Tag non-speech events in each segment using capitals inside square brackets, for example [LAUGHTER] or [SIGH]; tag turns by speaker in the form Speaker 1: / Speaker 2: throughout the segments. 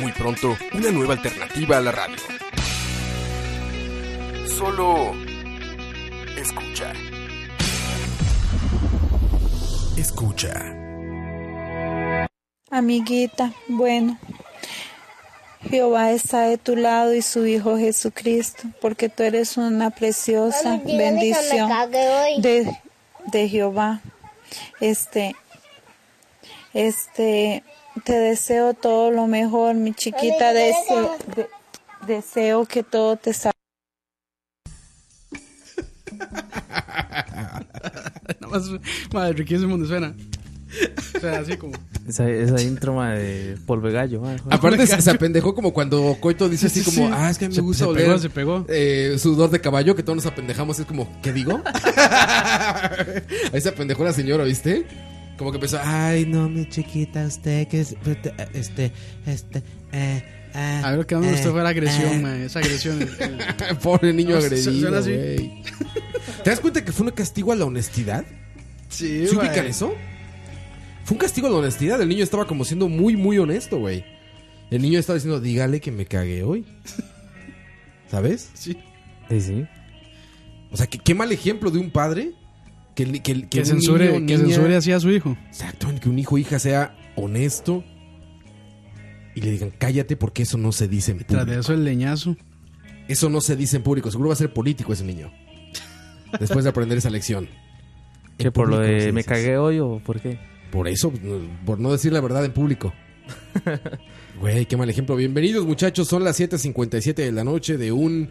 Speaker 1: Muy pronto, una nueva alternativa a la radio. Solo escucha. Escucha.
Speaker 2: Amiguita, bueno, Jehová está de tu lado y su Hijo Jesucristo, porque tú eres una preciosa
Speaker 3: Ay, dígale que me
Speaker 2: bendición
Speaker 3: cague hoy.
Speaker 2: de, de Jehová. Este, este, te deseo todo lo mejor, mi chiquita.
Speaker 3: dígale que
Speaker 2: deseo- de- deseo que todo te salga.
Speaker 4: Nada más, madre, riquísimo donde suena. O sea, así como.
Speaker 5: Esa, esa intro ma, de Polvegallo. ma, joder.
Speaker 6: Aparte se, se apendejó como cuando Coito dice
Speaker 4: Sí,
Speaker 6: así
Speaker 4: sí,
Speaker 6: como,
Speaker 4: sí.
Speaker 6: ah, es que a mí
Speaker 4: Se-
Speaker 6: me gusta
Speaker 4: se
Speaker 6: oler
Speaker 4: pegó, se pegó.
Speaker 6: eh, sudor de caballo, que todos nos apendejamos, es como,
Speaker 4: [LAUGHS]
Speaker 6: ¿qué digo? Ahí se apendejó la señora, ¿viste? Como que empezó, "Ah, ay, no, mi chiquita, usted, que es, este, este, eh, eh,
Speaker 4: A ver, lo que más me gustó
Speaker 6: eh,
Speaker 4: fue la agresión,
Speaker 6: eh".
Speaker 4: madre. Esa agresión. eh,
Speaker 6: Pobre niño
Speaker 4: No, su-
Speaker 6: agredido,
Speaker 4: suena así.
Speaker 6: güey. ¿Te das cuenta que fue un castigo a la honestidad?
Speaker 4: Sí,
Speaker 6: ¿Se
Speaker 4: madre.
Speaker 6: ubican eso? Fue un castigo a la honestidad. El niño estaba como siendo muy, muy honesto, güey. El niño estaba diciendo, dígale que me cagué hoy. ¿Sabes?
Speaker 4: Sí.
Speaker 5: Sí, sí.
Speaker 6: O sea, qué, qué mal ejemplo de un padre que, el- que, el- que
Speaker 4: Que
Speaker 6: un
Speaker 4: censure,
Speaker 6: niño,
Speaker 4: que
Speaker 6: niña-
Speaker 4: censure así a su hijo.
Speaker 6: Exacto, en que un hijo o hija sea honesto y le digan, cállate porque eso no se dice en
Speaker 4: Tras de
Speaker 6: público.
Speaker 4: eso, el leñazo.
Speaker 6: Eso no se dice en público. Seguro va a ser político ese
Speaker 4: [LAUGHS]
Speaker 6: niño. Después de aprender esa lección.
Speaker 5: ¿Qué, por lo
Speaker 6: público no se
Speaker 5: de me
Speaker 6: dice
Speaker 5: cagué hoy o por qué?
Speaker 6: Por eso, no- por no decir la verdad
Speaker 4: [LAUGHS]
Speaker 6: en público. Güey, qué mal ejemplo. Bienvenidos, muchachos. Son las 7:57 de la noche de un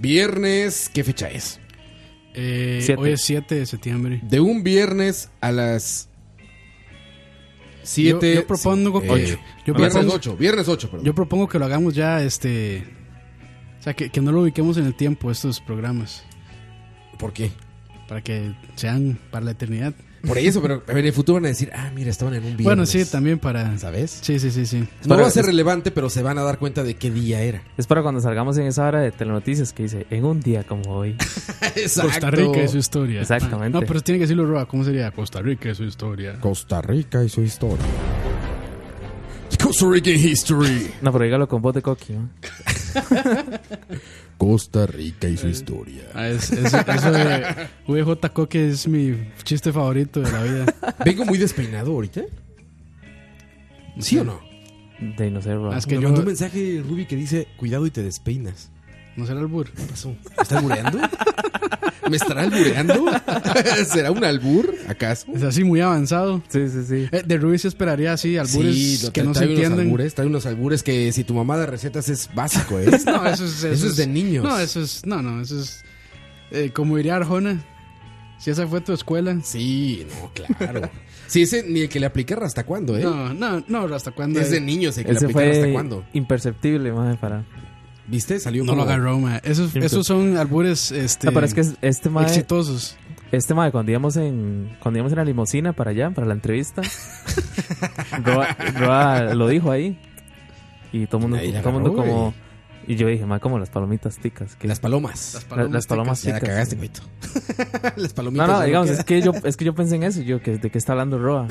Speaker 6: viernes. ¿Qué fecha es?
Speaker 4: Eh,
Speaker 5: Siete.
Speaker 4: hoy es 7 de septiembre.
Speaker 6: De un viernes a las 7.
Speaker 4: Yo- yo propongo que-
Speaker 6: eh, ocho.
Speaker 4: yo
Speaker 6: viernes
Speaker 4: propongo-
Speaker 6: 8, viernes 8, perdón.
Speaker 4: Yo propongo que lo hagamos ya, este. O sea, que, que no lo ubiquemos en el tiempo, estos programas.
Speaker 6: ¿Por qué?
Speaker 4: Para que sean para la eternidad.
Speaker 6: Por eso, pero en el futuro van a decir, ah, mira, estaban en un viernes.
Speaker 4: Bueno, sí, también para.
Speaker 6: ¿Sabes?
Speaker 4: Sí, sí, sí, sí.
Speaker 6: No
Speaker 5: Para-
Speaker 6: va a ser relevante, pero se van a dar cuenta de qué día era. [LAUGHS]
Speaker 5: Es para cuando salgamos en esa hora de telenoticias que dice, en un día como
Speaker 6: [LAUGHS]
Speaker 5: hoy.
Speaker 6: Exacto.
Speaker 4: Costa Rica y su historia.
Speaker 5: Exactamente.
Speaker 4: Ah, No, pero tiene que decirlo Roa. ¿Cómo sería? Costa Rica y su historia.
Speaker 6: Costa Rica y su historia. Costa Rican History.
Speaker 5: No, pero dígalo con voz de coqui. ma.
Speaker 6: Costa Rica y su historia.
Speaker 4: Ah, es, es- eso de VJ Coque es mi chiste favorito de la vida.
Speaker 6: ¿Vengo muy despeinado ahorita? ¿Sí o no?
Speaker 5: De no ser Roa.
Speaker 4: Ah, es
Speaker 6: Me
Speaker 4: que yo.
Speaker 6: mandó un mensaje Ruby que dice, cuidado y te despeinas.
Speaker 4: No será el burro.
Speaker 6: ¿Qué pasó? ¿Me está albureando? ¿Me estará albureando? [LAUGHS] ¿Será un albur, acaso?
Speaker 4: Es así muy avanzado.
Speaker 5: Sí, sí, sí.
Speaker 4: Eh, de Ruiz se esperaría así, albures
Speaker 6: tra-
Speaker 4: que no se
Speaker 6: trae unos
Speaker 4: entienden.
Speaker 6: albures, trae unos albures que si tu mamá da recetas es básico, ¿eh?
Speaker 4: [LAUGHS] No, eso es,
Speaker 6: [LAUGHS] Eso es de niños.
Speaker 4: No, eso es. No, no, eso es. eh, como diría Arjona, si esa fue tu escuela.
Speaker 6: Sí, no, claro. Sí, ese ni el que le aplicar hasta cuándo, ¿eh?
Speaker 4: No, no, no, hasta cuándo.
Speaker 6: Es de
Speaker 4: eh,
Speaker 6: niños el que le
Speaker 5: Ese
Speaker 6: aplicar hasta
Speaker 5: fue
Speaker 6: cuándo.
Speaker 5: imperceptible, madre, para... Ah,
Speaker 6: ¿Viste? Salió
Speaker 4: no lo
Speaker 6: como-
Speaker 4: agarró, ma. Esos, esos son albures este,
Speaker 5: No, pero es que es- este madre,
Speaker 4: exitosos.
Speaker 5: este madre cuando, íbamos en, cuando íbamos en la limusina para allá, para la
Speaker 6: [LAUGHS]
Speaker 5: entrevista, Roa, Roa lo dijo ahí. Y todo el mundo,
Speaker 6: Nadie la
Speaker 5: todo el mundo
Speaker 6: agarró,
Speaker 5: como... Y yo dije, más como las palomitas ticas. Que
Speaker 6: Las palomas.
Speaker 5: La- las palomas
Speaker 6: Ya la
Speaker 5: ticas.
Speaker 6: cagaste, güeyito. [LAUGHS] Las
Speaker 5: No,
Speaker 6: palomitas.
Speaker 5: no,
Speaker 6: ya
Speaker 5: digamos,
Speaker 6: queda.
Speaker 5: es que, yo, es que yo pensé en eso, yo, que de qué está hablando Roa.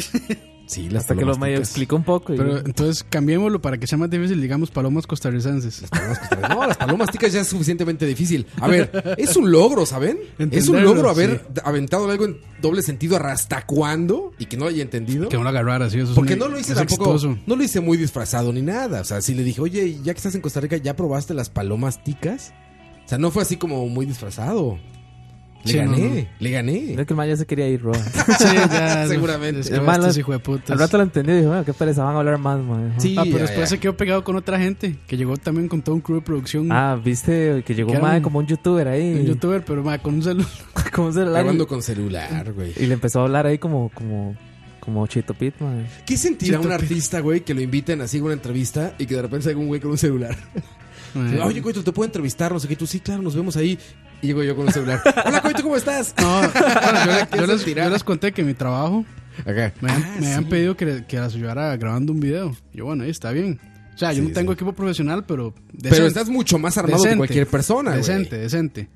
Speaker 6: Sí, las
Speaker 5: Hasta que lo
Speaker 6: palomas
Speaker 5: medio
Speaker 6: ticas.
Speaker 5: explicó un poco. Y,
Speaker 4: Pero entonces cambiémoslo para que sea más difícil, digamos, palomas costarricenses.
Speaker 6: Las palomas que traes. No, las palomas ticas ya es suficientemente difícil. A ver, es un logro, ¿saben? Es un
Speaker 4: Entenderlo,
Speaker 6: logro haber aventado algo en doble sentido hasta cuándo y que no lo haya entendido.
Speaker 4: Que no lo agarrara así. Eso es
Speaker 6: Porque
Speaker 4: muy-
Speaker 6: no lo hice
Speaker 4: es
Speaker 6: tampoco.
Speaker 4: exitoso.
Speaker 6: No lo hice muy disfrazado ni nada. O sea, sí le dije, oye, ya que estás en Costa Rica, ¿ya probaste las palomas ticas? O sea, no fue así como muy disfrazado. Le
Speaker 4: Sí, no,
Speaker 6: gané,
Speaker 4: no.
Speaker 6: le gané.
Speaker 5: Es que el man ya se quería ir, Roa.
Speaker 4: Sí,
Speaker 6: [LAUGHS]
Speaker 4: ya.
Speaker 6: Seguramente.
Speaker 4: Es que
Speaker 5: El
Speaker 4: estos
Speaker 5: malo-
Speaker 4: hijo de putas.
Speaker 5: Al rato lo entendí y dije, bueno, qué pereza, van a hablar más, man.
Speaker 6: Sí,
Speaker 4: Ah, pero
Speaker 6: ya,
Speaker 4: después
Speaker 6: ya.
Speaker 4: se quedó pegado con otra gente que llegó también con todo un crew de producción.
Speaker 5: Ah, viste que llegó
Speaker 4: Que
Speaker 5: un
Speaker 4: era
Speaker 5: mae
Speaker 4: un-
Speaker 5: como un youtuber ahí.
Speaker 4: Un
Speaker 5: [LAUGHS]
Speaker 4: youtuber, [LAUGHS] pero ma, con un saludo.
Speaker 5: con un celular.
Speaker 6: Grabando
Speaker 5: Y,
Speaker 6: con celular, güey.
Speaker 5: y le empezó a hablar ahí como, como, como como Chito Pitman.
Speaker 6: ¿Qué sentirá
Speaker 4: Chito
Speaker 6: un
Speaker 4: Pit.
Speaker 6: artista, güey, que lo inviten así a una entrevista y que de repente salga un güey con un celular?
Speaker 4: Mae.
Speaker 6: Oye, Coito, ¿te puedo entrevistar? No sé qué. Tú, sí, claro, nos vemos ahí. Y llego yo con un celular. [LAUGHS] Hola, Coito, ¿cómo estás?
Speaker 4: [LAUGHS] No, bueno, yo, le-
Speaker 6: ¿Qué
Speaker 4: yo les,
Speaker 6: sentirá?
Speaker 4: yo les conté que mi trabajo
Speaker 6: Acá.
Speaker 4: me, han-
Speaker 6: Ah,
Speaker 4: me habían
Speaker 6: sí.
Speaker 4: pedido que, le- que las ayudara grabando un video. Yo, bueno, ahí está bien. O sea, yo
Speaker 6: Sí,
Speaker 4: no tengo
Speaker 6: sí.
Speaker 4: equipo profesional, pero. decente.
Speaker 6: Pero estás mucho más armado que
Speaker 4: Decente.
Speaker 6: cualquier persona, güey.
Speaker 4: Decente, decente.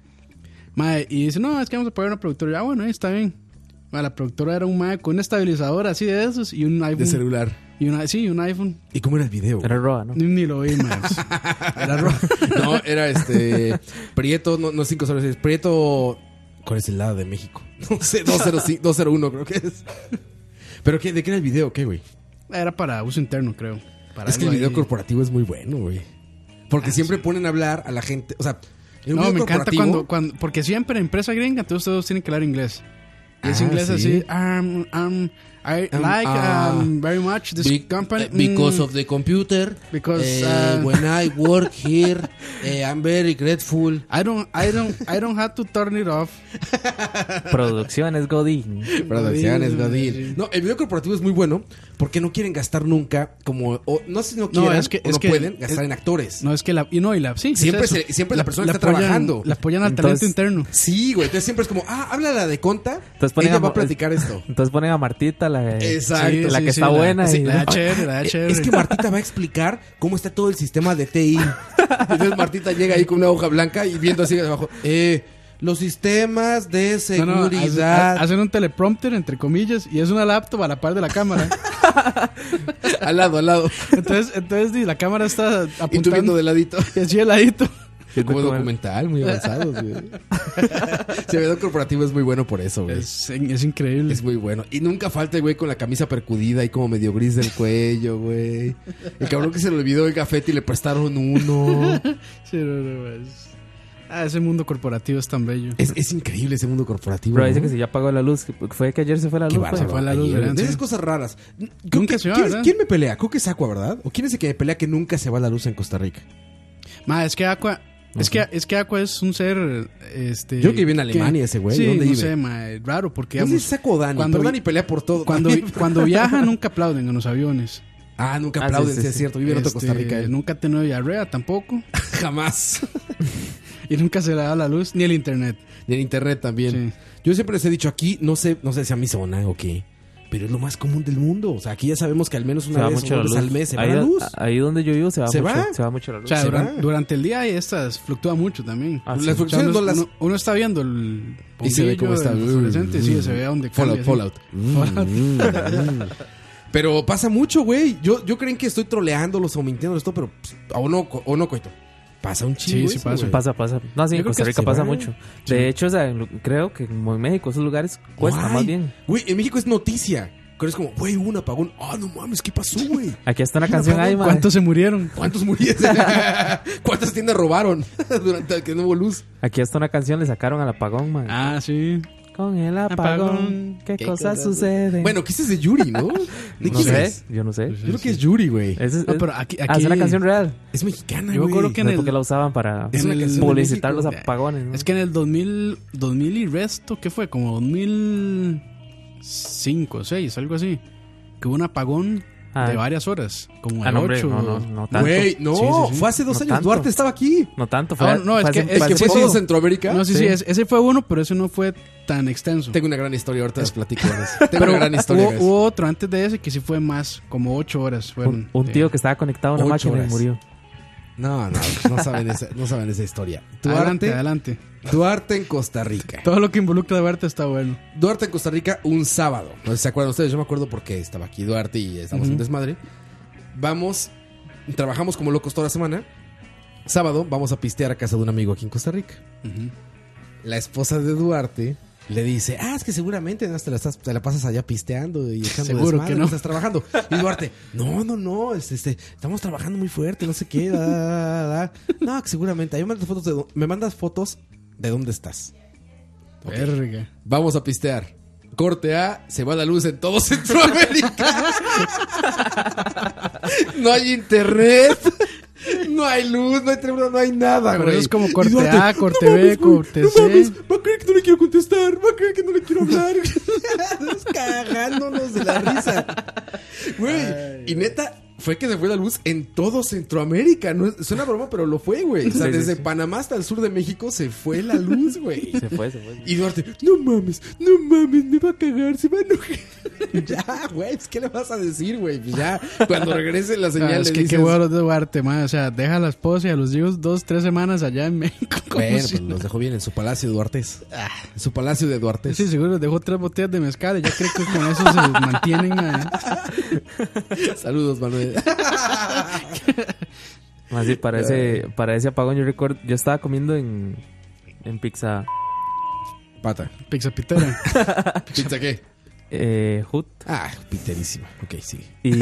Speaker 4: Mae, y dice, no, es que vamos a pagar una productora. Ya, bueno, ahí está bien. Mae, la productora era un mae con un estabilizador así de esos y un
Speaker 6: De
Speaker 4: iPhone.
Speaker 6: celular.
Speaker 4: y una, sí, un iPhone.
Speaker 6: ¿Y cómo era el video?
Speaker 5: Era
Speaker 4: [LAUGHS]
Speaker 5: Roa, ¿no?
Speaker 4: Ni, ni lo vi, mae.
Speaker 6: [LAUGHS]
Speaker 4: Era ro-
Speaker 6: No, era este. Prieto, no, no 506. Prieto. ¿Cuál es el lado de México? [LAUGHS] No sé, 205, 201, creo que es. ¿Pero qué, de qué era el video? ¿Qué, güey?
Speaker 4: Era para uso interno, creo. Para
Speaker 6: Es que el
Speaker 4: algo
Speaker 6: video
Speaker 4: ahí. Ah,
Speaker 6: corporativo es muy bueno, güey. Porque siempre ponen a hablar a la gente. O sea, en un
Speaker 4: No,
Speaker 6: video
Speaker 4: me encanta
Speaker 6: corporativo-
Speaker 4: cuando, cuando. Porque siempre en empresa gringa, entonces todos tienen que hablar inglés. Y es
Speaker 6: Ah,
Speaker 4: inglés
Speaker 6: sí.
Speaker 4: así. Um, um, I
Speaker 6: Um,
Speaker 4: like
Speaker 6: ah.
Speaker 4: um, very much this
Speaker 6: Be-
Speaker 4: company.
Speaker 6: eh, because
Speaker 4: Mm,
Speaker 6: of the computer.
Speaker 4: Because,
Speaker 6: eh,
Speaker 4: ah.
Speaker 6: when I work [LAUGHS] here, eh, I'm very grateful.
Speaker 4: I don't, I don't, I don't have to turn it off.
Speaker 5: Producciones Godín.
Speaker 6: Producciones,
Speaker 4: Godín,
Speaker 6: Godín.
Speaker 4: Godín.
Speaker 6: No, el video corporativo es muy bueno porque no quieren gastar nunca como. o- no sé si no
Speaker 4: No,
Speaker 6: quieren,
Speaker 4: es que-
Speaker 6: o
Speaker 4: es
Speaker 6: no
Speaker 4: que-
Speaker 6: pueden gastar
Speaker 4: es-
Speaker 6: en actores.
Speaker 4: No, es que la. Y no, y la. Sí, es
Speaker 6: Siempre
Speaker 4: eso.
Speaker 6: se- siempre la persona está
Speaker 4: apoyan-
Speaker 6: trabajando.
Speaker 4: La apoyan al
Speaker 5: Entonces-
Speaker 4: talento interno.
Speaker 6: Sí, güey. Entonces siempre es como, ah, háblala de conta.
Speaker 5: Entonces ponen
Speaker 6: Ella va
Speaker 5: Mo-
Speaker 6: a
Speaker 4: [LAUGHS]
Speaker 6: platicar esto.
Speaker 5: Entonces ponen a Martita, la,
Speaker 6: Exacto.
Speaker 4: Sí,
Speaker 5: eh, la
Speaker 4: sí,
Speaker 5: que
Speaker 4: sí,
Speaker 5: está buena.
Speaker 4: sí,
Speaker 5: y- [LAUGHS]
Speaker 4: la chévere, la chévere.
Speaker 6: Eh, Es que Martita va a explicar cómo está todo el sistema
Speaker 4: [LAUGHS]
Speaker 6: de TI. Entonces Martita llega ahí con una hoja blanca y viendo así abajo, eh, los sistemas de
Speaker 4: No, no,
Speaker 6: seguridad.
Speaker 4: hacen- hacen un teleprompter, entre comillas, y es una laptop a la par de la
Speaker 6: [LAUGHS]
Speaker 4: cámara.
Speaker 6: al lado, al lado.
Speaker 4: Entonces, entonces di, la cámara está
Speaker 6: Y tú viendo
Speaker 4: apuntando [LAUGHS]
Speaker 6: de ladito.
Speaker 4: y así de ladito.
Speaker 5: Yo
Speaker 6: Como
Speaker 5: tengo-
Speaker 6: documental, muy avanzado.
Speaker 4: [LAUGHS]
Speaker 6: güey. Sí, el video corporativo es muy bueno por eso, güey.
Speaker 4: Es, es increíble.
Speaker 6: Es muy bueno. Y nunca falta el güey con la camisa percudida y como medio gris del cuello, güey. El cabrón que se le olvidó el gafete y le
Speaker 4: [LAUGHS]
Speaker 6: prestaron uno.
Speaker 4: Sí, no, no, es- Ah, ese mundo corporativo es tan bello.
Speaker 6: Es, es increíble ese mundo corporativo.
Speaker 5: Pero
Speaker 6: ¿no?
Speaker 5: dice que si ya apagó la luz. que Fue que ayer se fue la
Speaker 6: Qué
Speaker 5: luz.
Speaker 6: bárbaro.
Speaker 5: fue.
Speaker 4: fue la luz,
Speaker 6: Ayer,
Speaker 4: ¿verdad?
Speaker 6: de esas
Speaker 4: Sí.
Speaker 6: cosas raras. Creo
Speaker 4: Nunca
Speaker 6: que-
Speaker 4: se va,
Speaker 6: ¿quién,
Speaker 4: ¿verdad?
Speaker 6: quién me pelea? Creo que es Aqua, ¿verdad? ¿O quién es el que me pelea que nunca se va la luz en Costa Rica?
Speaker 4: Ma, es que Aqua. Es que, es que Aqua es un ser. Este,
Speaker 6: Yo creo que vive en Alemania ese güey,
Speaker 4: Sí,
Speaker 6: ¿dónde
Speaker 4: no
Speaker 6: vive?
Speaker 4: sé, ma, es raro porque.
Speaker 6: No sé
Speaker 4: Digamos,
Speaker 6: si Pues es Aqua o Dani.
Speaker 4: cuando
Speaker 6: pero
Speaker 4: vi-
Speaker 6: Dani pelea por todo.
Speaker 4: cuando,
Speaker 6: [LAUGHS] también.
Speaker 4: cuando viaja, nunca aplauden en los aviones.
Speaker 6: Ah, nunca
Speaker 5: Ah, sí,
Speaker 6: aplauden,
Speaker 5: sí,
Speaker 6: sí, es
Speaker 5: sí.
Speaker 6: cierto. Vive en otro
Speaker 4: Este,
Speaker 6: Costa Rica. eh. él.
Speaker 4: Nunca ha tenido diarrea tampoco.
Speaker 6: [LAUGHS] Jamás.
Speaker 4: Y nunca se le da la luz ni el internet.
Speaker 6: Y en internet también.
Speaker 4: Sí.
Speaker 6: Yo siempre les he dicho aquí, no sé, no sé si a mi zona o qué, pero es lo más común del mundo. O sea, aquí ya sabemos que al menos
Speaker 5: Se
Speaker 6: una
Speaker 5: va
Speaker 6: vez
Speaker 5: mucho
Speaker 6: o
Speaker 5: la
Speaker 6: dos
Speaker 5: luz.
Speaker 6: al mes se va
Speaker 5: ahí, ah,
Speaker 6: la luz.
Speaker 5: ahí donde yo vivo se va,
Speaker 6: ¿Se
Speaker 5: mucho,
Speaker 6: va?
Speaker 5: se va mucho la luz.
Speaker 4: O sea,
Speaker 6: Se
Speaker 4: duran-
Speaker 6: va.
Speaker 4: durante, el día estas fluctúa mucho también.
Speaker 5: Ah,
Speaker 4: O
Speaker 5: sí.
Speaker 4: sea,
Speaker 6: Las funciones
Speaker 4: uno,
Speaker 6: no las.
Speaker 4: uno- uno está viendo el
Speaker 6: Y se ve cómo
Speaker 4: bombillo,
Speaker 6: está. Mm,
Speaker 4: el fluorescente, sí, se ve donde
Speaker 6: Fallout,
Speaker 4: cambia, sí.
Speaker 6: Fallout.
Speaker 5: Mm,
Speaker 6: [LAUGHS] Pero pasa mucho, güey. Yo, yo creen que estoy troleándolos o mintiéndolos todo, pero pues, a uno, co- o no, coito. Pasa un chingo.
Speaker 4: sí
Speaker 6: eso,
Speaker 4: pasa.
Speaker 6: güey.
Speaker 5: Pasa, pasa. No, sí,
Speaker 6: Yo creo
Speaker 5: en Costa
Speaker 6: que
Speaker 5: Rica
Speaker 6: se
Speaker 5: pasa
Speaker 6: va.
Speaker 5: mucho. De hecho, o sea, en lu- creo que como en México, esos lugares cuesta
Speaker 6: Guay.
Speaker 5: más bien.
Speaker 6: Güey, en México es noticia. Pero es como, güey, hubo un apagón. Ah, no mames, ¿qué pasó, güey?
Speaker 5: Aquí está una canción ahí, madre.
Speaker 4: ¿Cuántos se
Speaker 6: [LAUGHS]
Speaker 4: murieron?
Speaker 6: ¿Cuántos murieron? ¿Cuántas tiendas robaron [LAUGHS] durante que no hubo luz?
Speaker 5: Aquí está una canción le sacaron al apagón, man.
Speaker 4: Ah, sí.
Speaker 5: Con el apagón,
Speaker 4: Apagón.
Speaker 5: ¿qué,
Speaker 4: ¿Qué
Speaker 5: cosas
Speaker 4: cosas
Speaker 5: suceden?
Speaker 6: Bueno, ¿qué es de Yuri, no? ¿De
Speaker 5: no
Speaker 6: quién
Speaker 5: sé,
Speaker 6: es?
Speaker 5: yo no sé.
Speaker 6: Yo creo que es Yuri, güey.
Speaker 5: Es, es-
Speaker 4: No, pero aquí-
Speaker 5: ah, es una
Speaker 4: aquí-
Speaker 5: canción real.
Speaker 6: Es mexicana,
Speaker 4: Yo
Speaker 6: güey.
Speaker 4: creo que en
Speaker 5: No sé
Speaker 4: el-
Speaker 5: por qué la usaban para
Speaker 4: en el-
Speaker 5: publicitar
Speaker 6: de
Speaker 5: los
Speaker 6: México.
Speaker 5: apagones. ¿no?
Speaker 4: Es que en el 2000, 2000 y resto, ¿qué fue? Como 2005, 6, algo así. Que hubo un apagón
Speaker 5: Ah.
Speaker 4: de varias horas, como
Speaker 5: Ah,
Speaker 4: de
Speaker 5: no, hombre,
Speaker 4: 8.
Speaker 5: no, no, no tanto.
Speaker 6: Güey, no,
Speaker 4: Sí, sí, sí.
Speaker 6: fue hace dos
Speaker 5: No
Speaker 6: años.
Speaker 5: tanto.
Speaker 6: Duarte estaba aquí.
Speaker 5: No tanto, fue,
Speaker 4: Ah, no, es
Speaker 5: fue
Speaker 4: que-
Speaker 5: hace-
Speaker 4: es
Speaker 5: fue
Speaker 4: que
Speaker 5: hace
Speaker 4: fue
Speaker 5: poco.
Speaker 6: todo Centroamérica.
Speaker 4: No, sí, sí,
Speaker 5: Sí.
Speaker 4: es- ese fue uno, pero ese no fue tan extenso. Ah,
Speaker 6: Tengo una gran historia, ahorita les platico. de eso. Tengo una gran historia.
Speaker 4: hubo,
Speaker 6: de eso.
Speaker 4: hubo otro antes de ese que sí fue más, como 8 horas.
Speaker 5: un,
Speaker 4: Fueron,
Speaker 5: un tío que estaba conectado a una
Speaker 6: Ocho
Speaker 5: máquina
Speaker 6: horas.
Speaker 5: y murió.
Speaker 6: No, no, no saben esa, no saben esa historia.
Speaker 4: Adelante,
Speaker 6: Duarte,
Speaker 4: adelante.
Speaker 6: Duarte en Costa Rica.
Speaker 4: Todo lo que involucra a Duarte está bueno.
Speaker 6: Duarte en Costa Rica un sábado. No sé si se acuerdan ustedes, yo me acuerdo porque estaba aquí Duarte y estamos en desmadre. Vamos, trabajamos como locos toda la semana. Sábado vamos a pistear a casa de un amigo aquí en Costa Rica. La esposa de Duarte le dice, ah, es que seguramente ¿no? te, la estás- te la pasas allá pisteando y echando
Speaker 4: Seguro
Speaker 6: desmadre,
Speaker 4: que no.
Speaker 6: estás trabajando. Y Duarte, no, no, no, este, este, estamos trabajando muy fuerte, no sé qué. da, da, da, da". No, que seguramente. Ahí me mandas fotos de, dó- me mandas fotos de dónde estás.
Speaker 4: Verga.
Speaker 6: Vamos a pistear. Corte A, se va la luz en todo [LAUGHS] Centroamérica. No hay internet. No No hay luz, no hay trémolo, no hay nada,
Speaker 4: Pero
Speaker 6: güey.
Speaker 4: eso es como
Speaker 6: Y
Speaker 4: corte
Speaker 6: Duarte,
Speaker 4: A, corte B,
Speaker 6: mames, güey,
Speaker 4: corte
Speaker 6: no
Speaker 4: C.
Speaker 6: mames, va a creer que no le quiero contestar, va a creer que no le
Speaker 4: [LAUGHS]
Speaker 6: quiero hablar. Estás cagándonos de la risa. Güey, y neta, fue que se fue la luz en todo Centroamérica. No es- suena broma, pero lo fue, güey. O sea,
Speaker 5: Sí, sí,
Speaker 6: desde
Speaker 5: sí.
Speaker 6: Panamá hasta el sur de México se fue la luz, güey.
Speaker 5: Se fue, se fue.
Speaker 6: Y Duarte, no mames, no mames, me va a cagar, se va a enojar. [LAUGHS] ya, güey, pues, ¿qué le vas a decir, güey? Pues Ya, [LAUGHS] cuando regrese la señal,
Speaker 4: Ah, es
Speaker 6: le
Speaker 4: que
Speaker 6: dices,
Speaker 4: qué huevos de Duarte, madre. O sea, deja a la esposa y a los hijos dos, tres semanas allá en México. [LAUGHS] ¿Cómo
Speaker 6: Bueno,
Speaker 4: si-
Speaker 6: pues los dejó bien en su palacio de Duartes. Ah, en su palacio de Duartes.
Speaker 4: Sí, seguro les dejó tres botellas de mezcal y ya creo que con eso se
Speaker 6: [LAUGHS]
Speaker 4: mantienen, madre.
Speaker 6: Saludos, [LAUGHS] Manuel.
Speaker 4: [LAUGHS]
Speaker 5: Más sí, para ese, para ese apagón yo recuerdo, yo estaba comiendo en, en pizza
Speaker 6: Pata.
Speaker 4: Pizza pitera.
Speaker 6: ¿Pizza qué?
Speaker 5: eh, Hut
Speaker 6: Ah, piterísima. Ok, sí.
Speaker 4: [LAUGHS]
Speaker 5: y,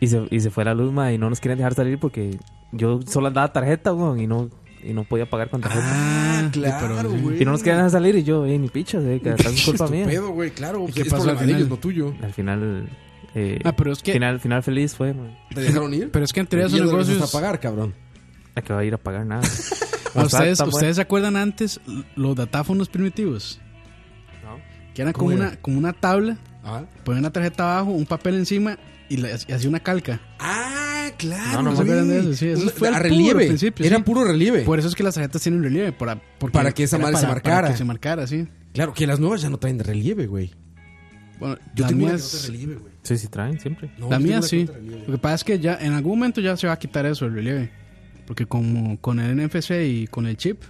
Speaker 5: y, se, y se fue la luz, ma, y no nos querían dejar salir porque yo solo andaba tarjeta, weón, y no, y no podía pagar con tarjeta.
Speaker 4: Ah, pero sí.
Speaker 5: y no nos querían dejar salir y yo, eh, ni picha, eh, que es culpa mía.
Speaker 6: Pedo, güey, claro.
Speaker 4: qué
Speaker 6: ¿Qué es
Speaker 4: pasó
Speaker 6: problema
Speaker 4: al
Speaker 6: de
Speaker 4: final?
Speaker 6: ellos, no tuyo.
Speaker 5: Al final, eh,
Speaker 4: Ah, pero es que-
Speaker 5: final, final feliz fue, man.
Speaker 6: ¿Te dejaron ir?
Speaker 4: Pero es que en teoría
Speaker 6: Y
Speaker 4: son
Speaker 6: ya no regresaste
Speaker 4: negocios.
Speaker 6: a pagar, cabrón.
Speaker 5: ¿A que va a ir a
Speaker 4: [LAUGHS]
Speaker 5: pagar nada?
Speaker 4: Ah, ¿Ustedes,
Speaker 6: pues.
Speaker 5: Está- está
Speaker 4: ¿ustedes se acuerdan antes los datáfonos primitivos?
Speaker 5: No.
Speaker 4: Que eran
Speaker 6: ¿Cómo
Speaker 4: como
Speaker 6: era?
Speaker 4: una, como una tabla,
Speaker 6: Ah,
Speaker 4: ponían una tarjeta abajo, un papel encima y, la- y hacía una calca.
Speaker 6: ah
Speaker 5: No,
Speaker 6: claro.
Speaker 5: no me
Speaker 6: güey.
Speaker 4: acuerdan de eso, sí, eso
Speaker 6: Un-
Speaker 4: fue al
Speaker 6: a
Speaker 4: puro
Speaker 6: relieve.
Speaker 4: al principio,
Speaker 6: Era
Speaker 4: sí.
Speaker 6: puro relieve.
Speaker 4: Por eso es que las tarjetas tienen relieve. Para, porque
Speaker 6: Para que esa
Speaker 4: era
Speaker 6: madre se marcara.
Speaker 4: Para que se marcara, sí.
Speaker 6: Claro, que las nuevas ya no traen relieve, güey.
Speaker 4: Bueno,
Speaker 6: Yo
Speaker 4: las
Speaker 6: tengo una que no trae
Speaker 4: mías,
Speaker 6: relieve, güey.
Speaker 5: Sí, sí, traen siempre.
Speaker 6: No,
Speaker 4: la
Speaker 6: yo tengo
Speaker 4: mía
Speaker 6: una que
Speaker 4: sí.
Speaker 6: no trae relieve.
Speaker 4: Lo que pasa es que ya en algún momento ya se va a quitar eso, el relieve. Porque como con el NFC y con el chip,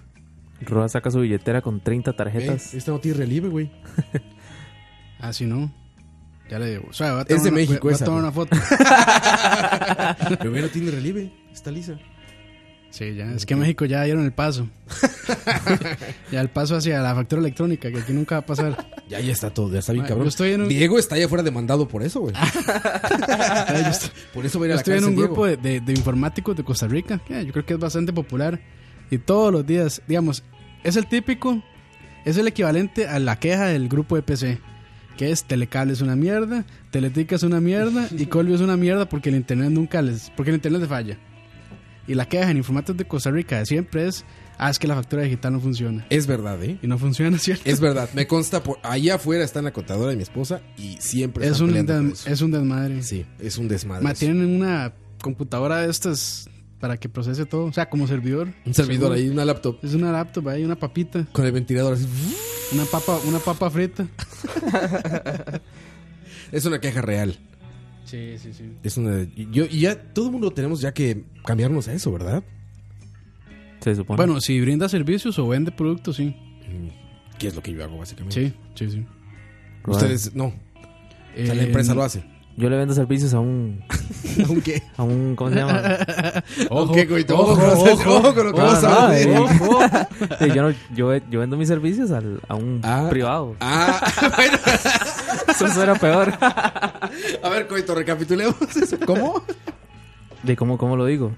Speaker 5: Roa saca su billetera con 30
Speaker 6: Ve,
Speaker 5: tarjetas.
Speaker 6: Esta no tiene relieve, güey.
Speaker 4: [LAUGHS] así no. Ya le digo. O sea, va a
Speaker 6: Es de
Speaker 4: tomar, una,
Speaker 6: México
Speaker 4: voy a
Speaker 6: esa,
Speaker 4: tomar
Speaker 6: ¿no?
Speaker 4: una foto.
Speaker 6: Pero güey, no tiene relieve. Está lisa.
Speaker 4: Sí, ya. Es que en México ya dieron el paso.
Speaker 6: [LAUGHS]
Speaker 4: [LAUGHS] ya el paso hacia la factura electrónica, que aquí nunca va a
Speaker 6: [LAUGHS]
Speaker 4: pasar.
Speaker 6: Ya, ya está todo, ya está bien
Speaker 4: Ma,
Speaker 6: cabrón.
Speaker 4: yo estoy en un-
Speaker 6: Diego está allá afuera demandado por eso, güey.
Speaker 4: Yo est-
Speaker 6: Por eso va a ir
Speaker 4: yo
Speaker 6: a la
Speaker 4: estoy en
Speaker 6: cárcel,
Speaker 4: un grupo
Speaker 6: Diego.
Speaker 4: de, de- de informáticos de Costa Rica. que eh, yo creo que es bastante popular. Y todos los días, digamos, es el típico, es el equivalente a la queja del grupo de PC. Que es Telecable es una mierda, Teletica es una mierda
Speaker 6: [LAUGHS]
Speaker 4: y Colby es una mierda porque el internet nunca les... porque el internet les falla. Y la queja en informáticos de Costa Rica de siempre es, ah, es que la factura digital no funciona.
Speaker 6: Es verdad, ¿eh?
Speaker 4: Y no funciona, [LAUGHS] ¿cierto?
Speaker 6: Es verdad, me consta por allá afuera está la contadora de mi esposa y siempre
Speaker 4: Es
Speaker 6: están
Speaker 4: un,
Speaker 6: peleando
Speaker 4: des-
Speaker 6: por eso.
Speaker 4: es un desmadre.
Speaker 6: Sí, es un desmadre.
Speaker 4: Ma,
Speaker 6: eso.
Speaker 4: tienen una computadora de estas para que procese todo. O sea, como servidor.
Speaker 6: un
Speaker 4: Seguro.
Speaker 6: servidor ahí, una laptop
Speaker 4: Es una laptop ahí, una papita,
Speaker 6: con el ventilador así.
Speaker 4: una papa, una papa frita.
Speaker 6: Es una queja real.
Speaker 4: Sí, sí, sí.
Speaker 6: Es una yo y ya todo el mundo tenemos ya que cambiarnos a eso, ¿verdad?
Speaker 5: Se supone.
Speaker 4: Bueno, si brinda servicios o vende productos, sí.
Speaker 6: Que Mm, es lo que yo hago básicamente.
Speaker 4: Sí, sí, sí.
Speaker 5: Roa,
Speaker 6: Ustedes no, o sea, la
Speaker 4: Eh,
Speaker 6: empresa lo hace.
Speaker 5: Yo le vendo servicios a un.
Speaker 6: mm, [LAUGHS] Aunque
Speaker 5: A un ¿Cómo se llama?
Speaker 6: [LAUGHS] ojo, güey, ojo, ojo, ojo con lo que
Speaker 5: No,
Speaker 6: vas
Speaker 5: no,
Speaker 6: a decir.
Speaker 5: eh,
Speaker 6: [LAUGHS]
Speaker 5: sí, yo, no- yo, yo vendo mis servicios al- a un
Speaker 6: Ah.
Speaker 5: privado.
Speaker 6: Ah, [LAUGHS] bueno,
Speaker 5: Eso suena peor.
Speaker 6: a ver, Coito, recapitulemos eso. ¿Cómo?
Speaker 5: ¿De cómo, cómo lo digo?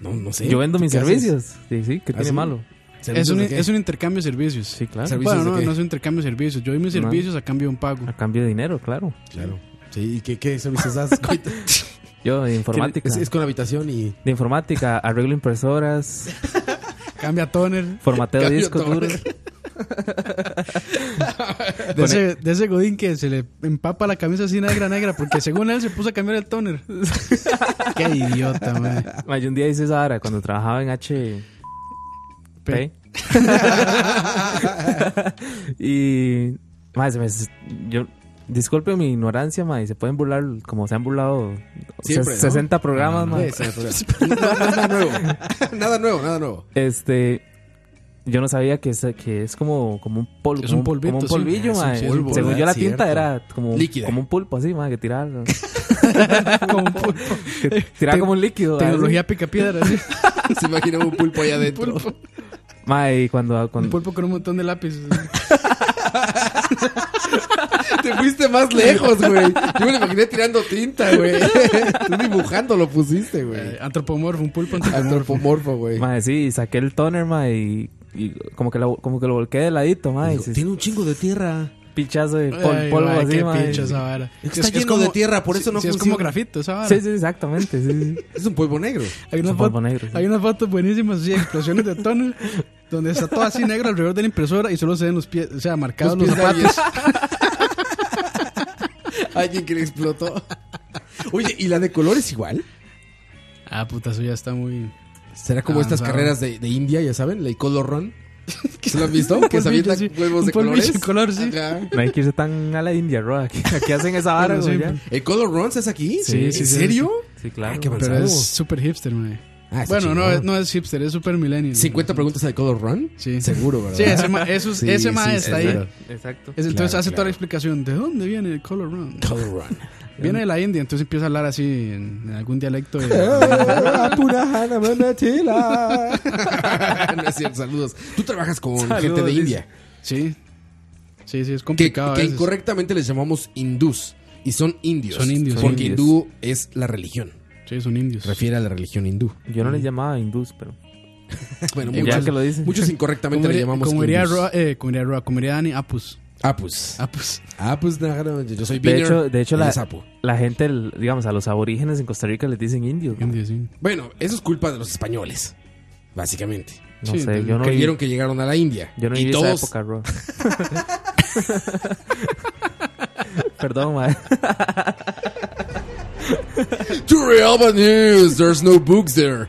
Speaker 6: No, no sé.
Speaker 5: Yo vendo mis
Speaker 6: ¿Qué haces?
Speaker 5: servicios. Sí, sí, ¿qué
Speaker 6: ¿Ah, sí?
Speaker 5: tiene malo?
Speaker 4: Es
Speaker 6: ¿Servicios
Speaker 4: un,
Speaker 6: de qué?
Speaker 4: es un intercambio de servicios.
Speaker 5: Sí, claro.
Speaker 6: Servi-
Speaker 4: Bueno,
Speaker 6: ¿Servicios de
Speaker 4: no,
Speaker 6: qué? Ah.
Speaker 4: no es un intercambio de servicios. Yo doy mis
Speaker 5: No.
Speaker 4: servicios a cambio de un pago.
Speaker 5: A cambio de dinero, claro.
Speaker 6: Claro. Sí, ¿y qué, qué servicios [LAUGHS] das? Coito?
Speaker 5: Yo de informática.
Speaker 6: Es, es con habitación y.
Speaker 5: De informática, arreglo impresoras,
Speaker 4: Cambia
Speaker 6: [LAUGHS]
Speaker 4: toner.
Speaker 5: formateo de
Speaker 6: Cambio
Speaker 5: discos
Speaker 6: todo.
Speaker 5: duros.
Speaker 4: De ese, de ese godín que se le empapa la camisa así negra, negra, porque según él se puso a cambiar el
Speaker 6: [LAUGHS]
Speaker 4: toner. Qué idiota, man.
Speaker 5: Ma, Yo un día hice esa vara cuando trabajaba en H.
Speaker 4: P.
Speaker 5: P. [LAUGHS] y. Madre, se me. s- Yo. Disculpe mi ignorancia, madre. Se pueden burlar como se han burlado
Speaker 6: Siempre,
Speaker 5: ses-
Speaker 6: ¿no? Ah,
Speaker 5: 60 programas, ma.
Speaker 6: Sí, sí, sí. No, no es [LAUGHS] nada nuevo. Nada nuevo, nada nuevo.
Speaker 5: Este. Yo no sabía que es, que es como, como un polvo.
Speaker 4: Es un polvito,
Speaker 5: Como un
Speaker 4: sí.
Speaker 5: polvillo,
Speaker 4: Es un
Speaker 5: ma.
Speaker 4: polvo,
Speaker 5: Según yo, la
Speaker 6: ¿verdad?
Speaker 5: tinta
Speaker 6: Cierto.
Speaker 5: era como,
Speaker 6: Líquida.
Speaker 5: como un pulpo así, ma,
Speaker 4: [LAUGHS]
Speaker 5: que tiraba.
Speaker 4: Como un pulpo.
Speaker 5: que tiraba como un líquido. ¿verdad?
Speaker 4: Tecnología pica piedra. ¿sí?
Speaker 6: Se imaginaba un pulpo allá adentro.
Speaker 5: Ma, y cuando.
Speaker 4: Un
Speaker 5: cuando
Speaker 4: pulpo con un montón de lápices.
Speaker 6: [LAUGHS] Te fuiste más lejos, güey. Yo me lo imaginé tirando tinta, [LAUGHS] güey. Tú dibujando lo pusiste,
Speaker 4: Eh,
Speaker 6: güey.
Speaker 4: antropomorfo, un pulpo antropomorfo.
Speaker 6: Antropomorfo, güey.
Speaker 5: Mae, sí, saqué el toner, mae, y, y como, que lo, como que lo volqué de ladito, mae.
Speaker 6: Digo,
Speaker 5: sí,
Speaker 6: un chingo de tierra.
Speaker 5: pichazo de pol-
Speaker 4: Ay,
Speaker 5: polvo
Speaker 4: mae,
Speaker 5: así,
Speaker 4: qué
Speaker 5: mae.
Speaker 4: pinche esa vara.
Speaker 6: Está lleno de tierra, por eso no
Speaker 4: sí, es
Speaker 6: funciona.
Speaker 4: como grafito esa vara.
Speaker 5: Sí, sí, exactamente. sí, sí.
Speaker 6: Es un polvo negro.
Speaker 4: Hay unas,
Speaker 5: Es un polvo
Speaker 4: fo-
Speaker 5: negro, sí.
Speaker 4: hay unas fotos buenísimas, sí, explosiones de tono, donde está todo así negro alrededor de la impresora y solo se ven los pies, o sea, marcados los,
Speaker 6: Los pies de
Speaker 4: zapatos.
Speaker 6: alguien. [LAUGHS] Alguien que le explotó. [LAUGHS] Oye, ¿y la de color es igual?
Speaker 4: [LAUGHS] Ah, puta, eso ya está muy.
Speaker 6: ¿Será como estas
Speaker 4: Avanzado.
Speaker 6: carreras de, de India, ya saben? La Color [LAUGHS] Run. ¿Se lo han visto? Que se avientan
Speaker 4: sí,
Speaker 6: huevos
Speaker 4: un
Speaker 6: de
Speaker 4: polvillo
Speaker 6: colores. Ah,
Speaker 4: de color, sí.
Speaker 6: Ajá.
Speaker 5: No hay que irse tan a la India, Roa. Aquí, aquí hacen esa vara,
Speaker 4: Bueno,
Speaker 5: güey,
Speaker 4: sí,
Speaker 5: ya.
Speaker 4: pero-
Speaker 6: ¿El Color Runs es aquí?
Speaker 4: Sí,
Speaker 6: ¿En
Speaker 4: sí, sí,
Speaker 6: serio?
Speaker 5: Sí, claro.
Speaker 6: Ah, qué
Speaker 5: güey.
Speaker 4: Pero
Speaker 6: Avanzado.
Speaker 4: es súper hipster, mae.
Speaker 6: Ah, está
Speaker 4: Bueno, no,
Speaker 6: chingón.
Speaker 4: es- no es hipster, es super millennial.
Speaker 6: 50 preguntas al Color Run.
Speaker 4: Sí.
Speaker 6: Seguro, ¿verdad?
Speaker 4: Sí, ese ma, eso es-
Speaker 6: Sí,
Speaker 4: ese
Speaker 6: sí,
Speaker 4: ma
Speaker 6: sí,
Speaker 4: está
Speaker 6: sí,
Speaker 4: ahí.
Speaker 6: claro.
Speaker 5: Exacto.
Speaker 4: Es- entonces
Speaker 6: Claro,
Speaker 4: hace toda
Speaker 6: claro.
Speaker 4: la explicación de dónde viene el color
Speaker 6: [LAUGHS]
Speaker 4: run. [LAUGHS]
Speaker 6: Color Run.
Speaker 4: Viene de la India, entonces empieza a hablar así en, en algún dialecto. de-
Speaker 6: [LAUGHS] no es cierto, saludos. Tú trabajas con
Speaker 5: Saludos,
Speaker 6: gente de
Speaker 5: dice.
Speaker 6: India.
Speaker 4: sí. Sí, sí, es
Speaker 6: Que,
Speaker 4: complicado. a
Speaker 6: que
Speaker 4: veces.
Speaker 6: incorrectamente les llamamos hindús. Y son indios.
Speaker 4: Son indios,
Speaker 6: Porque
Speaker 5: son indios.
Speaker 6: hindú es la religión.
Speaker 4: Sí, son indios.
Speaker 6: Refiere a la religión hindú.
Speaker 5: Yo no les llamaba hindús, pero.
Speaker 6: [LAUGHS] Bueno,
Speaker 5: Ya
Speaker 6: muchos,
Speaker 5: que lo dicen.
Speaker 6: muchos incorrectamente
Speaker 4: Como
Speaker 6: le
Speaker 4: diría-
Speaker 6: llamamos
Speaker 4: como diría
Speaker 6: hindús.
Speaker 4: Roa, eh, como diría Roa, como diría Dani, Apus.
Speaker 6: Ah, pues. [LAUGHS]
Speaker 4: Apus.
Speaker 6: Ah, pues no, no, yo soy
Speaker 5: De
Speaker 6: Biner,
Speaker 5: hecho, de hecho
Speaker 6: él
Speaker 5: la,
Speaker 6: es Apu.
Speaker 5: la gente, el- digamos, a los aborígenes en Costa Rica les dicen indios. güey.
Speaker 4: Indio, sí.
Speaker 6: Bueno, eso es culpa de los españoles, básicamente.
Speaker 5: No
Speaker 4: Sí,
Speaker 5: sé, yo no viví,
Speaker 6: Creyeron que llegaron a la India.
Speaker 5: yo no
Speaker 6: y
Speaker 5: viví esa
Speaker 6: todos,
Speaker 5: época,
Speaker 6: [LAUGHS]
Speaker 5: Roa. Perdón, madre.
Speaker 6: To Real News, there's no books there.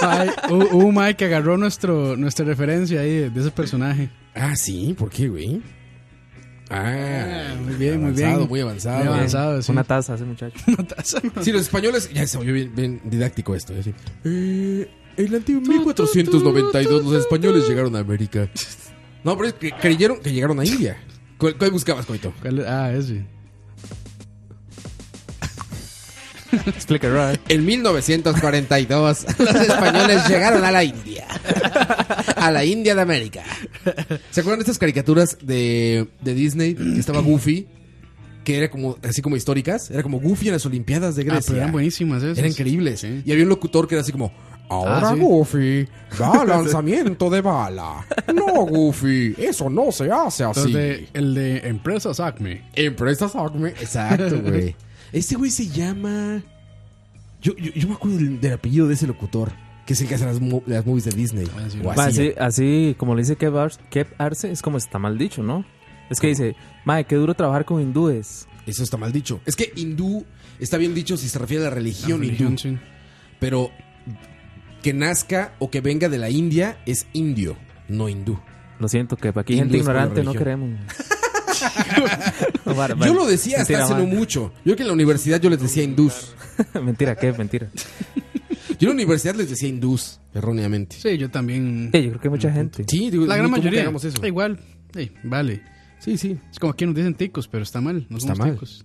Speaker 4: Ay, hubo hubo un Mike que agarró nuestro, nuestra referencia ahí de, de ese personaje.
Speaker 6: Ah, sí, ¿por qué, güey? Ah,
Speaker 4: muy bien, muy
Speaker 6: avanzado,
Speaker 4: bien.
Speaker 6: Muy avanzado, eh.
Speaker 4: Muy avanzado, sí.
Speaker 5: Eh, Una taza ese muchacho.
Speaker 6: Sí, los españoles. Ya se oyó bien, bien didáctico esto. ¿eh? Sí. Eh, en el año 1492 los españoles llegaron a América. [LAUGHS] No, pero es que creyeron que llegaron a India. ¿Cuál, cuál buscabas, Coito?
Speaker 4: ¿Cuál es? Ah, ese.
Speaker 5: Explica,
Speaker 4: Ah,
Speaker 5: Roa.
Speaker 6: En 1942 [LAUGHS] los españoles llegaron a la [LAUGHS] India. A la India de América. ¿Se acuerdan de estas caricaturas de, de Disney? Que [CLEARS THROAT] estaba Goofy, que era como así como históricas. Era como Goofy en las Olimpiadas de
Speaker 4: Ah,
Speaker 6: Grecia.
Speaker 4: pero eran buenísimas esas.
Speaker 6: Eran increíbles. ¿eh?
Speaker 4: Sí.
Speaker 6: Y había un locutor que era así como... Ahora
Speaker 4: Ah, sí.
Speaker 6: Goofy, [LAUGHS] da lanzamiento de bala. No, Goofy, eso no se hace así.
Speaker 4: Los de- el de Empresas Acme.
Speaker 6: Empresas Acme. [LAUGHS] Exacto, güey. Este güey se llama. Yo, yo, yo me acuerdo del, del apellido de ese locutor, que es el que hace las, mo- las movies de Disney.
Speaker 4: Ah, sí.
Speaker 6: O
Speaker 5: Ma,
Speaker 6: así.
Speaker 5: así, así como le dice Kev Arce, Kev Arce, es como está mal dicho, ¿no? Es que dice, madre, qué duro trabajar con hindúes.
Speaker 6: Eso está mal dicho. Es que hindú está bien dicho si se refiere a la religión,
Speaker 4: Ah,
Speaker 6: hindú.
Speaker 4: religión, sí.
Speaker 6: Pero que nazca o que venga de la India es indio, no hindú.
Speaker 5: Lo siento, que aquí gente
Speaker 6: Hindúes por la
Speaker 5: ignorante no
Speaker 6: religión.
Speaker 5: queremos.
Speaker 6: [LAUGHS]
Speaker 5: [LAUGHS] No, vara, vara.
Speaker 6: Yo lo decía hasta
Speaker 5: Ah, Mentira,
Speaker 6: hace no
Speaker 5: vara.
Speaker 6: mucho. Yo que en la universidad yo les decía hindús.
Speaker 5: [LAUGHS] mentira, Kev,
Speaker 6: [LAUGHS]
Speaker 5: mentira. Sí,
Speaker 6: Yo en la universidad les decía hindús, erróneamente.
Speaker 4: Sí, yo también.
Speaker 5: yo creo que mucha gente.
Speaker 6: Sí, digo,
Speaker 4: La gran
Speaker 6: ¿cómo que
Speaker 4: mayoría.
Speaker 6: hagamos eso?
Speaker 4: Da Igual. Ey, vale.
Speaker 6: Sí, sí.
Speaker 4: Es como aquí nos dicen ticos, pero está mal. No
Speaker 6: Está
Speaker 4: somos
Speaker 6: mal.
Speaker 4: ticos.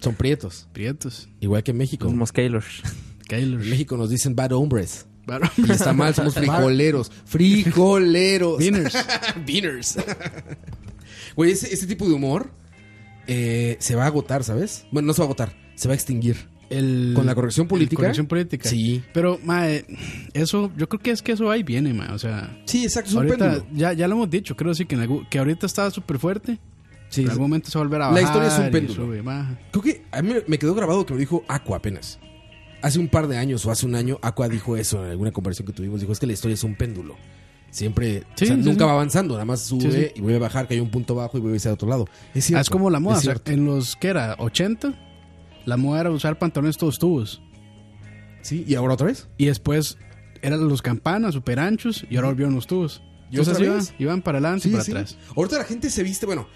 Speaker 6: Son prietos.
Speaker 4: Prietos.
Speaker 6: Igual que en México.
Speaker 5: Somos Keylors.
Speaker 4: Kyler.
Speaker 6: En México nos dicen bad hombres.
Speaker 4: Barón.
Speaker 6: Y está mal, somos frijoleros. Frijoleros. [LAUGHS]
Speaker 4: Beaners.
Speaker 6: Beaners. [LAUGHS] Güey, ese, ese tipo de humor eh, se va a agotar, ¿sabes? Bueno, no se va a agotar, se va a extinguir.
Speaker 4: El-
Speaker 6: [LAUGHS] Con la corrección
Speaker 4: el
Speaker 6: política.
Speaker 4: corrección política.
Speaker 6: Sí.
Speaker 4: Pero, mae, eso, yo creo que es que eso ahí viene, mae. O sea,
Speaker 6: Sí, exacto, es un
Speaker 4: ahorita,
Speaker 6: péndulo.
Speaker 4: ya, ya lo hemos dicho, creo sí, que, en algún- que ahorita está súper fuerte.
Speaker 6: Sí,
Speaker 4: en
Speaker 6: sí.
Speaker 4: algún momento se va a volver a
Speaker 6: La
Speaker 4: bajar.
Speaker 6: historia es un
Speaker 4: y
Speaker 6: péndulo.
Speaker 4: sube, baja.
Speaker 6: Creo que a mí me quedó grabado que me dijo Aqua apenas. Hace un par de años o hace un año, Aqua dijo eso en alguna conversación que tuvimos. Dijo, es que la historia es un péndulo. Siempre, o
Speaker 4: Sí,
Speaker 6: sea,
Speaker 4: sí,
Speaker 6: nunca
Speaker 4: sí.
Speaker 6: va avanzando, nada más sube
Speaker 4: Sí, sí.
Speaker 6: y vuelve a bajar, que hay un punto bajo y vuelve a irse a otro lado. Es,
Speaker 4: Ah,
Speaker 6: cierto,
Speaker 4: es como la moda.
Speaker 6: es
Speaker 4: o sea,
Speaker 6: cierto.
Speaker 4: en los que era 80, la moda era usar pantalones todos tubos.
Speaker 6: Sí, y ahora otra vez.
Speaker 4: Y después eran los campanas super anchos y ahora volvieron los tubos.
Speaker 6: ¿Y
Speaker 4: Entonces
Speaker 6: otra
Speaker 4: iban,
Speaker 6: vez?
Speaker 4: iban para adelante
Speaker 6: Sí,
Speaker 4: y para
Speaker 6: sí.
Speaker 4: atrás. [LAUGHS]
Speaker 6: Ahorita la gente se viste, bueno,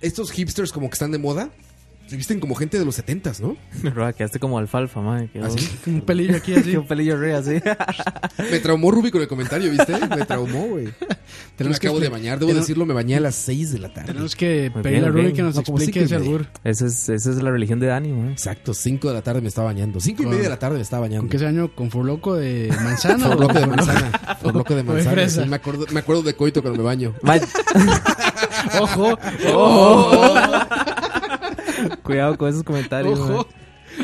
Speaker 6: estos hipsters como que están de moda, se visten como gente de los setentas, ¿no?
Speaker 5: Roa, quedaste como alfalfa, madre.
Speaker 4: ¿Ah,
Speaker 5: quedó- [LAUGHS]
Speaker 6: Así.
Speaker 4: Como un pelillo aquí
Speaker 6: [LAUGHS]
Speaker 4: así.
Speaker 5: Qué un pelillo re así. [LAUGHS]
Speaker 6: Me traumó Ruby con el comentario, ¿viste? Me traumó, güey. Me
Speaker 4: [LAUGHS] Tenemos que
Speaker 6: acabo de
Speaker 4: expli-
Speaker 6: bañar, debo
Speaker 4: tenemos-
Speaker 6: decirlo, me bañé a las 6 de la
Speaker 4: [LAUGHS]
Speaker 6: tarde.
Speaker 4: Tenemos que
Speaker 5: Muy
Speaker 4: pedirle
Speaker 5: bien,
Speaker 4: a Ruby
Speaker 5: bien.
Speaker 4: que nos
Speaker 6: No, como
Speaker 4: explique
Speaker 6: cinco
Speaker 4: ese
Speaker 6: y media.
Speaker 4: albur.
Speaker 5: Esa es, esa es la religión de Dani, madre.
Speaker 6: Exacto, 5 de la tarde me estaba bañando. 5 y
Speaker 4: Con-
Speaker 6: media de la tarde me estaba bañando.
Speaker 4: ¿Con qué se año? ¿Con furloco
Speaker 6: [LAUGHS]
Speaker 4: de [LAUGHS] manzana?
Speaker 6: Por loco de manzana.
Speaker 4: [LAUGHS]
Speaker 6: Por loco de
Speaker 4: Muy
Speaker 6: manzana.
Speaker 4: fresa.
Speaker 6: sí, me, acuerdo, me acuerdo de coito cuando me baño.
Speaker 5: Madre,
Speaker 4: [LAUGHS] ¡Ojo! [LAUGHS]
Speaker 5: cuidado con esos comentarios.
Speaker 4: Ojo.
Speaker 5: madre.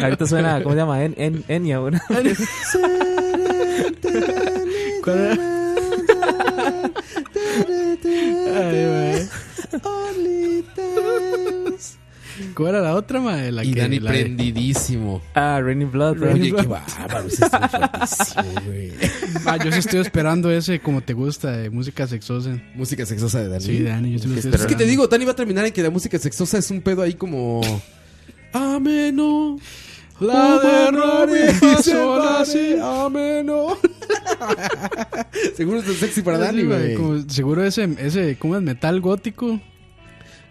Speaker 5: Ahorita suena, ¿cómo se llama? En, en, Enya,
Speaker 4: [LAUGHS]
Speaker 5: ¿verdad?
Speaker 4: ¿Cuál era? Ay, ¿Cuál era la otra, mae? La
Speaker 6: [LAUGHS] y
Speaker 4: que-
Speaker 6: Dani
Speaker 4: la de-
Speaker 6: prendidísimo.
Speaker 5: Ah, Raining Blood, bro.
Speaker 6: Oye, qué bárbaro. Ese estuvo fuertísimo,
Speaker 4: [LAUGHS]
Speaker 6: güey.
Speaker 4: Ah, yo sí estoy esperando ese como te gusta de música sexosa.
Speaker 6: Música sexosa de Dani.
Speaker 4: Sí, Dani, yo sí lo estoy
Speaker 5: Es
Speaker 6: Es que
Speaker 4: esperando.
Speaker 6: te digo, Dani va a terminar en que la música sexosa es un pedo ahí como. Ameno.
Speaker 4: La de Rory pasó la
Speaker 6: así. Ameno. [LAUGHS] Seguro es sexy para Dani,
Speaker 4: Sí,
Speaker 6: güey.
Speaker 4: como- seguro ese, ese, ¿cómo es? Metal gótico.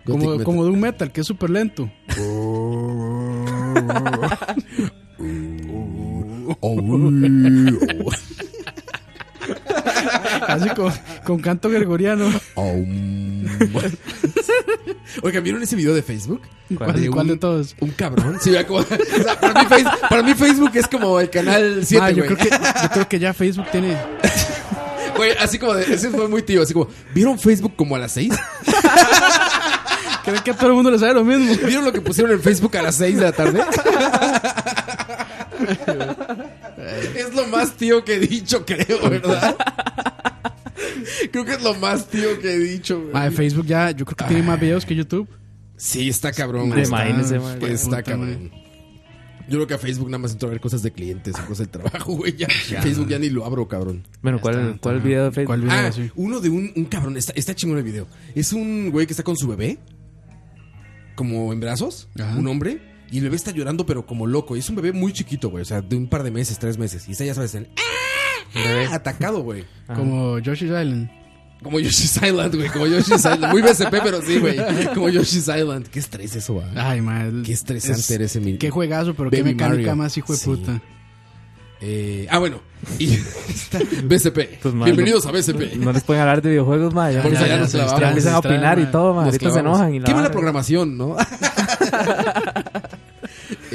Speaker 4: Como,
Speaker 6: Gothic
Speaker 4: como de un metal que es súper lento.
Speaker 6: metal. Oh, uy, oh,
Speaker 4: Así con, con canto gregoriano.
Speaker 6: oh, oh, mm. Oigan, ¿vieron ese video de Facebook?
Speaker 4: ¿Cuál,
Speaker 6: De
Speaker 4: cuál de
Speaker 6: un-
Speaker 4: todos?
Speaker 6: Un cabrón. Sí, vea como- [LAUGHS] o sea, para, mí Face- para mí Facebook es como el canal 7,
Speaker 4: Ah, yo,
Speaker 6: güey.
Speaker 4: creo que, yo creo que ya Facebook tiene.
Speaker 6: Güey, así como de, ese fue muy tío, así como, ¿vieron Facebook como a las 6?
Speaker 4: Creo que a todo el mundo le sabe lo mismo.
Speaker 6: ¿Vieron lo que pusieron en Facebook a las 6 de la tarde? es lo más tío que he dicho, creo, ¿verdad? Creo que es lo más tío que he dicho, güey.
Speaker 4: Ah, Facebook ya, yo creo que tiene más videos que YouTube.
Speaker 6: Sí, está cabrón.
Speaker 5: Madre,
Speaker 6: está,
Speaker 5: imagínese, madre.
Speaker 6: pues, está
Speaker 4: Puta,
Speaker 6: cabrón. Yo creo que a Facebook nada más entro a ver cosas de clientes o cosas del trabajo, güey. ya. Facebook ya ni lo abro, cabrón.
Speaker 5: Bueno,
Speaker 4: Está,
Speaker 5: ¿cuál,
Speaker 4: está.
Speaker 5: cuál video de Facebook?
Speaker 4: ¿Cuál video?
Speaker 6: Ah,
Speaker 4: sí.
Speaker 6: uno de un, un cabrón. Está, está chingón el video. Es un güey que está con su bebé. Como en brazos.
Speaker 4: Ajá.
Speaker 6: Un hombre. Y el bebé está llorando, pero como loco. Y es un bebé muy chiquito, güey. O sea, de un par de meses, tres meses. Y está, ya sabes, el "Ah",
Speaker 5: Bebé.
Speaker 6: atacado, güey.
Speaker 5: Ajá.
Speaker 4: Como Josh's Island.
Speaker 6: Como Yoshi's Island, güey. Como Yoshi's Island. Muy BCP, pero sí, güey. Como Yoshi's Island. Qué estrés eso, ¿ah? va.
Speaker 4: Ay, madre.
Speaker 6: Qué estresante era ese mi-
Speaker 4: Qué juegazo, pero qué
Speaker 6: Baby
Speaker 4: mecánica
Speaker 6: Mario.
Speaker 4: más hijo de
Speaker 6: Sí.
Speaker 4: puta.
Speaker 6: Eh, ah, bueno. Y [LAUGHS] está BCP.
Speaker 5: Pues, madre,
Speaker 6: Bienvenidos a BCP.
Speaker 5: No les pueden hablar de videojuegos, madre.
Speaker 6: Por
Speaker 5: Ya,
Speaker 6: eso ya
Speaker 5: ya,
Speaker 6: nos
Speaker 5: ya
Speaker 6: clavamos.
Speaker 5: empiezan a
Speaker 4: Nos
Speaker 5: opinar y
Speaker 4: clavamos.
Speaker 5: todo, madre. Ahorita
Speaker 6: Nos
Speaker 5: se
Speaker 6: clavamos.
Speaker 5: enojan y la
Speaker 6: Qué mala
Speaker 5: vara.
Speaker 6: programación, ¿no? [LAUGHS]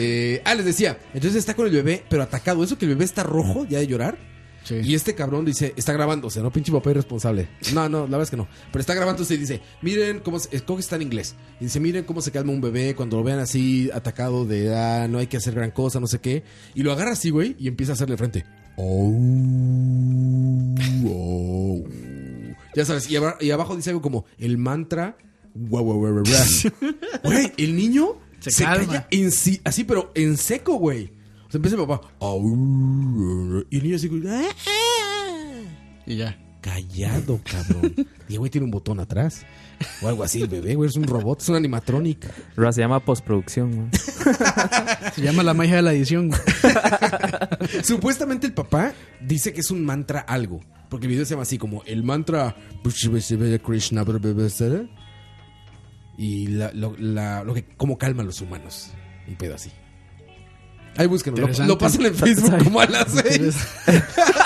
Speaker 6: Eh, ah, les decía, entonces está con el bebé, pero atacado. Eso que el bebé está rojo ya de llorar.
Speaker 4: Sí.
Speaker 6: Y este cabrón dice, está grabándose, ¿no? Pinche papá irresponsable. No, no, la verdad es que no. Pero está grabándose y dice, miren cómo se, creo que está en inglés. Y dice, miren cómo se calma un bebé cuando lo vean así, atacado de, ah, no hay que hacer gran cosa, no sé qué. Y lo agarra así, güey, y empieza a hacerle frente. Oh, oh. Ya sabes, y, aba- y abajo dice algo como, el mantra... guau, guau, guau, guau,
Speaker 4: [LAUGHS]
Speaker 6: guau". Güey, el niño se,
Speaker 4: Se calma.
Speaker 6: calla en sí, así, pero en seco, güey. O sea, empieza el papá. "Au", Y el niño así, güey, "Ah, ah".
Speaker 4: Y ya.
Speaker 6: Callado,
Speaker 4: [LAUGHS]
Speaker 6: cabrón. Y el güey tiene un botón atrás. O algo así, el bebé, güey. Es un robot, es un animatronic.
Speaker 5: Ra, se llama postproducción, güey.
Speaker 4: Se llama la magia de la edición.
Speaker 6: Supuestamente el papá dice que es un mantra algo. Porque el video se llama así como el mantra Krishna y la, lo, la- lo que cómo calma a los humanos. Un pedo así. Ahí búsquenlo. Lo,
Speaker 4: Interesante.
Speaker 6: lo pasan en Facebook como a las [LAUGHS] seis.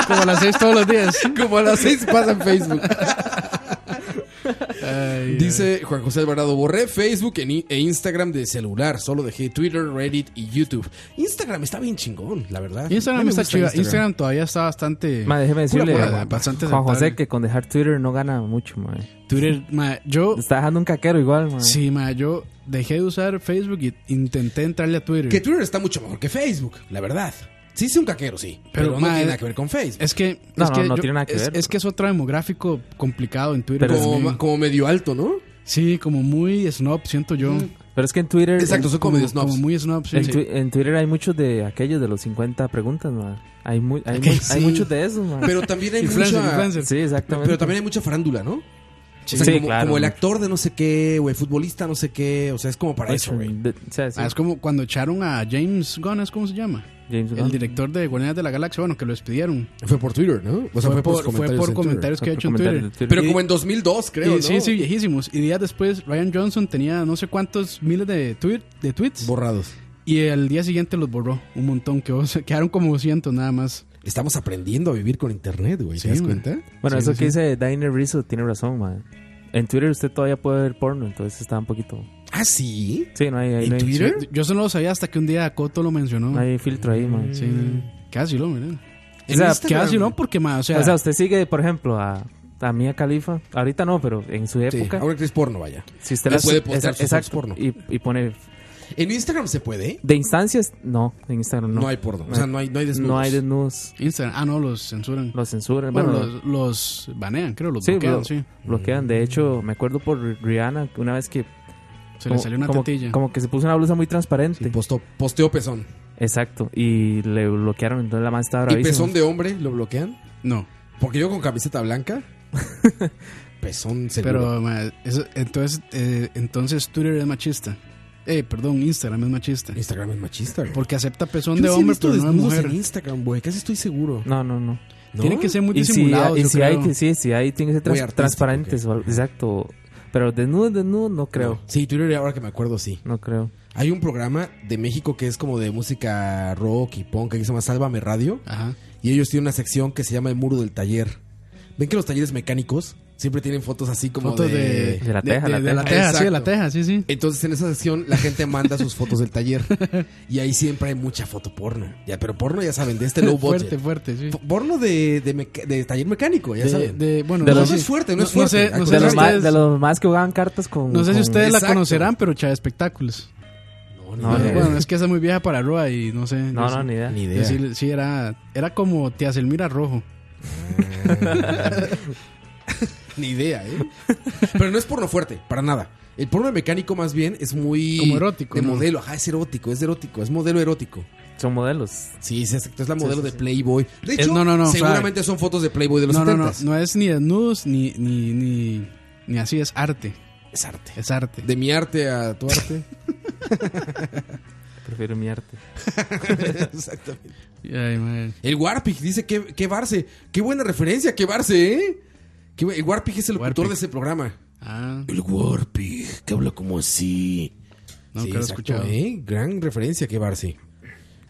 Speaker 4: Como las seis todos los días.
Speaker 6: Como a las seis pasa en
Speaker 4: [LAUGHS]
Speaker 6: Facebook.
Speaker 4: Ay,
Speaker 6: Dice Juan José Alvarado, borré Facebook en i- e Instagram de celular, solo dejé Twitter, Reddit y YouTube. Instagram está bien chingón, la verdad.
Speaker 4: ay.
Speaker 6: A mí
Speaker 4: Instagram
Speaker 6: me
Speaker 4: está
Speaker 6: gusta
Speaker 4: chido. Instagram todavía está bastante.
Speaker 5: Madre, déjeme decirle
Speaker 4: pura,
Speaker 5: a-
Speaker 4: bastante
Speaker 5: Juan José
Speaker 4: aceptable.
Speaker 5: que con dejar Twitter no gana mucho, madre.
Speaker 4: Twitter, ma, yo.
Speaker 5: Está dejando un caquero igual, madre.
Speaker 4: Sí, ma, yo dejé de usar Facebook y intenté entrarle a Twitter.
Speaker 6: Que Twitter está mucho mejor que Facebook, la verdad. Sí, es un caquero, sí. Pero,
Speaker 4: Pero,
Speaker 6: no
Speaker 4: madre,
Speaker 6: tiene nada que ver con Facebook.
Speaker 4: Es que.
Speaker 5: No,
Speaker 4: es
Speaker 5: no,
Speaker 4: que
Speaker 5: no tiene nada que
Speaker 4: es,
Speaker 5: ver.
Speaker 4: Es que es otro demográfico complicado en Twitter.
Speaker 5: Pero
Speaker 4: también.
Speaker 6: como, ma- como medio alto, ¿no?
Speaker 4: sí, como muy snob, siento yo.
Speaker 5: Pero es que en Twitter.
Speaker 6: Exacto, son como medio snobs.
Speaker 4: Como muy snob, sí.
Speaker 5: En,
Speaker 4: sí.
Speaker 5: Twi- en Twitter hay muchos de aquellos de los 50 preguntas, madre. Hay, mu- hay, mu-
Speaker 4: Sí.
Speaker 5: hay muchos de esos, madre.
Speaker 6: Pero también hay
Speaker 4: Influencer,
Speaker 6: mucha...
Speaker 4: influencer.
Speaker 5: sí, exactamente.
Speaker 6: Ah, Pero también hay mucha farándula, ¿no? O sea,
Speaker 5: Sí,
Speaker 6: como,
Speaker 5: claro.
Speaker 6: como el actor de no sé qué, o el futbolista no sé qué, o sea, es como para eso, güey.
Speaker 5: De- o sea, sí,
Speaker 4: Ah, es como cuando echaron a James Gunn, ¿es cómo se llama?
Speaker 5: James Gunn.
Speaker 4: El director de Guardianes de la Galaxia, bueno, que lo despidieron.
Speaker 6: Fue por Twitter, ¿no? O sea, fue, por,
Speaker 4: fue
Speaker 6: comentarios.
Speaker 4: por
Speaker 6: en Twitter.
Speaker 4: comentarios que ha hecho en
Speaker 5: Comentario
Speaker 4: Twitter.
Speaker 5: de Twitter.
Speaker 6: Pero
Speaker 5: Y-
Speaker 6: como en 2002, creo,
Speaker 4: Y
Speaker 6: ¿no?
Speaker 4: Sí, sí, viejísimos. Y días después, Ryan Johnson tenía no sé cuántos miles de, tweet, de tweets.
Speaker 6: Borrados.
Speaker 4: y al día siguiente los borró un montón. Que [LAUGHS] quedaron como cientos nada más.
Speaker 6: Estamos aprendiendo a vivir con internet, güey.
Speaker 4: Sí,
Speaker 6: ¿Te das
Speaker 4: güey.
Speaker 6: cuenta?
Speaker 5: Bueno,
Speaker 4: Sí,
Speaker 5: eso
Speaker 4: sí,
Speaker 5: que
Speaker 4: sí.
Speaker 5: dice Diner Rizzo tiene razón, madre. En Twitter usted todavía puede ver porno, entonces está un poquito.
Speaker 6: Ah, sí.
Speaker 5: Sí, no hay, ahí
Speaker 6: ¿En
Speaker 5: no hay,
Speaker 6: Twitter?
Speaker 4: Yo eso no lo sabía hasta que un día Coto lo mencionó.
Speaker 5: no hay filtro ahí, madre.
Speaker 4: Sí, casi lo, miren.
Speaker 5: O sea,
Speaker 6: Instagram,
Speaker 4: Casi
Speaker 6: güey.
Speaker 4: lo, eh. porque más, o sea,
Speaker 5: O sea, usted sigue, por ejemplo, a, a Mia Khalifa. Ahorita no, pero en su
Speaker 6: Sí,
Speaker 5: época.
Speaker 6: ahora que es porno, vaya.
Speaker 5: si usted
Speaker 6: le
Speaker 5: la
Speaker 6: puede postear sus
Speaker 5: exacto,
Speaker 6: fotos porno.
Speaker 5: Y, y pone.
Speaker 6: En Instagram se puede.
Speaker 5: De instancias, no. En Instagram
Speaker 6: No,
Speaker 5: no.
Speaker 6: hay porno. O sea, no hay, no hay desnudos.
Speaker 5: No hay desnudos.
Speaker 4: Instagram. Ah, no, los censuran.
Speaker 5: Los censuran.
Speaker 4: bueno,
Speaker 5: Bueno,
Speaker 4: los, los banean, creo, los
Speaker 5: sí,
Speaker 4: bloquean,
Speaker 5: blo-
Speaker 4: sí.
Speaker 5: bloquean. De hecho, me acuerdo por Rihanna, que una vez que.
Speaker 4: Se le salió una
Speaker 5: como,
Speaker 4: tetilla.
Speaker 5: como que se puso una blusa muy transparente.
Speaker 6: Sí, postó- posteo pezón.
Speaker 5: Exacto. Y le bloquearon. Entonces la man estaba
Speaker 6: ¿Y
Speaker 5: bravísima.
Speaker 6: pezón de hombre lo bloquean?
Speaker 4: No.
Speaker 6: Porque yo con
Speaker 4: [LAUGHS]
Speaker 6: camiseta blanca. pezón seguro.
Speaker 4: Pero, ma, eso- entonces, eh, entonces Twitter es machista. Eh, perdón, Instagram es machista.
Speaker 6: Instagram es machista, güey.
Speaker 4: Porque acepta
Speaker 6: Yo
Speaker 4: pezón
Speaker 6: sí
Speaker 4: de
Speaker 6: he
Speaker 4: hombre,
Speaker 6: visto
Speaker 4: pero no de
Speaker 6: desnudos
Speaker 4: mujer.
Speaker 6: en Instagram, güey. Casi estoy seguro.
Speaker 5: No, no, no.
Speaker 6: ¿No?
Speaker 4: Tiene que ser muy
Speaker 5: y si,
Speaker 4: disimulado.
Speaker 5: y
Speaker 4: yo
Speaker 5: si
Speaker 4: creo.
Speaker 5: hay, sí, sí, hay, tiene que ser
Speaker 6: Muy
Speaker 5: trans-
Speaker 6: artístico,
Speaker 5: transparentes. o algo. Exacto. Pero desnudo, desnudo, no creo.
Speaker 6: Sí, Twitter, ahora que me acuerdo, sí.
Speaker 5: No, creo.
Speaker 6: Hay un programa de México que es como de música rock y punk, que se llama Sálvame Radio.
Speaker 4: Ajá.
Speaker 6: Y ellos tienen una sección que se llama El Muro del Taller. ¿Ven que los talleres mecánicos siempre tienen fotos así como
Speaker 4: Fotos
Speaker 6: de...
Speaker 4: de,
Speaker 5: De la teja, la
Speaker 4: de la
Speaker 5: teja.
Speaker 4: teja, sí, de la
Speaker 6: Exacto.
Speaker 4: teja, sí, sí.
Speaker 6: Entonces en esa sección la gente manda sus fotos del taller. Y ahí siempre hay mucha foto porno. Ya, pero porno ya saben, de este low budget.
Speaker 4: Fuerte, fuerte, sí.
Speaker 6: F- Porno de, de, meca- de taller mecánico, ya
Speaker 4: De,
Speaker 6: saben.
Speaker 4: de- bueno,
Speaker 5: De
Speaker 6: no,
Speaker 5: los-
Speaker 6: no es fuerte, no es fuerte.
Speaker 4: sé- no
Speaker 6: Al
Speaker 4: sé
Speaker 5: De
Speaker 4: si
Speaker 5: los, ma-
Speaker 4: ustedes-
Speaker 5: de los más que jugaban cartas con.
Speaker 4: No sé si
Speaker 5: con-
Speaker 4: ustedes la
Speaker 6: Exacto.
Speaker 4: conocerán, pero Chava Espectáculos.
Speaker 6: No, ni
Speaker 5: No,
Speaker 6: idea.
Speaker 5: ni-
Speaker 4: bueno, es que esa es muy vieja para Roa y no sé.
Speaker 5: No, no, ni idea.
Speaker 6: Ni
Speaker 4: Yo
Speaker 6: idea.
Speaker 4: Sí, sí, era, era como Tía Selmira Rojo.
Speaker 6: [LAUGHS] Ni idea, ¿eh? Pero no es porno fuerte, para nada. El porno de mecánico más bien es muy...
Speaker 4: Como erótico,
Speaker 6: De
Speaker 4: ¿no?
Speaker 6: modelo, ajá, es erótico, es erótico, es modelo erótico.
Speaker 5: Son modelos.
Speaker 6: Sí, sí, exacto, es la modelo de Playboy. De hecho,
Speaker 4: no, no, no,
Speaker 6: seguramente son fotos de Playboy de los
Speaker 4: No, no, no,
Speaker 6: 70s.
Speaker 4: no es ni desnudos ni, ni, ni, ni así, es arte.
Speaker 6: Es arte.
Speaker 4: Es arte.
Speaker 6: De mi arte a tu arte.
Speaker 5: Prefiero mi arte.
Speaker 6: [LAUGHS] Exactamente.
Speaker 4: Ay, madre.
Speaker 6: El Warpig dice que, que Barce. Qué buena referencia, que Barce, ¿eh? Qué bu- el Warpig es el locutor
Speaker 4: Warpig.
Speaker 6: de ese programa.
Speaker 4: Ah,
Speaker 6: El Warpig, que habla como así.
Speaker 4: no, que lo he escuchado.
Speaker 6: ¿eh? Gran referencia, que Barce.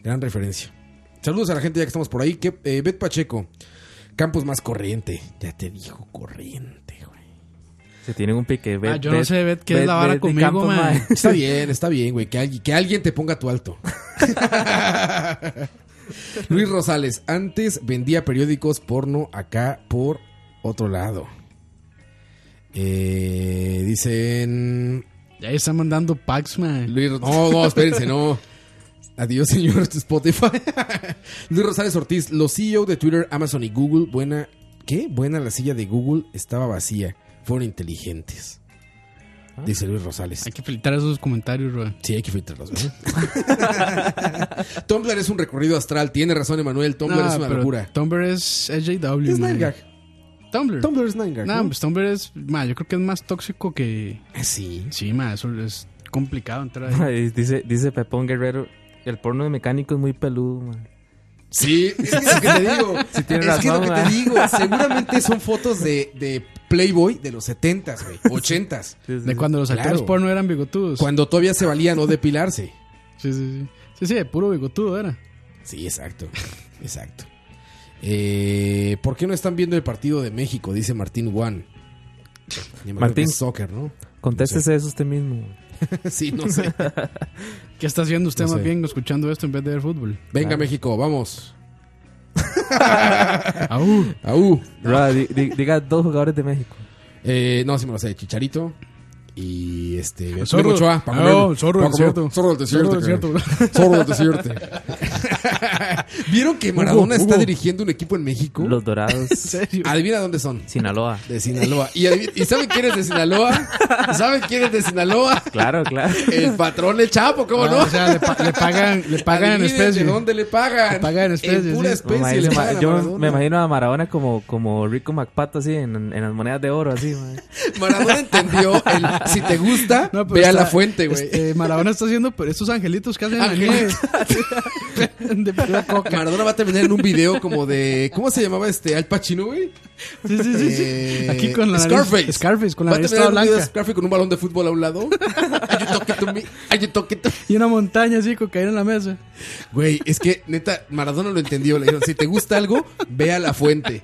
Speaker 6: Gran referencia. Saludos a la gente ya que estamos por ahí. Que, eh, Bet Pacheco, campus más corriente. Ya te dijo corriente, güey.
Speaker 5: Se tienen un pique. Ve-
Speaker 4: Ah, yo
Speaker 5: ve-
Speaker 4: no sé, Bet, qué es
Speaker 5: ve-
Speaker 4: la vara
Speaker 5: ve- de
Speaker 4: conmigo,
Speaker 5: Campos,
Speaker 4: ma.
Speaker 5: mae.
Speaker 6: Está bien, está bien, güey. Que, alguien- que alguien te ponga tu alto. Luis Rosales, antes vendía periódicos porno acá por otro lado. Eh, dicen.
Speaker 4: Ya están mandando packs, man.
Speaker 6: Luis, no, no, espérense, no. Adiós, señor Spotify. [LAUGHS] Luis Rosales Ortiz, los CEO de Twitter, Amazon y Google, buena. ¿Qué? Buena la silla de Google estaba vacía. Fueron inteligentes. Dice Luis Rosales.
Speaker 4: Hay que filtrar esos comentarios, Roa.
Speaker 6: Sí, hay que filtrarlos, ¿verdad? [LAUGHS] Tumblr es un recorrido astral. Tiene razón, Emanuel. Tumblr
Speaker 4: No,
Speaker 6: es una
Speaker 4: pero
Speaker 6: locura.
Speaker 4: Tumblr es JW.
Speaker 6: Es
Speaker 4: man.
Speaker 6: Nine Gag.
Speaker 4: Tumblr.
Speaker 6: Tumblr es Nine Gag.
Speaker 4: No,
Speaker 6: ¿no?
Speaker 4: pues Tumblr es, ma, yo creo que es más tóxico que...
Speaker 6: Ah, sí.
Speaker 4: Sí, ma, eso es complicado entrar
Speaker 6: [LAUGHS]
Speaker 4: ahí.
Speaker 5: Mae, [LAUGHS] dice, dice Pepón Guerrero. El porno de mecánico es muy peludo, mae".
Speaker 6: Sí, es que es lo que te digo.
Speaker 5: tiene
Speaker 6: es que es lo
Speaker 5: razón,
Speaker 6: que te
Speaker 5: ¿verdad?
Speaker 6: digo. Seguramente son fotos de, de Playboy de los 70s, güey. 80s.
Speaker 5: Sí, sí,
Speaker 4: De
Speaker 5: sí.
Speaker 4: cuando los
Speaker 6: Claro.
Speaker 4: actores porno eran bigotudos.
Speaker 6: Cuando todavía se valía no depilarse.
Speaker 4: Sí, sí, sí. Sí, sí, de puro bigotudo era.
Speaker 6: Sí, exacto. Exacto. Eh, ¿Por qué no están viendo el partido de México? Dice Martín Juan. Yo me acuerdo que
Speaker 5: Martín.
Speaker 6: es Soccer, ¿no? [LAUGHS]
Speaker 5: Contéstese eso usted mismo. mae.
Speaker 6: Sí, no sé.
Speaker 4: ¿Qué está haciendo usted
Speaker 6: No
Speaker 4: más
Speaker 6: sé.
Speaker 4: bien escuchando esto en vez de ver fútbol? [LAUGHS]
Speaker 6: Venga,
Speaker 5: Claro.
Speaker 6: México, vamos.
Speaker 4: Aú.
Speaker 6: Aú.
Speaker 5: Ra, di- di- diga dos jugadores de México.
Speaker 6: Eh, no, sí me lo sé. Chicharito. Y este.
Speaker 4: El zorro.
Speaker 6: Memo Ochoa, Paco
Speaker 4: Ah,
Speaker 6: Memo.
Speaker 4: el zorro
Speaker 6: Paco
Speaker 4: del
Speaker 6: Memo.
Speaker 4: desierto.
Speaker 6: Zorro del desierto.
Speaker 4: Zorro del
Speaker 6: cabrón. Zorro del desierto.
Speaker 4: [LAUGHS]
Speaker 6: ¿Vieron que
Speaker 4: Hugo,
Speaker 6: Maradona está
Speaker 4: Hugo.
Speaker 6: dirigiendo un equipo en México?
Speaker 5: Los Dorados. [LAUGHS]
Speaker 4: ¿En serio?
Speaker 6: Adivina dónde son.
Speaker 5: Sinaloa.
Speaker 6: De Sinaloa. ¿Y, adivin- ¿Y saben quién es de Sinaloa? ¿Saben quién es de Sinaloa?
Speaker 5: Claro, claro.
Speaker 6: El patrón, el Chapo, ¿cómo
Speaker 4: Ah,
Speaker 6: no?
Speaker 4: O sea, le, pa- le pagan,
Speaker 6: [LAUGHS]
Speaker 4: le pagan en
Speaker 6: Adivinen
Speaker 4: especie.
Speaker 6: ¿De dónde le pagan?
Speaker 4: Le pagan en especie,
Speaker 6: En pura
Speaker 4: sí.
Speaker 5: No, mae,
Speaker 6: especie. le
Speaker 5: ese mae-
Speaker 6: pagan a
Speaker 5: yo
Speaker 6: Maradona.
Speaker 5: me imagino a Maradona como, como Rico McPato así en, en las monedas de oro así, mae.
Speaker 6: Maradona entendió el si te gusta,
Speaker 4: [LAUGHS] No, pero
Speaker 6: ve a
Speaker 4: está-
Speaker 6: la fuente, güey.
Speaker 4: este, Maradona está haciendo pero estos angelitos que hacen
Speaker 6: [LAUGHS]
Speaker 4: en la nieve.
Speaker 6: Angelitos.
Speaker 4: [LAUGHS] de pura coca.
Speaker 6: Maradona va a terminar en un video como de. ¿Cómo se llamaba este? Al Pacino, güey.
Speaker 4: Sí, sí, sí. sí.
Speaker 6: Eh,
Speaker 4: Aquí con la nariz-
Speaker 6: Scarface.
Speaker 4: Scarface, con la
Speaker 6: Va a
Speaker 4: nariz
Speaker 6: terminar
Speaker 4: toda
Speaker 6: en un video de
Speaker 4: blanca.
Speaker 6: Scarface con un balón de fútbol a
Speaker 4: [LAUGHS]
Speaker 6: un lado. Are you talking to me? Are you talking to me?
Speaker 4: Y una montaña así con caer en la mesa.
Speaker 6: Güey, es que neta, Maradona lo entendió. Le dijeron: si te gusta algo, ve a la fuente.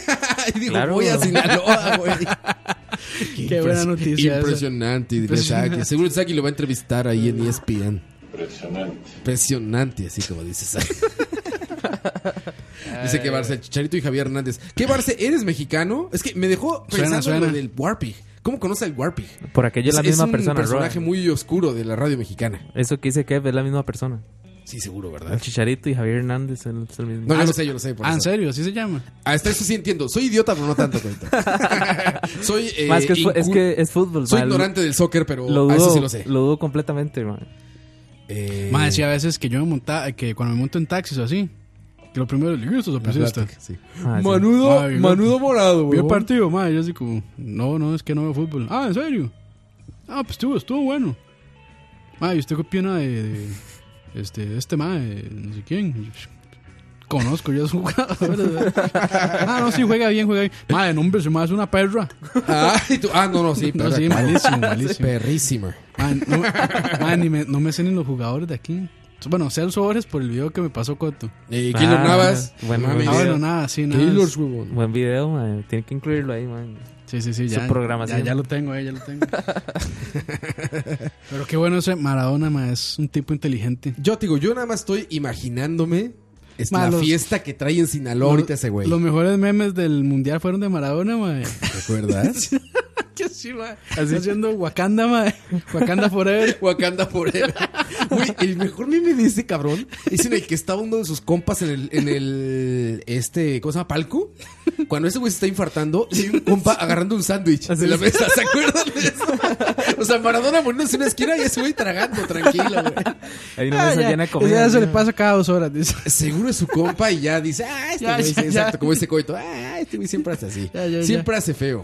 Speaker 6: [LAUGHS] y digo,
Speaker 5: Claro.
Speaker 6: voy a Sinaloa, güey.
Speaker 4: Qué buena noticia esa.
Speaker 6: Impresionante, diría
Speaker 4: Impresionante.
Speaker 6: Saki. Seguro Saki lo va a entrevistar ahí en E ESPN. Impresionante. Impresionante, así como
Speaker 4: [LAUGHS]
Speaker 6: dice Saki. Dice que Barce, Chicharito y Javier Hernández. ¿Qué Barce? ¿Eres mexicano? Es que me dejó
Speaker 4: Suena,
Speaker 6: pensando en lo
Speaker 4: suena.
Speaker 6: del Warpig. ¿Cómo conoce al Warpig?
Speaker 5: Por aquello es la misma
Speaker 6: un
Speaker 5: persona, Roa.
Speaker 6: personaje muy oscuro de la radio mexicana.
Speaker 5: Eso que dice Kev es la misma persona.
Speaker 6: Sí, seguro, ¿verdad?
Speaker 5: El Chicharito y Javier Hernández el- es el mismo.
Speaker 6: Ah. No, yo lo sé, yo lo sé. Por
Speaker 4: Ah, ¿en
Speaker 6: eso.
Speaker 4: serio? ¿Así se llama?
Speaker 6: Ah, hasta eso sí entiendo. Soy idiota, pero no
Speaker 5: [LAUGHS]
Speaker 6: tanto, coito. Soy. eh,
Speaker 5: Ma, es, que es, fu- es
Speaker 6: incu-
Speaker 5: que es fútbol.
Speaker 6: Soy
Speaker 5: ma, lo-
Speaker 6: ignorante del soccer, pero
Speaker 5: Lo
Speaker 6: a
Speaker 4: Ah,
Speaker 6: eso
Speaker 5: dudo,
Speaker 6: sí lo sé.
Speaker 5: lo dudo completamente, ma.
Speaker 6: Eh,
Speaker 4: Más decía a veces que yo me montaba, que cuando me monto en taxis o así, que lo primero, ¿y esto
Speaker 6: Atlético,
Speaker 4: es
Speaker 6: sí.
Speaker 5: Ah, sí.
Speaker 6: Manudo,
Speaker 4: Ay,
Speaker 6: manudo morado, [LAUGHS]
Speaker 4: Vi el
Speaker 6: huevón.
Speaker 4: partido, madre, yo así como, no, no, es que no veo fútbol. Ah, ¿en serio? Ah, pues estuvo, estuvo bueno. Madre, ¿y usted qué opina de, de este, de este madre, no sé quién? Y yo, Conozco yo a su jugador. [LAUGHS] ah, no, sí, juega bien, juega bien. Madre, no, hombre, se me hace una perra.
Speaker 6: Ah, y tú- ah, no,
Speaker 5: [LAUGHS]
Speaker 6: no, sí,
Speaker 4: No,
Speaker 6: perra,
Speaker 4: sí,
Speaker 6: claro. [LAUGHS]
Speaker 4: malísimo, malísimo.
Speaker 6: Perrísima.
Speaker 4: Madre, no, madre, ni me, no me sé ni los jugadores de aquí. Bueno, Celso Ores por el video que me pasó Coto.
Speaker 6: Eh, Keylor
Speaker 5: Ah,
Speaker 6: Navas.
Speaker 5: bueno,
Speaker 6: Mames.
Speaker 4: Ah,
Speaker 5: Video.
Speaker 4: bueno, nada, sí, nada.
Speaker 6: Keylor, huevón.
Speaker 5: Buen video, ma. Tiene que incluirlo ahí, man.
Speaker 4: Sí, sí, sí,
Speaker 5: Su
Speaker 4: ya.
Speaker 5: programación.
Speaker 4: Ya, ya lo tengo, eh, ya lo tengo. Pero qué bueno ese Maradona, ma, es un tipo inteligente.
Speaker 6: Yo te digo, yo nada más estoy imaginándome es
Speaker 4: Ma,
Speaker 6: la
Speaker 4: los-
Speaker 6: fiesta que trae en Sinaloa ahorita ese güey.
Speaker 4: Los mejores memes del mundial fueron de Maradona,
Speaker 5: [LAUGHS]
Speaker 4: ma.
Speaker 6: ¿Te [LAUGHS] acuerdas?
Speaker 4: que sí, ma. Así haciendo Wakanda, ma. Wakanda
Speaker 5: [LAUGHS]
Speaker 4: Forever.
Speaker 6: Wakanda Forever. Güey, el mejor meme de ese cabrón es en el que estaba uno de sus compas en el, en el este, ¿cómo se llama? Palco. Cuando ese güey se está infartando, y hay un compa agarrando un sándwich
Speaker 5: Así
Speaker 6: de la
Speaker 5: es.
Speaker 6: mesa. ¿Se acuerdan de eso? O sea, Maradona poniéndose en una esquina y ese güey tragando, tranquilo, güey.
Speaker 5: Hay una mesa
Speaker 4: Ah, ya.
Speaker 5: llena de
Speaker 4: Ese ya
Speaker 5: comida.
Speaker 4: se le
Speaker 5: ma.
Speaker 4: pasa cada dos horas,
Speaker 5: [LAUGHS]
Speaker 4: dice.
Speaker 6: Seguro es su compa y ya dice, ah, este
Speaker 4: Ya,
Speaker 6: güey, sí,
Speaker 4: ya, ya.
Speaker 6: exacto, como ese coito. Ah, este güey siempre hace así.
Speaker 4: Ya, ya, ya.
Speaker 6: siempre hace feo.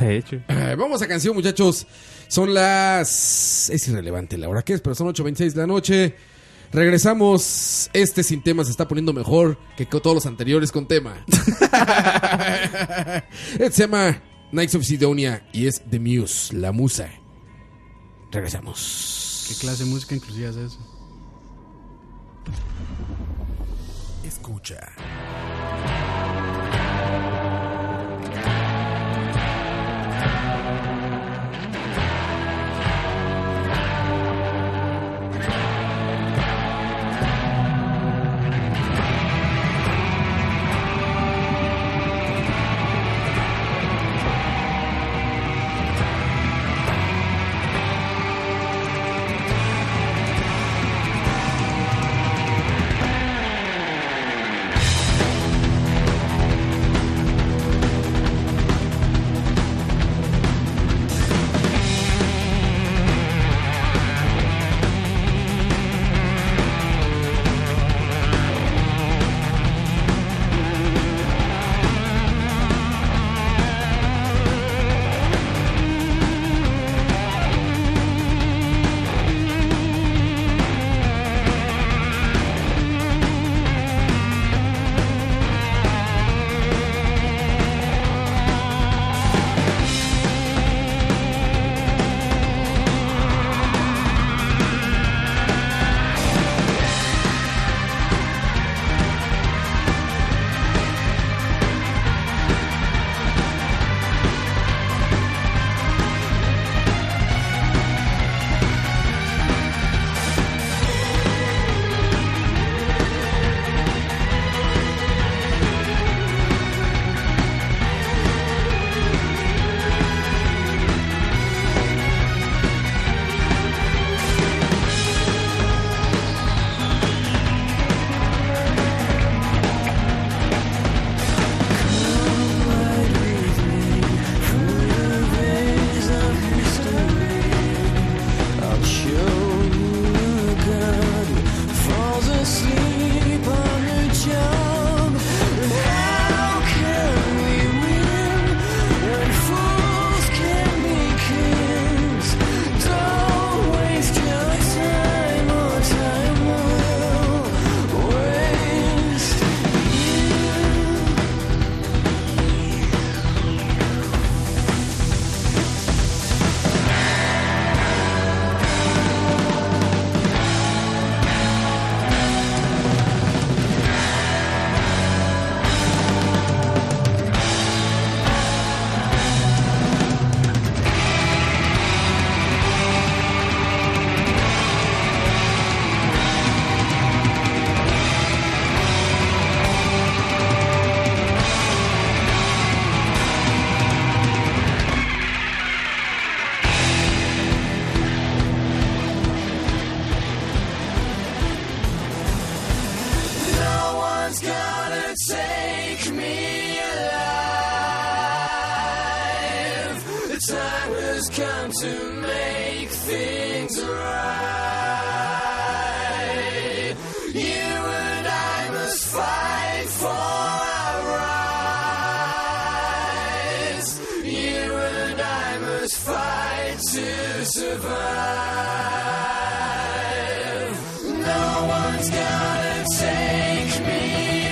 Speaker 5: De hecho.
Speaker 6: Eh, Vamos a canción, muchachos. Son las. Es irrelevante la hora que es, pero son 8.26 de la noche. Regresamos. Este sin tema se está poniendo mejor que co- todos los anteriores con
Speaker 4: [LAUGHS]
Speaker 6: tema. Este se llama Knights of Sidonia y es The Muse, la musa. Regresamos.
Speaker 4: Qué clase de música inclusiva es eso.
Speaker 1: Escucha.
Speaker 3: take me alive. The time has come to make things right. You and I must fight for our rights. You and I must fight to survive. No one's gonna take me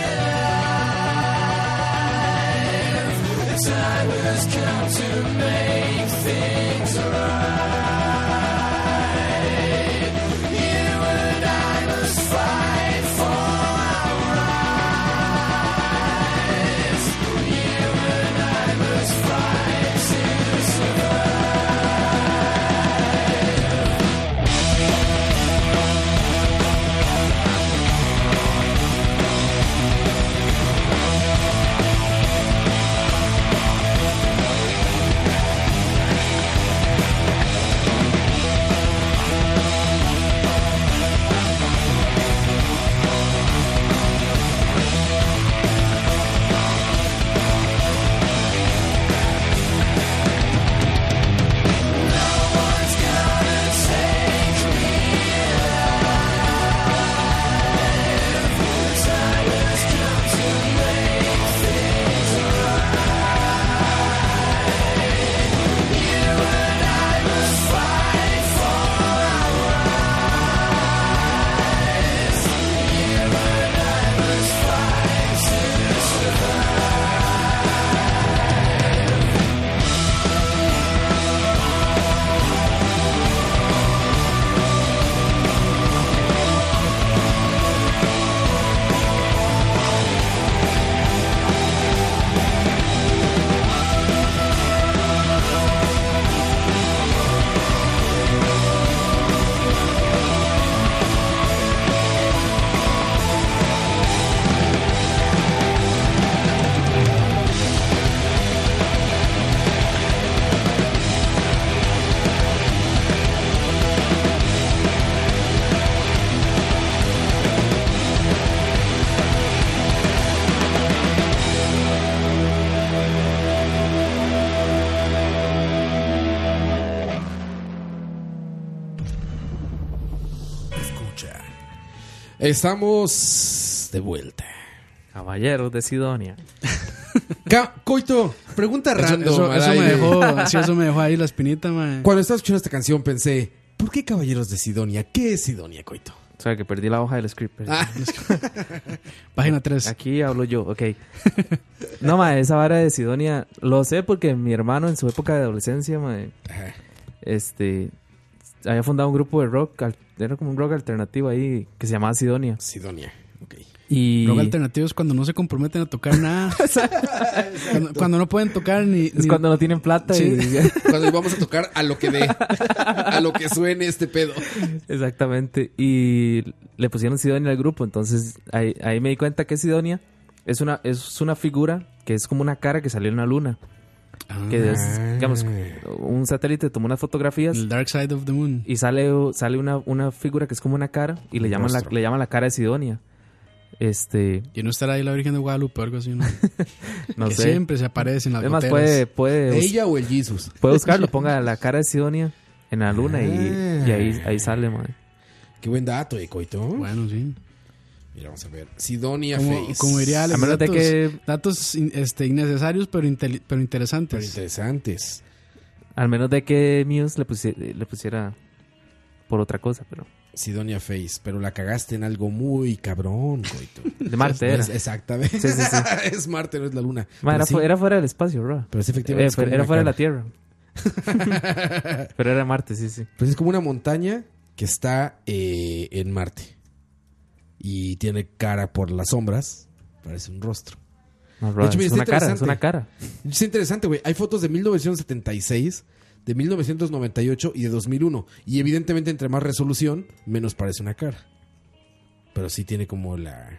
Speaker 3: alive. The time has come to make things right. You and I must fight for our rights. You and I must fight to survive.
Speaker 1: Escucha.
Speaker 6: Estamos de vuelta.
Speaker 5: Caballeros de Sidonia.
Speaker 6: Ca- Coito, pregunta
Speaker 4: Eso,
Speaker 6: random.
Speaker 4: eso-
Speaker 6: al
Speaker 4: eso me
Speaker 6: aire. [LAUGHS]
Speaker 4: dejó, sí, eso me dejó ahí la espinita, mae.
Speaker 6: Cuando estaba escuchando esta canción pensé, ¿por qué Caballeros de Sidonia? ¿Qué es Sidonia, Coito?
Speaker 5: O sea, que perdí la hoja del script. perdí.
Speaker 6: Ah,
Speaker 4: Página 3.
Speaker 5: Aquí hablo yo, ok. No, ma, esa vara de Sidonia, lo sé porque mi hermano en su época de adolescencia, ma, este, había fundado un grupo de rock, al- era como un rock alternativo ahí, que se llamaba Sidonia.
Speaker 6: Sidonia. ok.
Speaker 5: Y...
Speaker 4: Luego alternativos cuando no se comprometen a tocar nada. cuando, cuando no pueden tocar ni.
Speaker 5: Es
Speaker 4: ni-
Speaker 5: cuando no tienen plata
Speaker 4: Sí.
Speaker 5: y...
Speaker 6: Cuando vamos a tocar a lo que dé, a lo que suene este pedo.
Speaker 5: Exactamente. Y le pusieron Sidonia al grupo. Entonces ahí, ahí me di cuenta que Sidonia es una, es una figura que es como una cara que salió en la luna. Que es, digamos, un satélite tomó unas fotografías
Speaker 4: El Dark Side of the Moon.
Speaker 5: y sale, sale una, una figura que es como una cara y le llaman, la,
Speaker 6: rostro.
Speaker 5: le llaman la cara de Sidonia. Este,
Speaker 4: Y no estará ahí la Virgen de Guadalupe o algo así, ¿no?
Speaker 5: no
Speaker 4: que
Speaker 5: sé.
Speaker 4: siempre se aparece en las
Speaker 5: Es más,
Speaker 4: goteras.
Speaker 5: puede, puede, bus-
Speaker 6: ¿Ella o el Jesus?
Speaker 5: puede buscarlo, ponga la cara de Sidonia en la luna y, y ahí,
Speaker 6: Ah.
Speaker 5: ahí sale, madre.
Speaker 6: Qué buen dato, eh, Coito.
Speaker 4: Uh. Bueno, sí.
Speaker 6: Mira, vamos a ver. Sidonia
Speaker 4: Como,
Speaker 6: Face.
Speaker 4: como diría Alex,
Speaker 5: A menos de
Speaker 4: datos,
Speaker 5: que-
Speaker 4: datos in- este, innecesarios pero, intel- pero
Speaker 6: Pero
Speaker 5: pues.
Speaker 4: interesantes.
Speaker 6: interesantes.
Speaker 5: Al menos de que Muse le, pusie- le pusiera por otra cosa, pero...
Speaker 6: Sidonia Face, pero la cagaste en algo muy cabrón, Coito.
Speaker 5: De Marte era.
Speaker 6: Es- exactamente.
Speaker 5: Sí, sí, sí.
Speaker 6: [LAUGHS] es Marte, no es la luna.
Speaker 5: Ma,
Speaker 6: Pero
Speaker 5: era,
Speaker 6: sí,
Speaker 5: fu- era fuera del espacio, bro.
Speaker 6: pero sí, efectivamente.
Speaker 5: Eh,
Speaker 6: es
Speaker 5: fue-
Speaker 6: como
Speaker 5: era
Speaker 6: una
Speaker 5: fuera de la
Speaker 6: cara.
Speaker 5: Tierra. Pero era Marte, sí, sí.
Speaker 6: Pues es como una montaña que está eh, en Marte. Y tiene cara por las sombras. Parece un rostro.
Speaker 5: No, bro,
Speaker 6: De hecho, mira,
Speaker 5: es
Speaker 6: está
Speaker 5: una cara, es
Speaker 6: interesante.
Speaker 5: una cara.
Speaker 6: Es interesante, güey. Hay fotos de 1976, de 1998 y de 2001. Y evidentemente, entre más resolución, menos parece una cara. Pero sí tiene como la,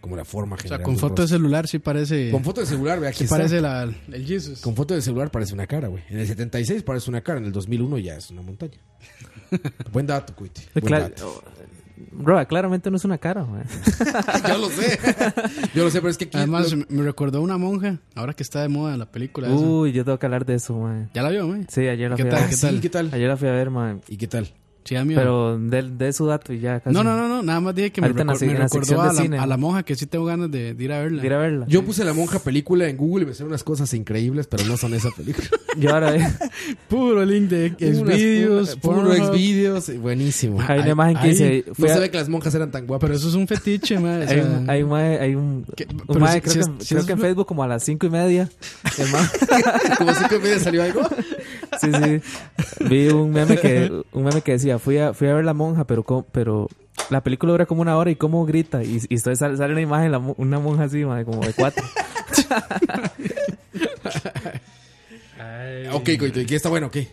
Speaker 6: como la forma
Speaker 4: o
Speaker 6: general.
Speaker 4: sea, con
Speaker 6: del
Speaker 4: foto de
Speaker 6: rostro.
Speaker 4: celular sí parece.
Speaker 6: Con foto de celular, ve aquí.
Speaker 4: sí
Speaker 6: está.
Speaker 4: parece la, el Jesus.
Speaker 6: Con foto de celular parece una cara, güey. En el 76
Speaker 4: [LAUGHS]
Speaker 6: parece una cara, en el 2001 ya es una montaña. Buen dato, Cuiti. Buen
Speaker 5: Claro,
Speaker 6: dato.
Speaker 5: Roa, oh, claramente no es una cara, mae.
Speaker 6: [LAUGHS] Yo lo sé. Yo lo sé, pero es que aquí.
Speaker 4: Además,
Speaker 6: lo-
Speaker 4: me- me recordó una monja, ahora que está de moda la película. esa.
Speaker 5: Uy, yo tengo que hablar de eso, mae.
Speaker 4: Ya la vio, man.
Speaker 5: Sí, ayer la
Speaker 4: ¿Qué
Speaker 5: fui
Speaker 4: tal?
Speaker 5: a ver.
Speaker 6: Ah, Sí, ¿Qué tal?
Speaker 5: Ayer la fui a ver, mae.
Speaker 6: ¿Y qué tal?
Speaker 4: Sí, da miedo.
Speaker 5: Pero de, de su dato y ya casi.
Speaker 4: no, no, no, no, nada más dije que me,
Speaker 5: Ahorita en la
Speaker 4: recor-
Speaker 5: se-
Speaker 4: me
Speaker 5: en la
Speaker 4: recordó
Speaker 5: sección
Speaker 4: a
Speaker 5: de cine.
Speaker 4: la, a la monja que sí tengo ganas de, de ir a verla.
Speaker 5: Ir a verla.
Speaker 6: Yo puse la monja película en Google y me salen unas cosas increíbles, pero no son esa
Speaker 4: [LAUGHS]
Speaker 6: película.
Speaker 5: Yo ahora vi
Speaker 4: Puro link de
Speaker 6: Unas-
Speaker 4: exvideos,
Speaker 6: una- puro
Speaker 4: Pornhub.
Speaker 6: exvideos. Buenísimo.
Speaker 5: hay una imagen que
Speaker 4: ahí
Speaker 5: dice.
Speaker 6: No
Speaker 5: fui a-
Speaker 6: sabía que las monjas eran tan guapas. [LAUGHS]
Speaker 4: Pero eso es un fetiche, man. o
Speaker 5: Hay
Speaker 4: sea,
Speaker 5: un, hay un mae- hay un-
Speaker 4: ¿Qué?
Speaker 5: un
Speaker 4: Pero
Speaker 5: mae,
Speaker 4: si-
Speaker 5: creo,
Speaker 4: si es-
Speaker 5: que,
Speaker 4: si
Speaker 5: creo
Speaker 4: es-
Speaker 5: que en Facebook como a las cinco y media.
Speaker 4: [LAUGHS]
Speaker 5: el mae-
Speaker 6: Como cinco y media salió algo.
Speaker 5: sí, sí. Vi un meme que, un meme que decía, fui a, fui a ver La Monja, pero, co- pero la película dura como una hora y cómo grita. Y, y estoy- sale, sale una imagen, la mo- una monja así, mae, como
Speaker 4: [LAUGHS]
Speaker 5: de cuatro.
Speaker 4: Eh,
Speaker 6: Ok, coito, ¿y qué está bueno? ¿Qué?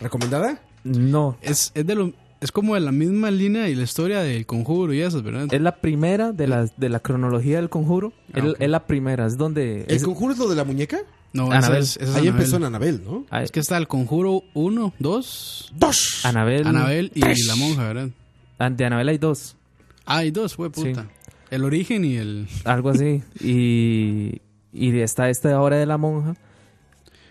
Speaker 6: ¿Recomendada?
Speaker 5: No.
Speaker 4: es, es, de lo, es como de la misma línea y la historia del conjuro y eso, ¿verdad?
Speaker 5: Es la primera de la, de la cronología del conjuro.
Speaker 4: Ah,
Speaker 5: es, es la primera, es donde...
Speaker 6: ¿El
Speaker 5: es-
Speaker 6: conjuro es lo de la muñeca?
Speaker 4: no, esa
Speaker 5: Anabel.
Speaker 4: es, esa es
Speaker 6: Ahí
Speaker 4: Anabel.
Speaker 6: empezó en Anabel, ¿no?
Speaker 5: ay,
Speaker 4: Es que está el conjuro 1, 2,
Speaker 6: ¡Dos!
Speaker 5: Anabel,
Speaker 4: Anabel y la monja, ¿verdad?
Speaker 5: an- De Anabel hay dos,
Speaker 4: Ah, y dos, fue puta. El origen y el.
Speaker 5: algo así. y, y está esta ahora de la monja.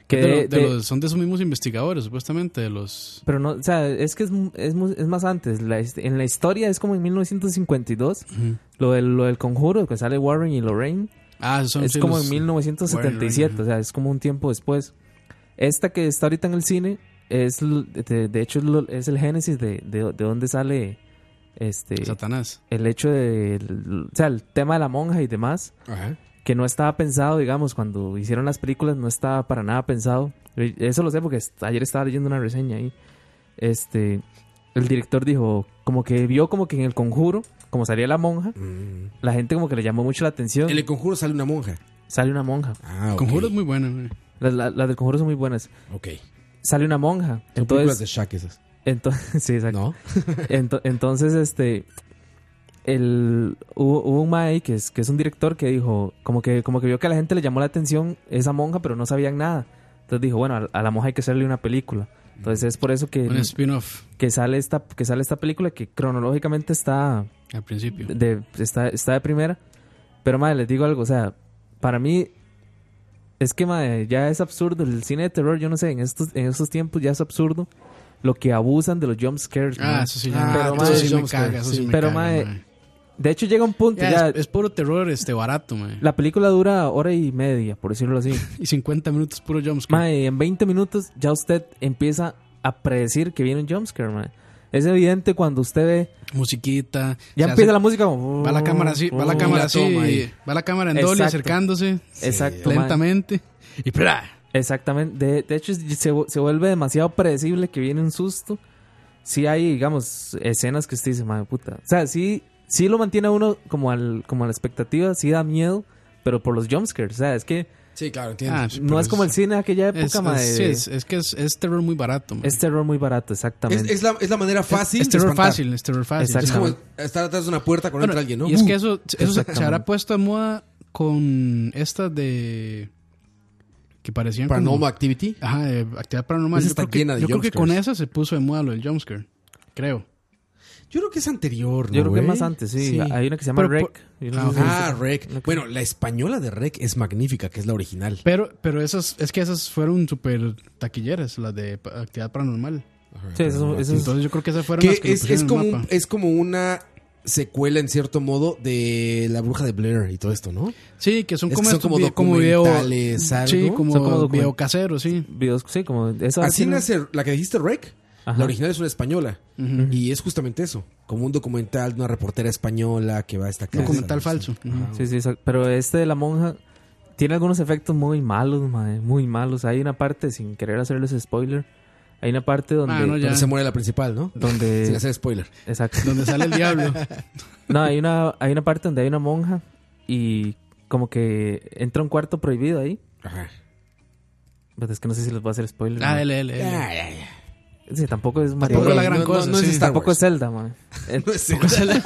Speaker 5: Que
Speaker 4: de lo- de
Speaker 5: de- de-
Speaker 4: los- son de esos mismos investigadores, supuestamente, de los.
Speaker 5: Pero no, o sea, es que es, mu- es, mu- es más antes. La his- en la historia es como en 1952. Lo del, lo del conjuro, que sale Warren y Lorraine.
Speaker 4: Ah, son
Speaker 5: es
Speaker 4: sí,
Speaker 5: como
Speaker 4: los-
Speaker 5: en 1977,
Speaker 4: Warren,
Speaker 5: o sea, es como un tiempo después. Esta que está ahorita en el cine, es l- de, de hecho es, lo- es el génesis de, de, de dónde sale este
Speaker 4: Satanás.
Speaker 5: el hecho de, el- o sea, el tema de la monja y demás
Speaker 6: Ajá.
Speaker 5: que no estaba pensado, digamos, cuando hicieron las películas no estaba para nada pensado. Eso lo sé porque est- ayer estaba leyendo una reseña ahí. Este, el director dijo, como que vio como que en el conjuro, como salía la monja,
Speaker 4: Mm.
Speaker 5: la gente como que le llamó mucho la atención.
Speaker 6: En el conjuro sale una monja.
Speaker 5: Sale una monja.
Speaker 6: Ah, ok.
Speaker 4: Conjuro es muy bueno, güey.
Speaker 5: Las, la- las del conjuro son muy buenas.
Speaker 6: Ok.
Speaker 5: Sale una monja.
Speaker 6: Son películas de
Speaker 5: Entonces,
Speaker 6: Shaq esas.
Speaker 5: entonces, [LAUGHS] sí, exacto.
Speaker 6: ¿No?
Speaker 5: Ento- entonces, este. El, hubo, hubo un Mae que es, que es un director que dijo, como que, como que vio que a la gente le llamó la atención esa monja, pero no sabían nada. Entonces dijo, bueno, a, a la monja hay que hacerle una película. Entonces es por eso que,
Speaker 4: Un spin-off
Speaker 5: que, sale, esta, que sale esta película que cronológicamente está
Speaker 4: al principio.
Speaker 5: de, está, está de primera. Pero madre, les digo algo, o sea, para mí es que madre, ya es absurdo. El cine de terror, yo no sé, en estos, en estos tiempos ya es absurdo lo que abusan de los jump scares.
Speaker 4: Ah,
Speaker 5: mae.
Speaker 4: eso sí,
Speaker 6: Ah,
Speaker 4: ya-
Speaker 5: pero,
Speaker 4: eso
Speaker 5: mae,
Speaker 4: sí me
Speaker 6: Jones,
Speaker 4: caga. Eso sí
Speaker 5: sí.
Speaker 4: me
Speaker 5: Pero, eh,
Speaker 4: caga,
Speaker 5: mae,
Speaker 4: mae.
Speaker 5: De hecho, llega un punto
Speaker 4: Ya,
Speaker 5: ya.
Speaker 4: es, es puro terror este barato, mae.
Speaker 5: La película dura hora y media, por decirlo
Speaker 4: [LAUGHS]
Speaker 5: así.
Speaker 4: Y 50 minutos puro jumpscare.
Speaker 5: Mae, en 20 minutos ya usted empieza a predecir que viene un jumpscare, mae. Es evidente cuando usted ve.
Speaker 4: Musiquita.
Speaker 5: Ya
Speaker 4: se
Speaker 5: empieza
Speaker 4: hace-
Speaker 5: la música. como-
Speaker 4: Va la cámara así, va la
Speaker 5: Oh.
Speaker 4: cámara
Speaker 6: la
Speaker 4: así.
Speaker 6: toma ahí.
Speaker 4: Va la cámara en doble
Speaker 5: Exacto.
Speaker 4: acercándose
Speaker 5: Exacto. mae.
Speaker 4: lentamente. Y ¡pra!
Speaker 5: Exactamente. De, de hecho, se, vu- se vuelve demasiado predecible que viene un susto. Sí hay, digamos, escenas que usted dice, madre puta. O sea, sí, sí lo mantiene a uno como, al, como a la expectativa, sí da miedo, pero por los jumpscares. O sea, es que
Speaker 6: Sí, claro, entiendo.
Speaker 4: Ah, sí,
Speaker 5: no
Speaker 4: pero
Speaker 5: es como el cine de aquella época,
Speaker 4: Es,
Speaker 5: madre.
Speaker 4: es- sí, es- es que es, es terror muy barato. mae.
Speaker 5: Es terror muy barato,
Speaker 6: es,
Speaker 5: exactamente. este
Speaker 6: es la, es la manera fácil.
Speaker 4: es
Speaker 6: de
Speaker 4: terror
Speaker 6: espantar.
Speaker 4: fácil, es terror fácil.
Speaker 6: Es como
Speaker 5: Exactamente.
Speaker 6: estar atrás de una puerta con
Speaker 4: Bueno,
Speaker 6: entra alguien, ¿no?
Speaker 4: Y es
Speaker 6: Uh,
Speaker 4: que eso, eso se- se,
Speaker 5: Exactamente.
Speaker 4: habrá puesto de moda con estas de. que parecían. como-
Speaker 6: Paranormal Activity.
Speaker 4: ajá, de actividad paranormal.
Speaker 6: Esa
Speaker 4: Yo
Speaker 6: está
Speaker 4: creo, que,
Speaker 6: llena de
Speaker 4: yo creo que
Speaker 6: jumpscares.
Speaker 4: con esa se puso de moda lo del jumpscare. Creo.
Speaker 6: Yo creo que es anterior, ¿no,
Speaker 5: Yo creo que
Speaker 6: güey?
Speaker 5: es más antes, sí. Ah, Hay una que se llama
Speaker 4: Pero por-
Speaker 5: Rec. y una
Speaker 4: Ah,
Speaker 5: que se llama-
Speaker 6: Ah, Rec. Bueno, la española de Rec es magnífica, que es la original.
Speaker 4: Pero, pero esas, es que esas fueron súper taquilleras, las de pa- actividad paranormal.
Speaker 5: Sí, eso, eso es-
Speaker 4: Entonces yo creo que esas fueron
Speaker 6: Que
Speaker 4: las que
Speaker 6: es, es, como un- eh, es como una secuela, en cierto modo, de La Bruja de Blair y todo esto, ¿no?
Speaker 4: Sí, que son
Speaker 6: es
Speaker 4: como,
Speaker 6: que son
Speaker 4: estos
Speaker 6: como
Speaker 4: video- como video.
Speaker 6: documentales,
Speaker 4: Sí,
Speaker 6: algo.
Speaker 4: como,
Speaker 5: Son como document-
Speaker 4: video casero, sí.
Speaker 5: videos, sí, como... Eso
Speaker 6: Así
Speaker 5: sí, ¿no?
Speaker 6: nace la que dijiste, Rec.
Speaker 5: Ajá.
Speaker 6: La original es una española. Y es justamente eso. Como un documental de una reportera española que va a esta casa.
Speaker 4: Documental
Speaker 6: no sé.
Speaker 4: falso. Ujú.
Speaker 5: Sí, sí, exacto. pero este de la monja tiene algunos efectos muy malos, mae, muy malos. Hay una parte, sin querer hacerles spoiler, hay una parte donde...
Speaker 4: Ah, no, ya.
Speaker 6: Donde se muere la principal, ¿no? [LAUGHS]
Speaker 5: Donde-
Speaker 7: Eh,
Speaker 6: Sin hacer spoiler.
Speaker 5: Exacto.
Speaker 4: Donde sale el
Speaker 6: [LAUGHS]
Speaker 4: diablo.
Speaker 5: No, hay una, hay una parte donde hay una monja y como que entra a un cuarto prohibido ahí.
Speaker 6: Ajá.
Speaker 5: Pero es que no sé si les voy a hacer spoiler.
Speaker 4: Ah,
Speaker 5: mae.
Speaker 4: él, él, él. [LAUGHS]
Speaker 6: Ay, ay, ay.
Speaker 5: Sí, tampoco es...
Speaker 4: Tampoco
Speaker 5: Mario
Speaker 4: la
Speaker 5: Bros.
Speaker 4: gran
Speaker 6: no,
Speaker 4: cosa,
Speaker 6: [LAUGHS] No, no
Speaker 4: sí.
Speaker 6: es Star
Speaker 5: Tampoco es
Speaker 6: Wars.
Speaker 5: Zelda, mae. En-
Speaker 6: No es [LAUGHS] Zelda.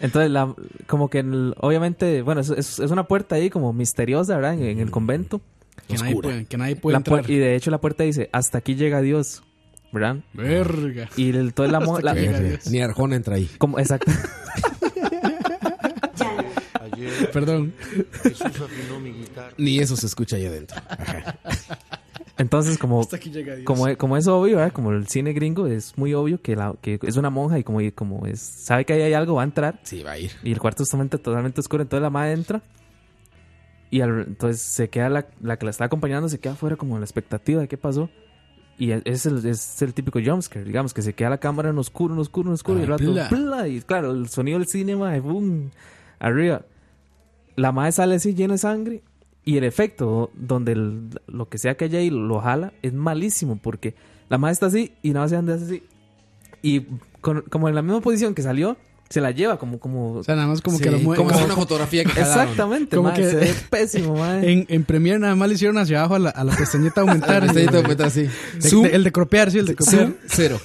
Speaker 5: Entonces, la, como que en el- obviamente, bueno, es, es- es una puerta ahí como misteriosa, ¿verdad? En, en el convento.
Speaker 4: Que nadie
Speaker 6: Oscura.
Speaker 4: puede, que nadie puede
Speaker 5: La puer-
Speaker 4: entrar.
Speaker 5: y de hecho la puerta dice, hasta aquí llega Dios. ¿verdad?
Speaker 4: Verga.
Speaker 5: Y el- toda la,
Speaker 4: [LAUGHS]
Speaker 5: mo-
Speaker 6: [LAUGHS]
Speaker 4: Hasta que
Speaker 5: la-
Speaker 4: llega
Speaker 6: Verga.
Speaker 4: Dios.
Speaker 6: Eh, Ni Arjona
Speaker 5: [LAUGHS]
Speaker 6: entra ahí.
Speaker 4: [LAUGHS]
Speaker 5: como exacto.
Speaker 7: Ayer
Speaker 4: Perdón.
Speaker 7: Jesús afinó mi guitarra.
Speaker 6: Ni eso se escucha ahí adentro. Ajá.
Speaker 5: Entonces, como,
Speaker 4: Hasta que llega Dios.
Speaker 5: como, como es obvio, ¿verdad? Como el cine gringo es muy obvio que, la, que es una monja y como, y como es, sabe que ahí hay algo, va a entrar.
Speaker 6: Sí, va a ir.
Speaker 5: Y el cuarto es totalmente, totalmente oscuro, entonces la madre entra. Y al- entonces se queda la, la que la está acompañando, se queda afuera como en la expectativa de qué pasó. Y es- es el, es el típico jumpscare, digamos, que se queda la cámara en oscuro, en oscuro, en oscuro. y el
Speaker 4: Ah,
Speaker 5: rato,
Speaker 4: pla.
Speaker 5: pla, y claro, el sonido del cine, mae, boom, arriba. La madre sale así llena de sangre. Y el efecto, donde el- lo que sea que haya ahí lo jala, es malísimo. Porque la madre está así y nada más se anda así. Y con- como en la misma posición que salió, se la lleva como... como
Speaker 4: O sea, nada más como
Speaker 6: Sí,
Speaker 4: que lo mueve.
Speaker 6: Como
Speaker 4: Como-
Speaker 6: [LAUGHS] una fotografía que jalaron.
Speaker 5: Exactamente,
Speaker 4: Como
Speaker 5: mae,
Speaker 4: que-
Speaker 5: se [LAUGHS] ve pésimo, mae.
Speaker 4: En, en Premiere nada más le hicieron hacia abajo a la, a la
Speaker 6: [LAUGHS]
Speaker 4: pestañita aumentar.
Speaker 6: Hasta ahí te aumentar así.
Speaker 4: De-
Speaker 6: Zoom,
Speaker 4: de- el de cropear, sí, el de cropear.
Speaker 6: zoom, cero.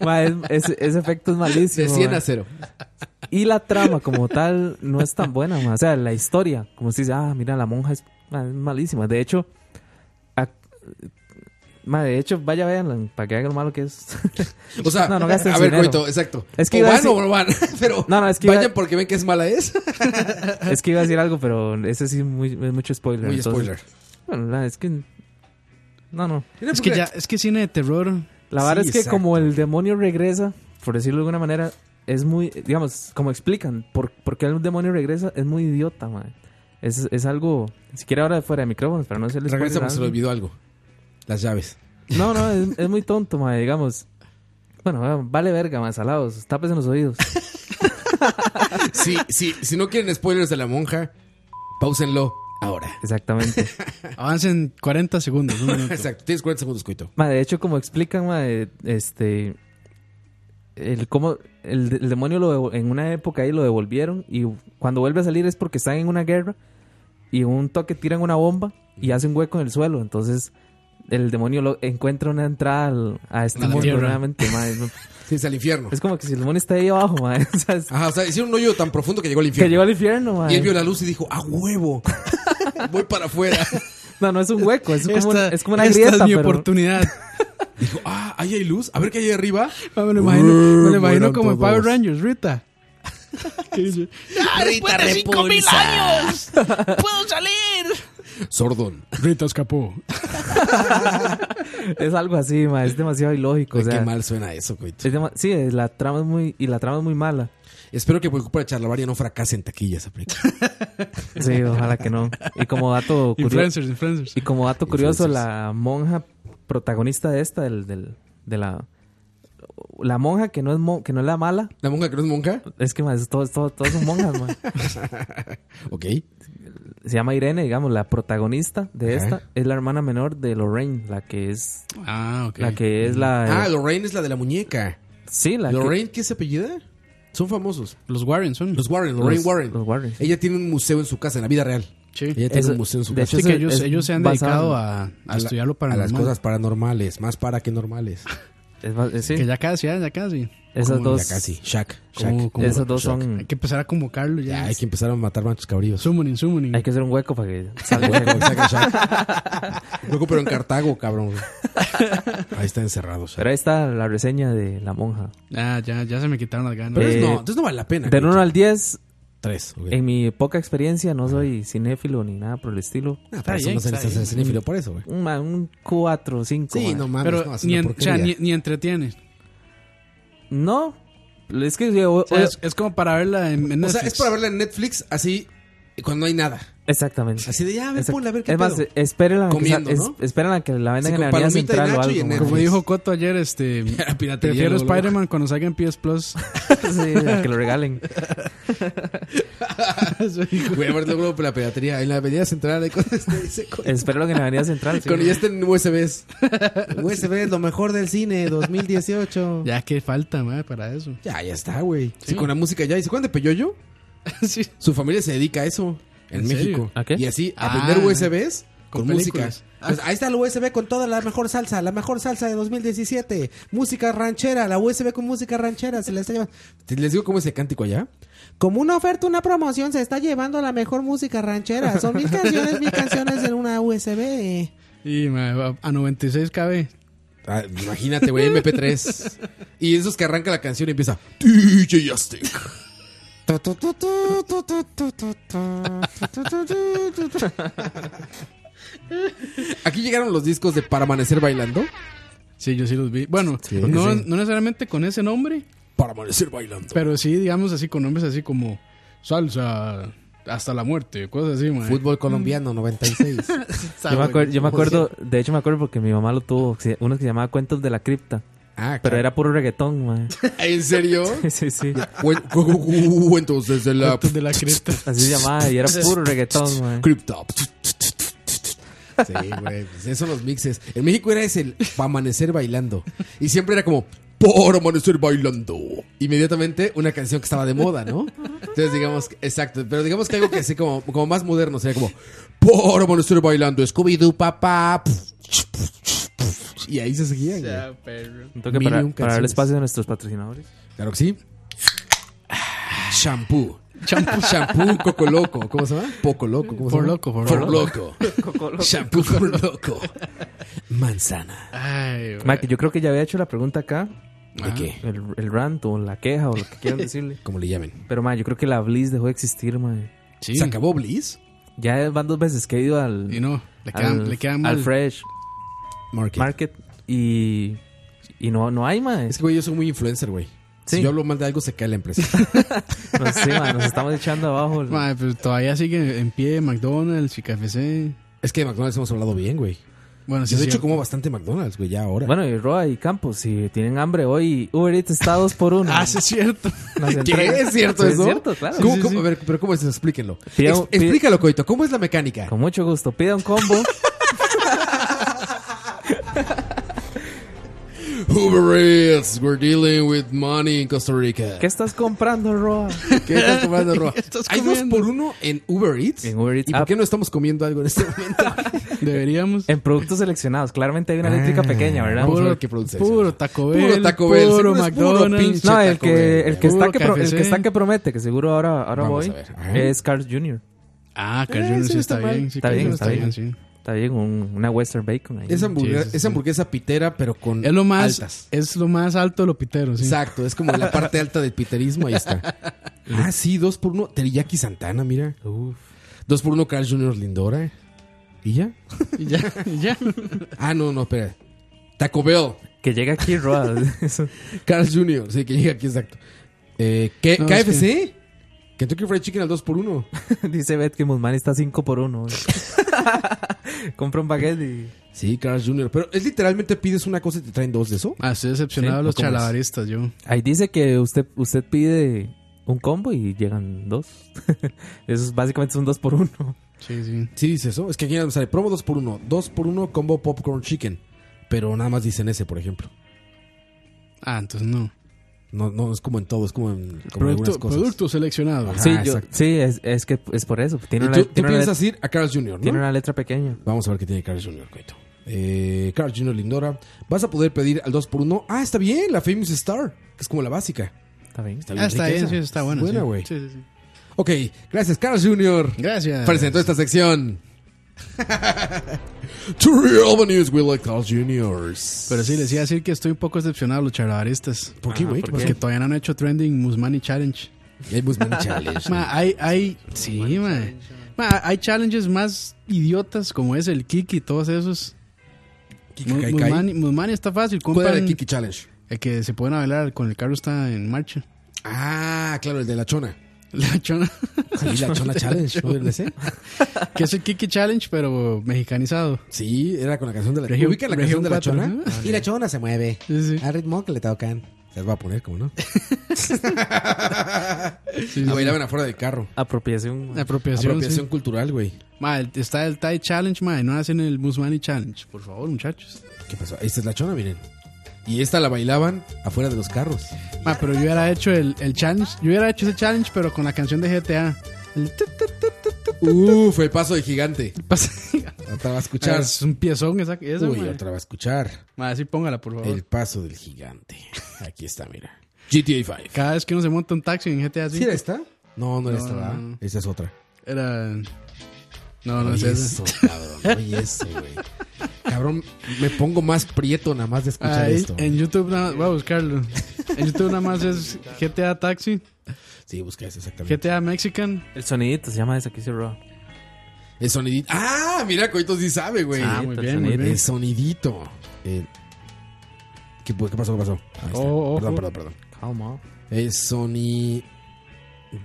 Speaker 5: Mae, es- ese, ese efecto es malísimo.
Speaker 6: De 100
Speaker 5: mae.
Speaker 6: a cero.
Speaker 5: Y la trama como tal no es tan buena, mae. o sea, la historia, como si dice, ah, mira, la monja es, mae, es malísima. De hecho, a- mae, de hecho, vaya, vean, para que hagan lo malo que es. [LAUGHS]
Speaker 6: O sea,
Speaker 5: No, no gastes
Speaker 6: a ver,
Speaker 5: dinero.
Speaker 6: coito, exacto.
Speaker 5: Es que
Speaker 6: o
Speaker 5: iba a
Speaker 6: van
Speaker 5: decir-
Speaker 6: o no van, [LAUGHS] pero
Speaker 5: No, no, es que iba-
Speaker 6: vayan porque ven que es mala es.
Speaker 5: es que iba a decir algo, pero ese sí es muy, es mucho spoiler.
Speaker 6: Muy
Speaker 5: entonces-
Speaker 6: spoiler.
Speaker 5: Bueno, la- es que... No, no.
Speaker 4: Es que ya, es que cine de terror.
Speaker 5: La verdad
Speaker 6: Sí,
Speaker 5: es que
Speaker 6: exacto.
Speaker 5: como el demonio regresa, por decirlo de alguna manera, es muy, digamos, como explican, por, por qué el demonio regresa, es muy idiota, man. Es, es algo, ni siquiera ahora fuera de micrófonos, para no hacerles
Speaker 6: Regresa porque se le
Speaker 5: spoiler
Speaker 6: olvidó algo. Las llaves.
Speaker 5: a alguien. No, no, es, es muy tonto, man, digamos. Bueno, vale verga, man, salados, tapes en los
Speaker 6: [LAUGHS]
Speaker 5: oídos.
Speaker 6: Sí, sí, si no quieren spoilers de la monja, pausenlo ahora.
Speaker 5: Exactamente.
Speaker 4: Avancen 40 segundos. un
Speaker 5: [LAUGHS]
Speaker 4: minuto.
Speaker 6: Exacto, tienes 40 segundos, coito.
Speaker 5: Ma, de hecho, como explican, ma, eh, este. El cómo. El, el demonio lo devo- en una época ahí lo devolvieron. Y cuando vuelve a salir es porque están en una guerra. Y un toque tiran una bomba y hace un hueco en el suelo. Entonces. El demonio lo encuentra una entrada al- a este
Speaker 4: A la
Speaker 5: mundo
Speaker 4: tierra.
Speaker 5: nuevamente, ma. Es-
Speaker 6: Sí, es al infierno.
Speaker 5: Es como que si el demonio está ahí abajo, ma. [LAUGHS] o
Speaker 4: Ah,
Speaker 5: sea, es-
Speaker 6: Ajá, o sea, hicieron un hoyo tan profundo que llegó al
Speaker 5: que
Speaker 6: infierno.
Speaker 5: llegó al infierno, ma. eh.
Speaker 6: Y él vio la luz y dijo, ¡a huevo! Voy
Speaker 5: [LAUGHS]
Speaker 6: para afuera.
Speaker 5: No, no es un hueco, es como,
Speaker 4: Esta-
Speaker 5: es como una
Speaker 4: esta
Speaker 5: grieta.
Speaker 4: es mi
Speaker 5: pero-
Speaker 4: oportunidad.
Speaker 6: Dijo, ¡ah, ahí hay luz! A ver qué hay ahí arriba.
Speaker 4: Ah, me lo imagino,
Speaker 6: Uh,
Speaker 4: me lo imagino
Speaker 6: mueran
Speaker 4: como en
Speaker 6: todos.
Speaker 4: Power Rangers,
Speaker 5: [LAUGHS]
Speaker 4: Rita. Que dice,
Speaker 6: ¡Rita Repulsa!
Speaker 3: ¡Puedo salir!
Speaker 6: Sordon.
Speaker 4: Rita escapó.
Speaker 5: [LAUGHS] Es algo así, ma. Es demasiado ilógico. o
Speaker 6: Ay,
Speaker 5: sea,
Speaker 6: qué mal suena eso, coito.
Speaker 5: es dema- sí, es- la trama es muy, y la trama es muy mala.
Speaker 6: Espero que por culpa de Charlavaria no fracase en taquillas esa película.
Speaker 5: Sí, ojalá que no. Y como dato curioso,
Speaker 4: Influencers, influencers.
Speaker 5: y como dato curioso
Speaker 6: Influencers.
Speaker 5: la monja protagonista de esta, del, del- de la la monja que no es mon- que no es la mala,
Speaker 6: ¿La monja que no es monja?
Speaker 5: es que más todos todos todos son monjas, man.
Speaker 6: Ok.
Speaker 5: Se llama Irene, digamos, la protagonista de
Speaker 6: Ajá.
Speaker 5: esta es la hermana menor de Lorraine, la que es
Speaker 4: Ah, ok.
Speaker 5: la que es la eh,
Speaker 6: Ah, Lorraine es la de la muñeca.
Speaker 5: sí, la que-
Speaker 6: ¿Lorraine qué se apellida? Son famosos.
Speaker 4: Los Warren son.
Speaker 6: Los Warren, Lorraine
Speaker 5: Los-
Speaker 6: Warren.
Speaker 5: los Warren.
Speaker 6: Ella tiene un museo en su casa, en la vida real.
Speaker 4: Sí.
Speaker 6: Ella tiene
Speaker 5: Eso-
Speaker 6: un museo en su
Speaker 5: de
Speaker 6: casa.
Speaker 5: hecho,
Speaker 4: Sí, que
Speaker 5: es-
Speaker 4: ellos,
Speaker 5: es
Speaker 4: ellos se han
Speaker 5: basado-
Speaker 4: dedicado a, a
Speaker 6: la-
Speaker 4: estudiar lo
Speaker 6: a
Speaker 4: paranormal.
Speaker 6: las cosas paranormales, más para que normales.
Speaker 5: es más- eh, sí,
Speaker 4: Que ya casi, ya, ya casi.
Speaker 5: Esas
Speaker 4: Como-
Speaker 5: dos-
Speaker 6: Ya casi, Shaq. Shaq.
Speaker 4: como- como-
Speaker 5: esas dos son
Speaker 4: Hay que empezar a convocarlo
Speaker 6: Ya
Speaker 4: ya.
Speaker 6: hay que empezar a matar machos cabríos.
Speaker 4: Summoning, summoning.
Speaker 5: hay que hacer un hueco para que salga.
Speaker 6: [LAUGHS] Hueco, saca
Speaker 4: [LAUGHS]
Speaker 6: Shaq. Hueco, pero en Cartago, cabrón. Ahí está encerrado. Shaq.
Speaker 5: Pero ahí está la reseña de la monja.
Speaker 4: Ah, ya, ya se me quitaron las ganas.
Speaker 6: Pero es-
Speaker 5: Eh,
Speaker 6: no, entonces no vale la pena.
Speaker 5: Del 1 al 10,
Speaker 6: Tres. ok.
Speaker 5: En mi poca experiencia, no soy cinéfilo ni nada por el estilo.
Speaker 6: Ah, por eso
Speaker 4: bien,
Speaker 6: no se
Speaker 4: está
Speaker 6: necesita ser
Speaker 4: bien.
Speaker 6: cinéfilo por eso, güey.
Speaker 5: Un, ma- un 4 o 5.
Speaker 6: Sí, no mames.
Speaker 4: Pero
Speaker 6: no, es
Speaker 4: ni,
Speaker 6: una
Speaker 4: en- o sea,
Speaker 6: porquería.
Speaker 4: ni, ni entretiene.
Speaker 5: No, es que yo-
Speaker 4: O sea, es, es como para verla en, en
Speaker 6: O sea, es
Speaker 4: Netflix.
Speaker 6: para verla en Netflix así cuando no hay nada.
Speaker 5: exactamente.
Speaker 6: Así de ya, a ver,
Speaker 5: Exact-
Speaker 6: ponla a ver qué
Speaker 5: es más,
Speaker 6: pedo.
Speaker 5: eh, espérenla, a que
Speaker 6: Comiendo,
Speaker 5: sa-
Speaker 6: ¿no?
Speaker 5: es- espérenla a que la vendan
Speaker 6: Sí,
Speaker 5: en la
Speaker 6: con
Speaker 5: Avenida
Speaker 6: palomita y
Speaker 5: Central o
Speaker 6: nacho
Speaker 5: algo.
Speaker 6: y en
Speaker 5: ma. [LAUGHS]
Speaker 6: Netflix.
Speaker 4: Como dijo Coto ayer, este...
Speaker 6: La [LAUGHS] piratería,
Speaker 4: Prefiero
Speaker 6: luego, luego.
Speaker 4: Spider-Man cuando salga en PS
Speaker 6: [LAUGHS]
Speaker 4: Plus.
Speaker 5: Sí, a que lo regalen.
Speaker 6: Voy a ver luego luego la piratería. En la avenida central hay cosas que dice
Speaker 4: [LAUGHS]
Speaker 6: con,
Speaker 5: Espérenlo en la Avenida Central. sí.
Speaker 6: con- ya están en [LAUGHS] USBs. USBs, lo mejor del [LAUGHS] cine, 2018.
Speaker 4: ya que falta, madre, para
Speaker 6: [LAUGHS]
Speaker 4: eso.
Speaker 6: Ya, ya está, güey. Sí, con la música ya. ¿Y se acuerdan de Peyoyo?
Speaker 4: sí.
Speaker 6: Su familia se dedica a eso en,
Speaker 4: ¿En serio?
Speaker 6: México.
Speaker 5: ¿A qué?
Speaker 6: Y así,
Speaker 4: Ah.
Speaker 6: aprender USBs con,
Speaker 4: Con
Speaker 6: música.
Speaker 4: películas.
Speaker 6: Pues, ahí está el USB con toda la mejor salsa, la mejor salsa de 2017. Música ranchera, la USB con música ranchera. Se la está llevando. Te- Les digo cómo es el cántico allá. Como una oferta, una promoción, se está llevando la mejor música ranchera. Son mil canciones, mil canciones en una USB.
Speaker 4: Y, madre, a 96 KB.
Speaker 6: Ah, imagínate, güey, MP3. y esos que arranca la canción y empieza. DJ Aztec. Tu, tu, tu, tu, tu, tu, tu, tu, tu, tu, tu, tu, tu. Aquí llegaron los discos de Para Amanecer Bailando.
Speaker 4: Sí, yo sí los vi. Bueno,
Speaker 6: Sí, creo que
Speaker 4: no,
Speaker 6: sí.
Speaker 4: no necesariamente con ese nombre,
Speaker 6: Para Amanecer Bailando.
Speaker 4: pero sí, digamos así, con nombres así como Salsa hasta la muerte, cosas así, man.
Speaker 6: Fútbol colombiano 96.
Speaker 5: Yo me, acuer- yo me acuerdo, de hecho me acuerdo porque mi mamá lo tuvo, que se- uno que se llamaba Cuentos de la Cripta,
Speaker 6: Ah,
Speaker 5: pero
Speaker 6: claro.
Speaker 5: era puro reggaetón,
Speaker 6: [LAUGHS]
Speaker 5: man.
Speaker 6: ¿En serio?
Speaker 5: [LAUGHS] Sí, sí.
Speaker 6: Cuen- cu- cu- [LAUGHS] cu- Cuentos desde la
Speaker 4: Cuentos de la cripta.
Speaker 5: Así se llamaba y era puro reggaetón, man.
Speaker 6: cripta. Sí, güey, pues esos son los mixes. En México era ese, el pa' amanecer bailando. Y siempre era como, por amanecer bailando. Inmediatamente una canción que estaba de moda, ¿no? Entonces digamos, que- exacto, pero digamos que algo que así como, como más moderno, sería como, por amanecer bailando, Scooby-Doo, papá. Y ahí se seguían. güey.
Speaker 5: Un toque para,
Speaker 6: Miriam
Speaker 5: para darle
Speaker 6: canciones.
Speaker 5: espacio a nuestros patrocinadores.
Speaker 6: Claro que sí. Shampoo. Shampoo, shampoo, coco loco. ¿Cómo se llama? Poco loco. ¿Cómo se
Speaker 4: Por
Speaker 6: llama?
Speaker 4: loco, por
Speaker 6: loco. Shampoo por loco. Manzana.
Speaker 4: Ay, güey.
Speaker 5: Ma, que yo creo que ya había hecho la pregunta acá,
Speaker 6: ¿De qué?
Speaker 5: el, el rant o la queja o lo que
Speaker 4: [LAUGHS]
Speaker 5: quieran decirle.
Speaker 6: Como le llamen.
Speaker 5: Pero, ma, yo creo que la Bliss dejó de existir, man.
Speaker 4: Sí.
Speaker 6: ¿Se acabó Bliss?
Speaker 5: Ya van dos veces que he ido al,
Speaker 4: Y no, le quedan,
Speaker 5: al,
Speaker 4: le quedan
Speaker 5: al
Speaker 4: mal.
Speaker 5: Fresh
Speaker 6: Market.
Speaker 5: Market y, y no, no
Speaker 4: [LAUGHS]
Speaker 5: hay, man.
Speaker 6: Es que, güey, yo soy muy influencer, güey. Si
Speaker 5: Sí.
Speaker 6: yo hablo mal de algo, se cae la empresa.
Speaker 5: No sé, ma, nos estamos echando
Speaker 4: [LAUGHS]
Speaker 5: abajo. el-
Speaker 6: Mm.
Speaker 4: Ma, pero todavía sigue en pie McDonald's y KFC.
Speaker 6: es que de McDonald's hemos hablado bien, güey.
Speaker 4: Bueno, sí,
Speaker 6: Yo, de
Speaker 4: sí.
Speaker 6: hecho, como bastante McDonald's, güey, ya ahora.
Speaker 5: Bueno, y Roa y Campos, si tienen hambre hoy, Uber Eats está dos por uno.
Speaker 4: [LAUGHS] Ah, sí, es cierto.
Speaker 5: [LAUGHS] Las
Speaker 6: ¿Qué?
Speaker 5: entregas.
Speaker 6: ¿Es cierto
Speaker 5: Sí,
Speaker 6: eso?
Speaker 5: Es cierto, claro.
Speaker 6: ¿Cómo-
Speaker 4: Sí, sí,
Speaker 6: cómo-
Speaker 4: sí.
Speaker 6: A ver, pero ¿cómo es eso? Explíquenlo.
Speaker 5: Pide-
Speaker 6: Ex-
Speaker 5: pide-
Speaker 6: explícalo, Coito. ¿Cómo es la mecánica?
Speaker 5: Con mucho gusto. Pida un combo.
Speaker 6: Uber Eats, we're dealing with money in Costa Rica.
Speaker 5: ¿Qué estás comprando,
Speaker 4: [LAUGHS]
Speaker 5: Roa?
Speaker 6: ¿Qué estás comiendo, Roa?
Speaker 4: ¿Qué estás
Speaker 6: Hay dos
Speaker 4: comiendo?
Speaker 6: por uno en Uber Eats.
Speaker 5: En Uber Eats
Speaker 6: ¿Y por
Speaker 5: app.
Speaker 6: qué no estamos comiendo algo en este momento?
Speaker 4: Deberíamos.
Speaker 5: En productos seleccionados. Claramente hay una eléctrica pequeña, ¿verdad?
Speaker 6: vamos a
Speaker 4: Ah, Puro,
Speaker 6: ver qué produce
Speaker 4: puro
Speaker 6: eso.
Speaker 4: Taco Bell.
Speaker 6: Puro Taco Bell,
Speaker 4: Puro
Speaker 6: seguro Pues es puro
Speaker 4: McDonald's.
Speaker 6: pinche
Speaker 5: No, el
Speaker 6: Taco Bell,
Speaker 5: que, el, que
Speaker 4: puro
Speaker 5: está que pro- el
Speaker 4: KFC.
Speaker 5: que está que promete, que seguro ahora, ahora
Speaker 6: Vamos
Speaker 5: voy,
Speaker 6: a ver. Ajá.
Speaker 5: es Carl Jr.
Speaker 4: Ah,
Speaker 6: Eh,
Speaker 4: Carl Jr.
Speaker 6: sí,
Speaker 4: sí
Speaker 6: está
Speaker 4: está
Speaker 6: mal.
Speaker 4: bien. sí,
Speaker 5: Está
Speaker 4: Carl
Speaker 5: bien,
Speaker 4: Jr.
Speaker 5: está bien.
Speaker 4: sí.
Speaker 5: Está bien, un- una Western Bacon ahí.
Speaker 6: Es hamburguesa,
Speaker 4: Sí, sí,
Speaker 6: es hamburguesa pitera, pero con
Speaker 4: Es lo más,
Speaker 6: altas.
Speaker 4: es lo más alto de los piteros. sí.
Speaker 6: Exacto, es como la parte alta del piterismo, ahí está. Ah, sí, dos por uno. Teriyaki Santana, mira. Dos por uno Carl Jr. Lindora. ¿Y ya?
Speaker 4: Y [LAUGHS] ya, y ya.
Speaker 6: Ah, no, no, espera. Taco Bell.
Speaker 5: Que llega aquí, Roa. [LAUGHS] Eso.
Speaker 6: Carl Jr. Sí, que llega aquí, exacto. Eh, ¿qué-
Speaker 4: No, es
Speaker 6: ¿KFC? Kentucky Fried Chicken al 2 por 1
Speaker 5: Dice Beth que Guzmán está 5 por
Speaker 6: [LAUGHS]
Speaker 5: 1. Compra un baguette y...
Speaker 6: Sí, Carl Jr. Pero es literalmente pides una cosa y te traen dos de eso.
Speaker 4: Ah, estoy decepcionado
Speaker 5: Sí,
Speaker 4: de los
Speaker 5: ¿o cómo es?
Speaker 4: chalabaristas, yo.
Speaker 5: Ahí dice que usted, usted pide un combo y llegan dos. [LAUGHS] Eso es- básicamente son dos por uno.
Speaker 4: Sí, sí.
Speaker 6: Sí dice eso. Es que aquí ya me sale promo 2 por 1 2 por 1 combo popcorn chicken. Pero nada más dicen ese, por ejemplo.
Speaker 4: Ah, entonces no.
Speaker 6: No, no es como en todo, es como en como en algunas
Speaker 4: Producto,
Speaker 6: cosas.
Speaker 4: producto seleccionado.
Speaker 6: Ajá.
Speaker 5: sí, yo-
Speaker 6: Ah, exacto.
Speaker 5: sí es, es que es por eso. Tiene,
Speaker 6: Y
Speaker 5: una,
Speaker 6: tú, tú
Speaker 5: tiene, una,
Speaker 6: piensas ir a Carl Jr.,
Speaker 5: let-
Speaker 6: ¿no?
Speaker 5: tiene una letra pequeña.
Speaker 6: Vamos a ver qué tiene Carl Jr., coito. Eh, Carl Jr. Lindora. Vas a poder pedir al 2 por 1 Ah, está bien, la Famous Star, que es como la básica.
Speaker 5: Está bien.
Speaker 6: Está
Speaker 4: Ah, está
Speaker 6: rica
Speaker 4: bien,
Speaker 6: esa.
Speaker 4: sí, está buena.
Speaker 6: Buena,
Speaker 4: sí.
Speaker 6: güey.
Speaker 4: Sí, sí, sí.
Speaker 6: Ok, gracias, Carl Jr.
Speaker 4: Gracias.
Speaker 6: Presentó esta sección. To real news, we like Carl Jr.
Speaker 4: Pero sí, les iba a decir que estoy un poco decepcionado de los chalabaristas.
Speaker 6: ¿Por qué,
Speaker 5: Ajá,
Speaker 6: güey?
Speaker 5: ¿por
Speaker 6: Pues
Speaker 4: Porque todavía no han hecho trending Musmani Challenge.
Speaker 6: que- Hay Guzmán Challenge.
Speaker 4: Ma, hay, hay, sí, ma. Ma, hay challenges más idiotas como es el Kiki y todos esos.
Speaker 6: Kiki Kai Kai.
Speaker 4: Musmani, Musmani está fácil.
Speaker 6: ¿Cuál era
Speaker 4: compran
Speaker 6: el Kiki Challenge?
Speaker 4: El que se pueden bailar con el carro está en marcha. [LAUGHS]
Speaker 6: Ah, claro, el de la chona.
Speaker 4: La chona.
Speaker 6: Sí, la chona challenge, ¿no vieron ese?
Speaker 4: que es el Kiki Challenge, pero mexicanizado.
Speaker 6: Sí, era con la canción de la chona.
Speaker 4: Región-
Speaker 6: ¿Ubican la
Speaker 4: Región
Speaker 6: canción de la
Speaker 4: cuatro,
Speaker 6: chona?
Speaker 4: ¿no?
Speaker 6: Y la chona se mueve.
Speaker 4: Sí, sí.
Speaker 6: Al ritmo que le tocan. Se las va a poner, como [LAUGHS] no?
Speaker 4: Sí,
Speaker 6: La
Speaker 4: sí.
Speaker 6: bailaban afuera del carro.
Speaker 5: Apropiación.
Speaker 4: Apropiación.
Speaker 6: Apropiación
Speaker 4: sí.
Speaker 6: cultural, güey.
Speaker 4: Ma, el- está el Thai Challenge, ma, y no hacen el Musmani Challenge. Por favor, muchachos.
Speaker 6: ¿Qué pasó? Esta es la chona, miren. Y esta la bailaban afuera de los carros.
Speaker 4: Ma, pero yo hubiera hecho el, el challenge. Yo hubiera hecho ese challenge, pero con la canción de GTA. El tut, tut, tut, tut, tut,
Speaker 6: Uh, fue paso de gigante.
Speaker 4: pasa.
Speaker 6: Otra va a escuchar.
Speaker 4: Es un piezón esa. esa
Speaker 6: Uy,
Speaker 4: ma.
Speaker 6: otra va a escuchar.
Speaker 4: Ma, sí, póngala, por favor.
Speaker 6: El paso del gigante. Aquí está, mira. GTA 5.
Speaker 4: Cada vez que uno se monta un taxi en GTA
Speaker 6: ¿Sí
Speaker 4: V,
Speaker 6: era esta? No, no era esta,
Speaker 4: No,
Speaker 6: ¿verdad?
Speaker 4: no, no.
Speaker 6: Esa es otra.
Speaker 4: era. No, no es
Speaker 6: Oye
Speaker 4: esa.
Speaker 6: eso, cabrón. Oye eso, güey. Cabrón, me pongo más prieto nada más de escuchar
Speaker 4: Ahí,
Speaker 6: esto.
Speaker 4: en YouTube nada más, voy a buscarlo. En YouTube nada más es GTA Taxi,
Speaker 6: Sí, busca ese exactamente.
Speaker 4: GTA Mexican.
Speaker 5: El sonidito se llama esa que hice Raw.
Speaker 6: El sonidito. Ah, mira, Coito sí sabe, güey.
Speaker 4: Ah, muy
Speaker 5: el
Speaker 4: bien, muy
Speaker 5: sonidito.
Speaker 4: bien.
Speaker 6: el sonidito. El- ¿Qué, pu- qué pasó? ¿Qué pasó? Ahí está.
Speaker 4: Oh, oh,
Speaker 6: perdón,
Speaker 4: oh.
Speaker 6: perdón, perdón.
Speaker 5: Come on.
Speaker 6: El soni...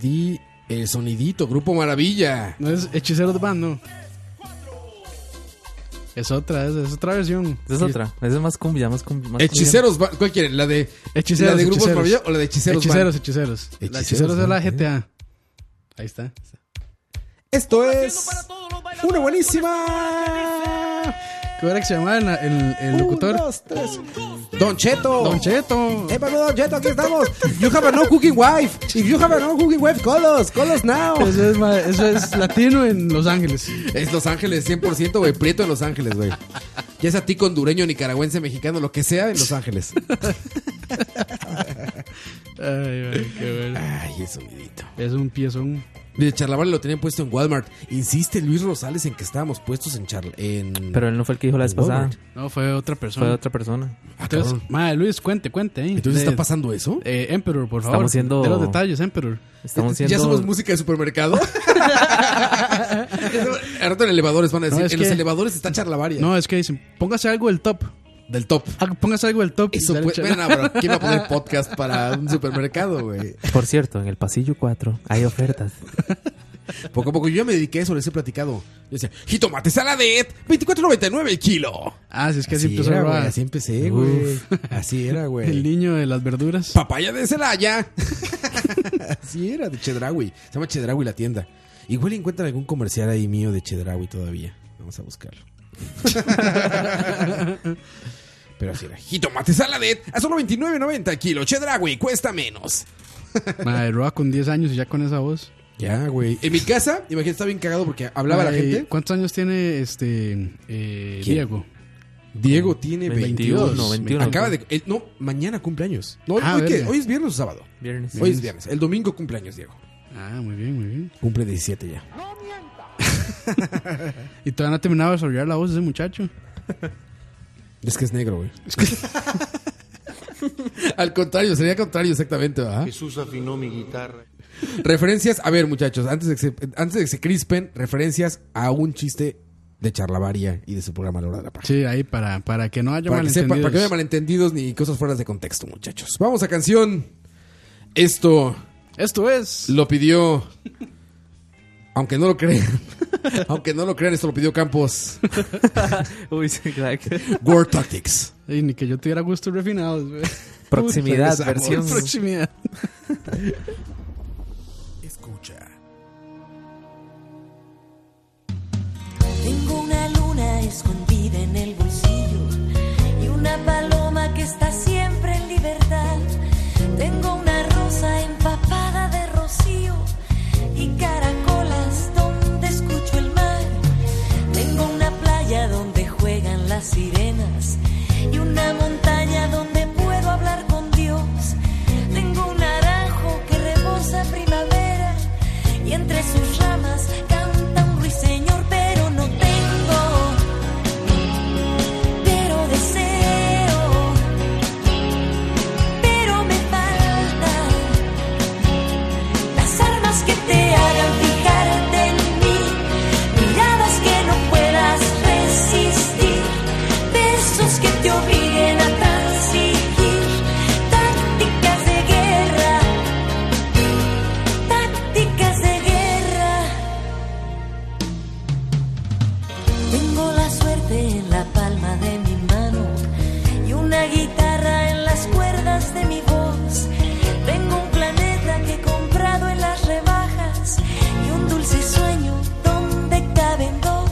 Speaker 6: Di... El sonidito, Grupo Maravilla.
Speaker 4: No es Hechicero de Band, no. Es otra, es, es otra versión.
Speaker 5: Esa es otra. Esa es más cumbia, más cumbia. Más
Speaker 6: Hechiceros, Ba- ¿cuál quieren? ¿La de,
Speaker 4: Hechiceros,
Speaker 6: la de Grupos
Speaker 4: Hechiceros.
Speaker 6: Maravilla o la de Hechiceros? Band?
Speaker 4: Hechiceros, hechiceros. La hechiceros es la
Speaker 6: Hechiceros, ¿no?
Speaker 4: GTA. Ahí está.
Speaker 6: Esto es una buenísima.
Speaker 4: ¿Qué era que se llamaba el, el- el locutor?
Speaker 6: Un, dos, tres. Don Cheto.
Speaker 4: Don Cheto.
Speaker 6: Eh, perdón, Don Cheto, aquí estamos. You have a no cooking wife. If you have a no cooking wife, call us. Call us now.
Speaker 4: Eso es, ma- eso es latino en Los Ángeles.
Speaker 6: Es Los Ángeles, 100%, güey. Prieto en Los Ángeles, güey. Ya sea tico hondureño, nicaragüense, mexicano, lo que sea en Los Ángeles.
Speaker 4: Ay, ay, qué bueno.
Speaker 6: Ay, es sonidito.
Speaker 4: Es un piezón.
Speaker 6: De Charlavaria lo tenían puesto en Walmart. Insiste Luis Rosales en que estábamos puestos en Charla. En...
Speaker 5: Pero él no fue el que dijo la vez pasada.
Speaker 6: Walmart.
Speaker 4: No, fue otra
Speaker 5: Fue
Speaker 4: persona.
Speaker 5: otra persona.
Speaker 6: Ah,
Speaker 4: Entonces,
Speaker 6: cabrón.
Speaker 4: madre, Luis, cuente, cuente ahí.
Speaker 6: Entonces,
Speaker 4: De-
Speaker 6: ¿está pasando eso?
Speaker 4: eh, Emperor, por
Speaker 5: Estamos
Speaker 4: favor.
Speaker 5: siendo-
Speaker 4: De los detalles, Emperor.
Speaker 5: Estamos siendo.
Speaker 6: Ya somos música
Speaker 4: [LAUGHS]
Speaker 6: de supermercado. Al rato en elevadores van a decir,
Speaker 4: No, es
Speaker 6: en
Speaker 4: que-
Speaker 6: los elevadores está Charlavaria.
Speaker 4: No, es que dicen, póngase algo del top.
Speaker 6: Del top.
Speaker 4: Ah, Póngase algo del top.
Speaker 6: Eso
Speaker 4: Dale,
Speaker 6: pues,
Speaker 4: cha-
Speaker 6: bueno, no, pero ¿quién va a poner podcast para un supermercado, güey?
Speaker 5: [LAUGHS] Por cierto, en el pasillo 4 hay ofertas.
Speaker 6: Poco a poco yo ya me dediqué a eso, les he platicado. Yo decía, jitomate saladet, 24.99 el kilo.
Speaker 4: Ah, sí, es que así,
Speaker 6: Así
Speaker 4: empezó
Speaker 6: era,
Speaker 4: a
Speaker 6: güey,
Speaker 4: robar.
Speaker 6: así empecé, güey. Así era,
Speaker 4: El
Speaker 6: güey.
Speaker 4: niño de las verduras.
Speaker 6: Papaya de [LAUGHS] Celaya. así era, de Chedraui. Se llama Chedraui la tienda. Igual encuentran algún comercial ahí mío de Chedraui todavía. Vamos a [LAUGHS] buscarlo. Pero así era. Jitomate saladet a solo 29.90 el kilo. Chedraui cuesta menos.
Speaker 4: Madre, Roa con 10 años y ya con esa voz.
Speaker 6: Ya, güey. En mi casa, imagínate, estaba bien cagado porque hablaba la
Speaker 4: Madre,
Speaker 6: gente.
Speaker 4: ¿Cuántos años tiene este eh,
Speaker 6: ¿Quién?
Speaker 4: Diego?
Speaker 6: Diego tiene
Speaker 5: 21,
Speaker 6: 22.
Speaker 5: 21.
Speaker 6: Acaba de. él- no, mañana cumpleaños. No,
Speaker 4: Ah,
Speaker 6: hoy, qué?
Speaker 4: verga.
Speaker 6: ¿Hoy es viernes o sábado.
Speaker 5: Viernes.
Speaker 6: Hoy es viernes. El domingo cumpleaños, Diego.
Speaker 4: Ah, muy bien, muy bien.
Speaker 6: Cumple 17 ya.
Speaker 4: Y todavía no ha terminado de desarrollar la voz de ese muchacho.
Speaker 6: Es que [LAUGHS] es negro, güey. Al contrario, sería contrario exactamente, ¿verdad?
Speaker 7: Jesús afinó mi guitarra.
Speaker 6: Referencias, a ver, muchachos, antes de, que se, antes de que se crispen, referencias a un chiste de charlavaria y de su programa La Hora de la Paja.
Speaker 4: Sí, ahí para, para que no haya
Speaker 6: Para que, sepa-
Speaker 4: malentendidos.
Speaker 6: para que no haya malentendidos ni cosas fuera de contexto, muchachos. Vamos a canción. Esto
Speaker 4: Esto es.
Speaker 6: Lo pidió. Aunque no lo crean. [LAUGHS] aunque no lo crean, esto lo pidió Campos.
Speaker 5: Uy, [LAUGHS] sí, claro que-
Speaker 6: War Tactics.
Speaker 4: Ey, ni que yo tuviera gustos refinados, güey.
Speaker 5: Proximidad,
Speaker 4: Puta,
Speaker 5: versión. [LAUGHS]
Speaker 4: Proximidad.
Speaker 6: Escucha.
Speaker 8: Tengo una luna escondida en el bolsillo y una paloma que está siempre en libertad. Tengo una rosa empapada de rocío y caracolas donde escucho el mar. Tengo una playa donde juegan las sirenas y una montaña donde puedo hablar con Dios. Tengo un naranjo que rebosa primavera y entre sus ramas canta un ruiseñor, pero no tengo, pero deseo, pero me faltan las armas que te hagan fijarte en mí, miradas que no puedas resistir, besos que te obliguen a transigir, tácticas de guerra, tácticas de guerra. Tengo la suerte en la palma de mi mano y una guitarra en las cuerdas de mi voz. Tengo un planeta que he comprado en las rebajas y un dulce sueño donde caben dos.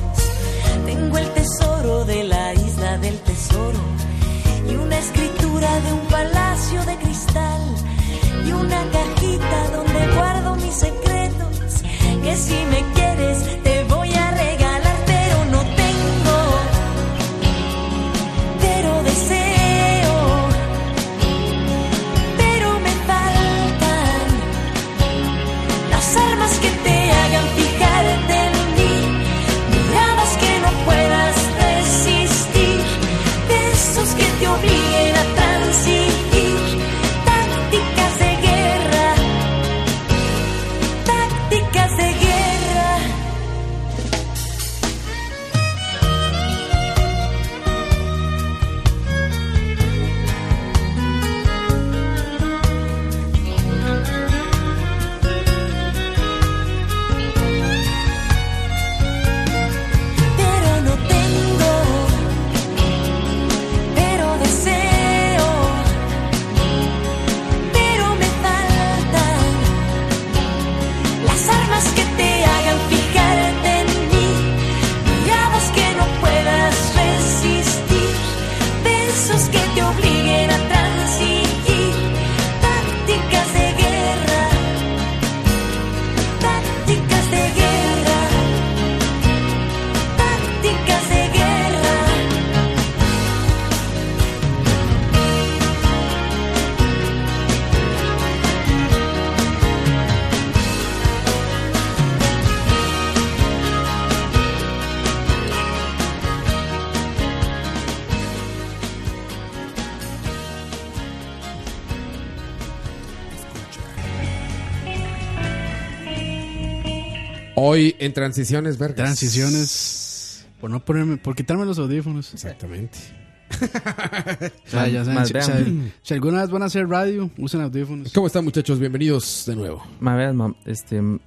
Speaker 8: Tengo el tesoro de la isla del tesoro y una escritura de un palacio de cristal y una cajita donde guardo mis secretos que si me quieres te voy a regalar pero no tengo
Speaker 6: Hoy en transiciones, vergas.
Speaker 4: Transiciones. Por no ponerme, por quitarme los audífonos.
Speaker 6: Exactamente.
Speaker 4: [LAUGHS] O sea, ya saben,
Speaker 5: Más
Speaker 4: si,
Speaker 5: vean.
Speaker 4: si- si alguna vez van a hacer radio, usen audífonos.
Speaker 6: ¿Cómo están, muchachos? Bienvenidos de nuevo.
Speaker 5: Ma, veas, ma- este, m-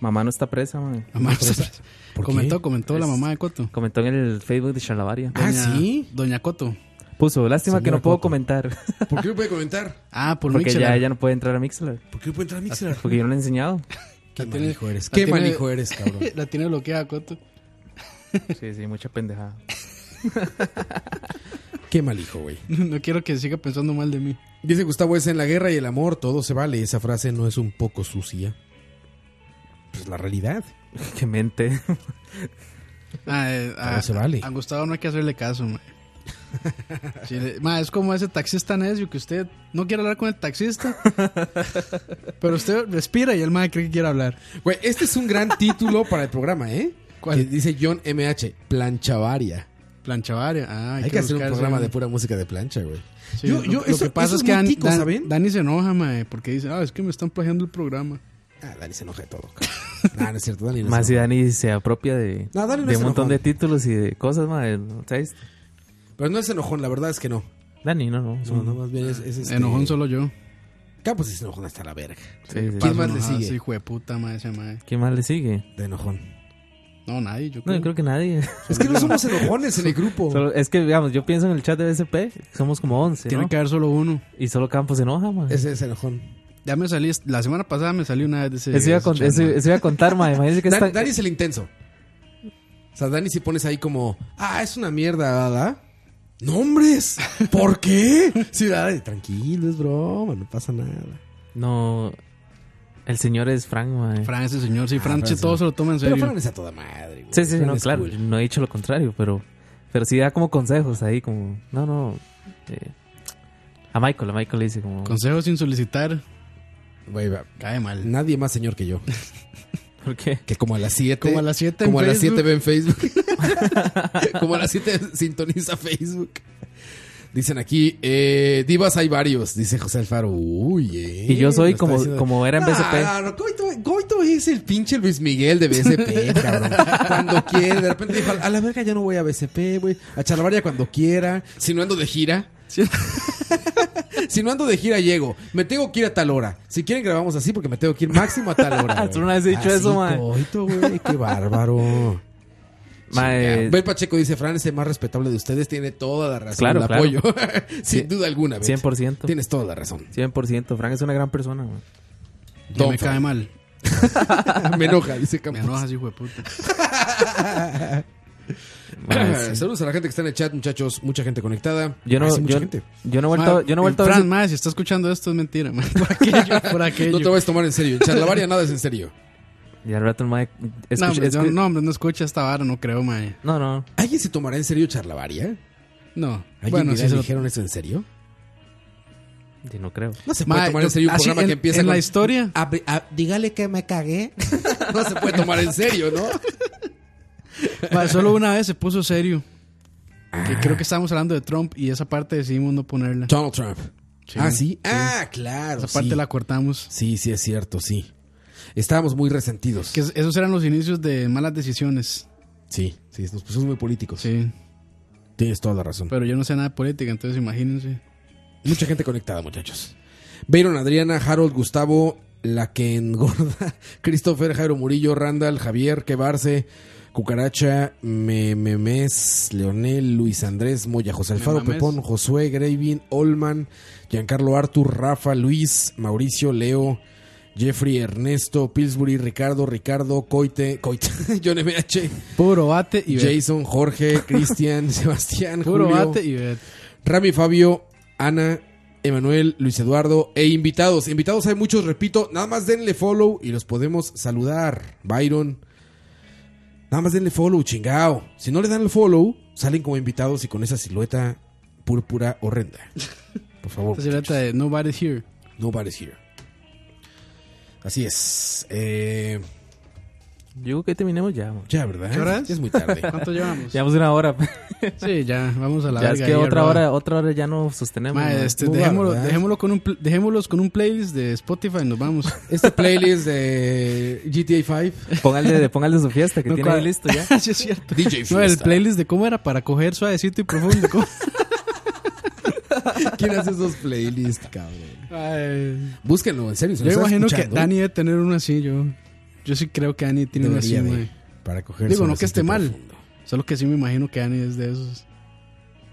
Speaker 5: mamá no está presa, ma.
Speaker 4: Mamá, [LAUGHS]
Speaker 6: ¿Por qué?
Speaker 4: comentó, comentó la
Speaker 5: Es-
Speaker 4: mamá de Coto.
Speaker 5: Comentó en el Facebook de Charlavaria.
Speaker 6: Ah,
Speaker 4: Doña-
Speaker 6: ¿sí?
Speaker 4: Doña Coto.
Speaker 5: Puso, lástima que
Speaker 6: Señora
Speaker 5: no puedo
Speaker 6: Coco.
Speaker 5: comentar. [LAUGHS]
Speaker 6: ¿Por qué no puede comentar?
Speaker 4: Ah, por
Speaker 5: Porque
Speaker 4: Mixer.
Speaker 5: ya ella no puede entrar a Mixler.
Speaker 6: ¿Por qué no puede entrar a Mixer?
Speaker 5: Porque yo no le he enseñado.
Speaker 6: ¿Qué
Speaker 4: tiene-
Speaker 6: manijo eres?
Speaker 4: la
Speaker 6: ¿Qué
Speaker 4: tiene-
Speaker 6: manijo eres, cabrón?
Speaker 4: La tiene bloqueada Coto. [LAUGHS]
Speaker 5: Sí, sí, mucha
Speaker 6: [LAUGHS]
Speaker 5: pendejada.
Speaker 6: Qué mal hijo, güey.
Speaker 4: No quiero que siga pensando mal de mí.
Speaker 6: [LAUGHS] Dice Gustavo es en la guerra y el amor todo se vale. Esa frase no es un poco sucia. Pues la realidad.
Speaker 5: Qué mente.
Speaker 4: Ah, eh, a,
Speaker 6: Todo se vale.
Speaker 4: a Gustavo no hay que hacerle caso,
Speaker 6: [LAUGHS]
Speaker 4: ma. Sí, le- ma, es como ese taxista necio que usted no quiere hablar con el taxista, pero usted respira y el mae cree que quiere hablar.
Speaker 6: Güey, este es un gran título para el programa, ¿eh?
Speaker 4: ¿Cuál?
Speaker 6: Que dice John MH, Planchavaria.
Speaker 4: Plancha varia. Ah,
Speaker 6: Hay, que hacer un
Speaker 4: buscarse
Speaker 6: programa de pura música de plancha, güey.
Speaker 4: Sí,
Speaker 6: Yo-
Speaker 4: lo-
Speaker 6: yo-
Speaker 4: lo
Speaker 6: eso-
Speaker 4: que pasa
Speaker 6: eso
Speaker 4: es
Speaker 6: es
Speaker 4: que
Speaker 6: muy
Speaker 4: Dan-
Speaker 6: tico,
Speaker 4: Dan-
Speaker 6: ¿saben?
Speaker 4: Dani se enoja, mae, porque dice, ah, es que me están plagiando el programa.
Speaker 6: Ah, Dani se enoja de todo. no, no es cierto, Dani no
Speaker 5: Más si
Speaker 6: se enoja.
Speaker 5: Dani se apropia de,
Speaker 6: No, Dani no
Speaker 5: de
Speaker 6: es
Speaker 5: un montón
Speaker 6: enojón.
Speaker 5: de títulos y de cosas, ma. de- ¿Sabes?
Speaker 6: Pero no es enojón, la verdad es que no.
Speaker 5: Dani, no, no.
Speaker 6: No, no, más bien es, es este...
Speaker 4: Enojón solo yo.
Speaker 6: Capos es enojón hasta la verga.
Speaker 5: Sí, sí.
Speaker 6: ¿Quién
Speaker 4: Paso
Speaker 6: más le
Speaker 4: enojado,
Speaker 6: sigue?
Speaker 4: ese hijo de puta, mae, ese mae.
Speaker 5: ¿Quién más le sigue?
Speaker 6: De enojón.
Speaker 4: No, nadie, yo
Speaker 5: No,
Speaker 4: creo.
Speaker 5: yo creo que nadie.
Speaker 6: Es que no [LAUGHS] somos enojones en el grupo.
Speaker 5: [LAUGHS] Solo- es que, digamos, yo pienso en el chat de BSP, somos como 11,
Speaker 4: Tiene
Speaker 5: ¿no?
Speaker 4: que haber solo uno.
Speaker 5: Y solo Campos se enoja, ma.
Speaker 6: Ese es enojón.
Speaker 4: Ya me salí, la semana pasada me salió una vez de ese.
Speaker 5: eso, iba a
Speaker 4: ese
Speaker 5: con-
Speaker 4: chat,
Speaker 5: eso-
Speaker 4: mae.
Speaker 5: eso iba a contar, ma.
Speaker 6: [LAUGHS]
Speaker 5: Imagínense que
Speaker 6: Dan-
Speaker 5: está...
Speaker 6: Dani es el intenso. O sea, Dani si pones ahí como, ah, es una mierda, ¿verdad? ¡Nombres! ¿Por qué? Sí, Dani, tranquilo, es broma, no pasa nada.
Speaker 5: No, el señor es Frank, ma.
Speaker 4: Fran, ese señor,
Speaker 5: Ah,
Speaker 4: sí, Fran,
Speaker 6: Fran,
Speaker 4: sí,
Speaker 6: sí.
Speaker 4: todo se lo toma en
Speaker 6: Pero
Speaker 4: serio.
Speaker 6: Fran es a toda madre, güey.
Speaker 5: Sí, sí,
Speaker 6: Fran
Speaker 5: no,
Speaker 6: es
Speaker 5: claro.
Speaker 6: cool.
Speaker 5: No he dicho lo contrario, pero, pero sí da como consejos ahí, como, no, no. eh, a Michael, a Michael le dice como,
Speaker 4: Consejos sin solicitar,
Speaker 6: Güey, va-
Speaker 4: cae mal.
Speaker 6: nadie más señor que yo.
Speaker 5: ¿por qué?
Speaker 6: Que como a las 7.
Speaker 4: Como a las 7
Speaker 6: Como a las 7 ve en Facebook. [LAUGHS] como a las 7 sintoniza Facebook. Dicen aquí, eh, divas hay varios, dice José Alfaro. Uy, eh,
Speaker 5: Y yo soy
Speaker 6: lo está
Speaker 5: como,
Speaker 6: diciendo.
Speaker 5: como era en BCP.
Speaker 6: Claro, Coito, Coito es el pinche Luis Miguel
Speaker 5: [LAUGHS]
Speaker 6: de BCP, cabrón. Cuando quiere, de repente dijo, a la verga ya no voy a BCP, güey. A Charlavaria cuando quiera. Si no ando de gira. si no ando de gira, llego. Me tengo que ir a tal hora. Si quieren, grabamos así porque me tengo que ir máximo a tal
Speaker 5: [LAUGHS]
Speaker 6: hora. güey.
Speaker 5: Tú no has dicho
Speaker 6: Así,
Speaker 5: eso, man.
Speaker 6: Coito, güey, qué bárbaro.
Speaker 5: Ma, eh,
Speaker 6: Bel Pacheco dice, Fran es el más respetable de ustedes, tiene toda la razón.
Speaker 5: Claro,
Speaker 6: la
Speaker 5: claro.
Speaker 6: apoyo. [LAUGHS] Sin duda alguna, Bel.
Speaker 5: 100%.
Speaker 6: Tienes toda la razón.
Speaker 5: 100%. Frank es una gran persona, ma.
Speaker 4: Ya
Speaker 6: Don
Speaker 4: me
Speaker 6: Fran.
Speaker 4: cae mal.
Speaker 6: [LAUGHS] me enoja,
Speaker 4: [LAUGHS]
Speaker 6: dice
Speaker 4: Me
Speaker 6: Campos.
Speaker 4: enojas, hijo de puta.
Speaker 6: [LAUGHS]
Speaker 5: Ma, sí.
Speaker 6: Saludos a la gente que está en el chat, muchachos. Mucha gente conectada.
Speaker 5: Yo no,
Speaker 6: Ah, sí, mucha
Speaker 5: yo,
Speaker 6: gente.
Speaker 5: yo no he vuelto,
Speaker 4: Ma,
Speaker 5: yo no he vuelto a
Speaker 4: Ah, Fran,
Speaker 5: ver-
Speaker 4: ma, si está escuchando esto es mentira,
Speaker 5: [LAUGHS]
Speaker 4: ma. Por aquello, por aquello.
Speaker 6: No te vayas a tomar en serio. En Charlavaria nada es en serio.
Speaker 5: Y al rato el mae-
Speaker 4: no,
Speaker 5: escucha-
Speaker 4: hombre,
Speaker 5: escu-
Speaker 4: no, no, hombre, no escucha esta vara, no creo, ma.
Speaker 5: no, no.
Speaker 6: [LAUGHS] ¿Alguien se tomará en serio Charlavaria?
Speaker 4: No.
Speaker 6: ¿Alguien
Speaker 4: Bueno, sí
Speaker 6: dirá,
Speaker 4: se lo...
Speaker 6: dijeron eso en serio?
Speaker 5: Yo no creo.
Speaker 6: No se
Speaker 4: Ma,
Speaker 6: puede tomar en
Speaker 4: yo-
Speaker 6: serio un
Speaker 4: así,
Speaker 6: programa
Speaker 4: en-
Speaker 6: que empieza
Speaker 4: en la
Speaker 6: con- [LAUGHS]
Speaker 4: historia.
Speaker 6: A- a- dígale que me cagué. [LAUGHS] no se puede tomar en serio, ¿no?
Speaker 4: ma, solo una vez se puso serio. Que creo que estábamos hablando de Trump y esa parte decidimos no ponerla.
Speaker 6: Donald Ah. Trump. ah, sí. Ah, claro.
Speaker 4: Esa
Speaker 6: sí.
Speaker 4: parte la cortamos.
Speaker 6: sí, sí, es cierto, sí. Estábamos muy resentidos.
Speaker 4: Que es- esos eran los inicios de malas decisiones.
Speaker 6: Sí, sí, nos pusimos muy políticos.
Speaker 4: Sí.
Speaker 6: Tienes toda la razón.
Speaker 4: Pero yo no sé nada de política, entonces imagínense.
Speaker 6: Mucha gente conectada, muchachos. Byron, Adriana, Harold, Gustavo, la que engorda, [LAUGHS] Christopher, Jairo Murillo, Randall, Javier, Quebarce, Cucaracha, Mememes, Leonel, Luis Andrés, Moya, José Alfaro,
Speaker 4: Memamés.
Speaker 6: Pepón, Josué, Gravin, Olman, Giancarlo Artur, Rafa, Luis, Mauricio, Leo, Jeffrey, Ernesto, Pillsbury, Ricardo, Ricardo, Coite, Coite, [LAUGHS] John MH,
Speaker 4: Puro bate y bet. [LAUGHS]
Speaker 6: Jason, Jorge, Cristian, Sebastián,
Speaker 4: Puro
Speaker 6: Julio,
Speaker 4: bate y bet.
Speaker 6: Rami Fabio, Ana, Emanuel, Luis Eduardo e invitados. Invitados hay muchos, repito, nada más denle follow y los podemos saludar. Byron, nada más denle follow, chingao. Si no le dan el follow, salen como invitados y con esa silueta púrpura horrenda.
Speaker 4: [LAUGHS]
Speaker 6: Por favor.
Speaker 4: Esta silueta de Nobody's Here.
Speaker 6: muchachos. Nobody's here. Así es. Eh,
Speaker 5: Yo digo que terminemos ya. man.
Speaker 6: Ya, ¿verdad?
Speaker 4: ¿Qué hora es?
Speaker 6: Ya
Speaker 4: [LAUGHS]
Speaker 6: muy tarde.
Speaker 4: ¿Cuánto llevamos?
Speaker 5: Llevamos una hora.
Speaker 4: Sí, ya, vamos a la
Speaker 5: ya es
Speaker 4: verga
Speaker 5: que
Speaker 4: pues. ahí,
Speaker 5: otra
Speaker 4: Roa.
Speaker 5: hora, otra hora ya no sostenemos.
Speaker 4: Ma,
Speaker 5: man.
Speaker 4: este,
Speaker 6: Muy
Speaker 4: dejémoslo,
Speaker 6: barbaridad.
Speaker 4: dejémoslo con un, pl- dejémoslos con un playlist de Spotify y nos
Speaker 6: [LAUGHS]
Speaker 4: vamos.
Speaker 6: Este playlist de GTA V.
Speaker 5: Póngale, póngale su fiesta que
Speaker 4: [LAUGHS] No,
Speaker 5: tiene
Speaker 4: ¿cuál?
Speaker 5: ahí listo ya.
Speaker 4: Sí, es cierto.
Speaker 6: [LAUGHS] DJ
Speaker 4: No, el
Speaker 6: Fiesta.
Speaker 4: playlist de cómo era para coger suavecito y profundo.
Speaker 6: [LAUGHS]
Speaker 4: ¿cómo?
Speaker 6: ¿Quién hace esos playlists, cabrón?
Speaker 4: Ay,
Speaker 6: Búsquenlo, en serio. si
Speaker 4: yo
Speaker 6: lo están
Speaker 4: imagino que
Speaker 6: escuchando,
Speaker 4: Dani debe tener uno así, yo. Yo sí creo que Dani tiene uno así,
Speaker 6: debería de-
Speaker 4: güey.
Speaker 6: Para coger
Speaker 4: Digo, no
Speaker 6: suavecito
Speaker 4: que esté
Speaker 6: y
Speaker 4: mal.
Speaker 6: profundo.
Speaker 4: Solo que sí me imagino que Dani es de esos.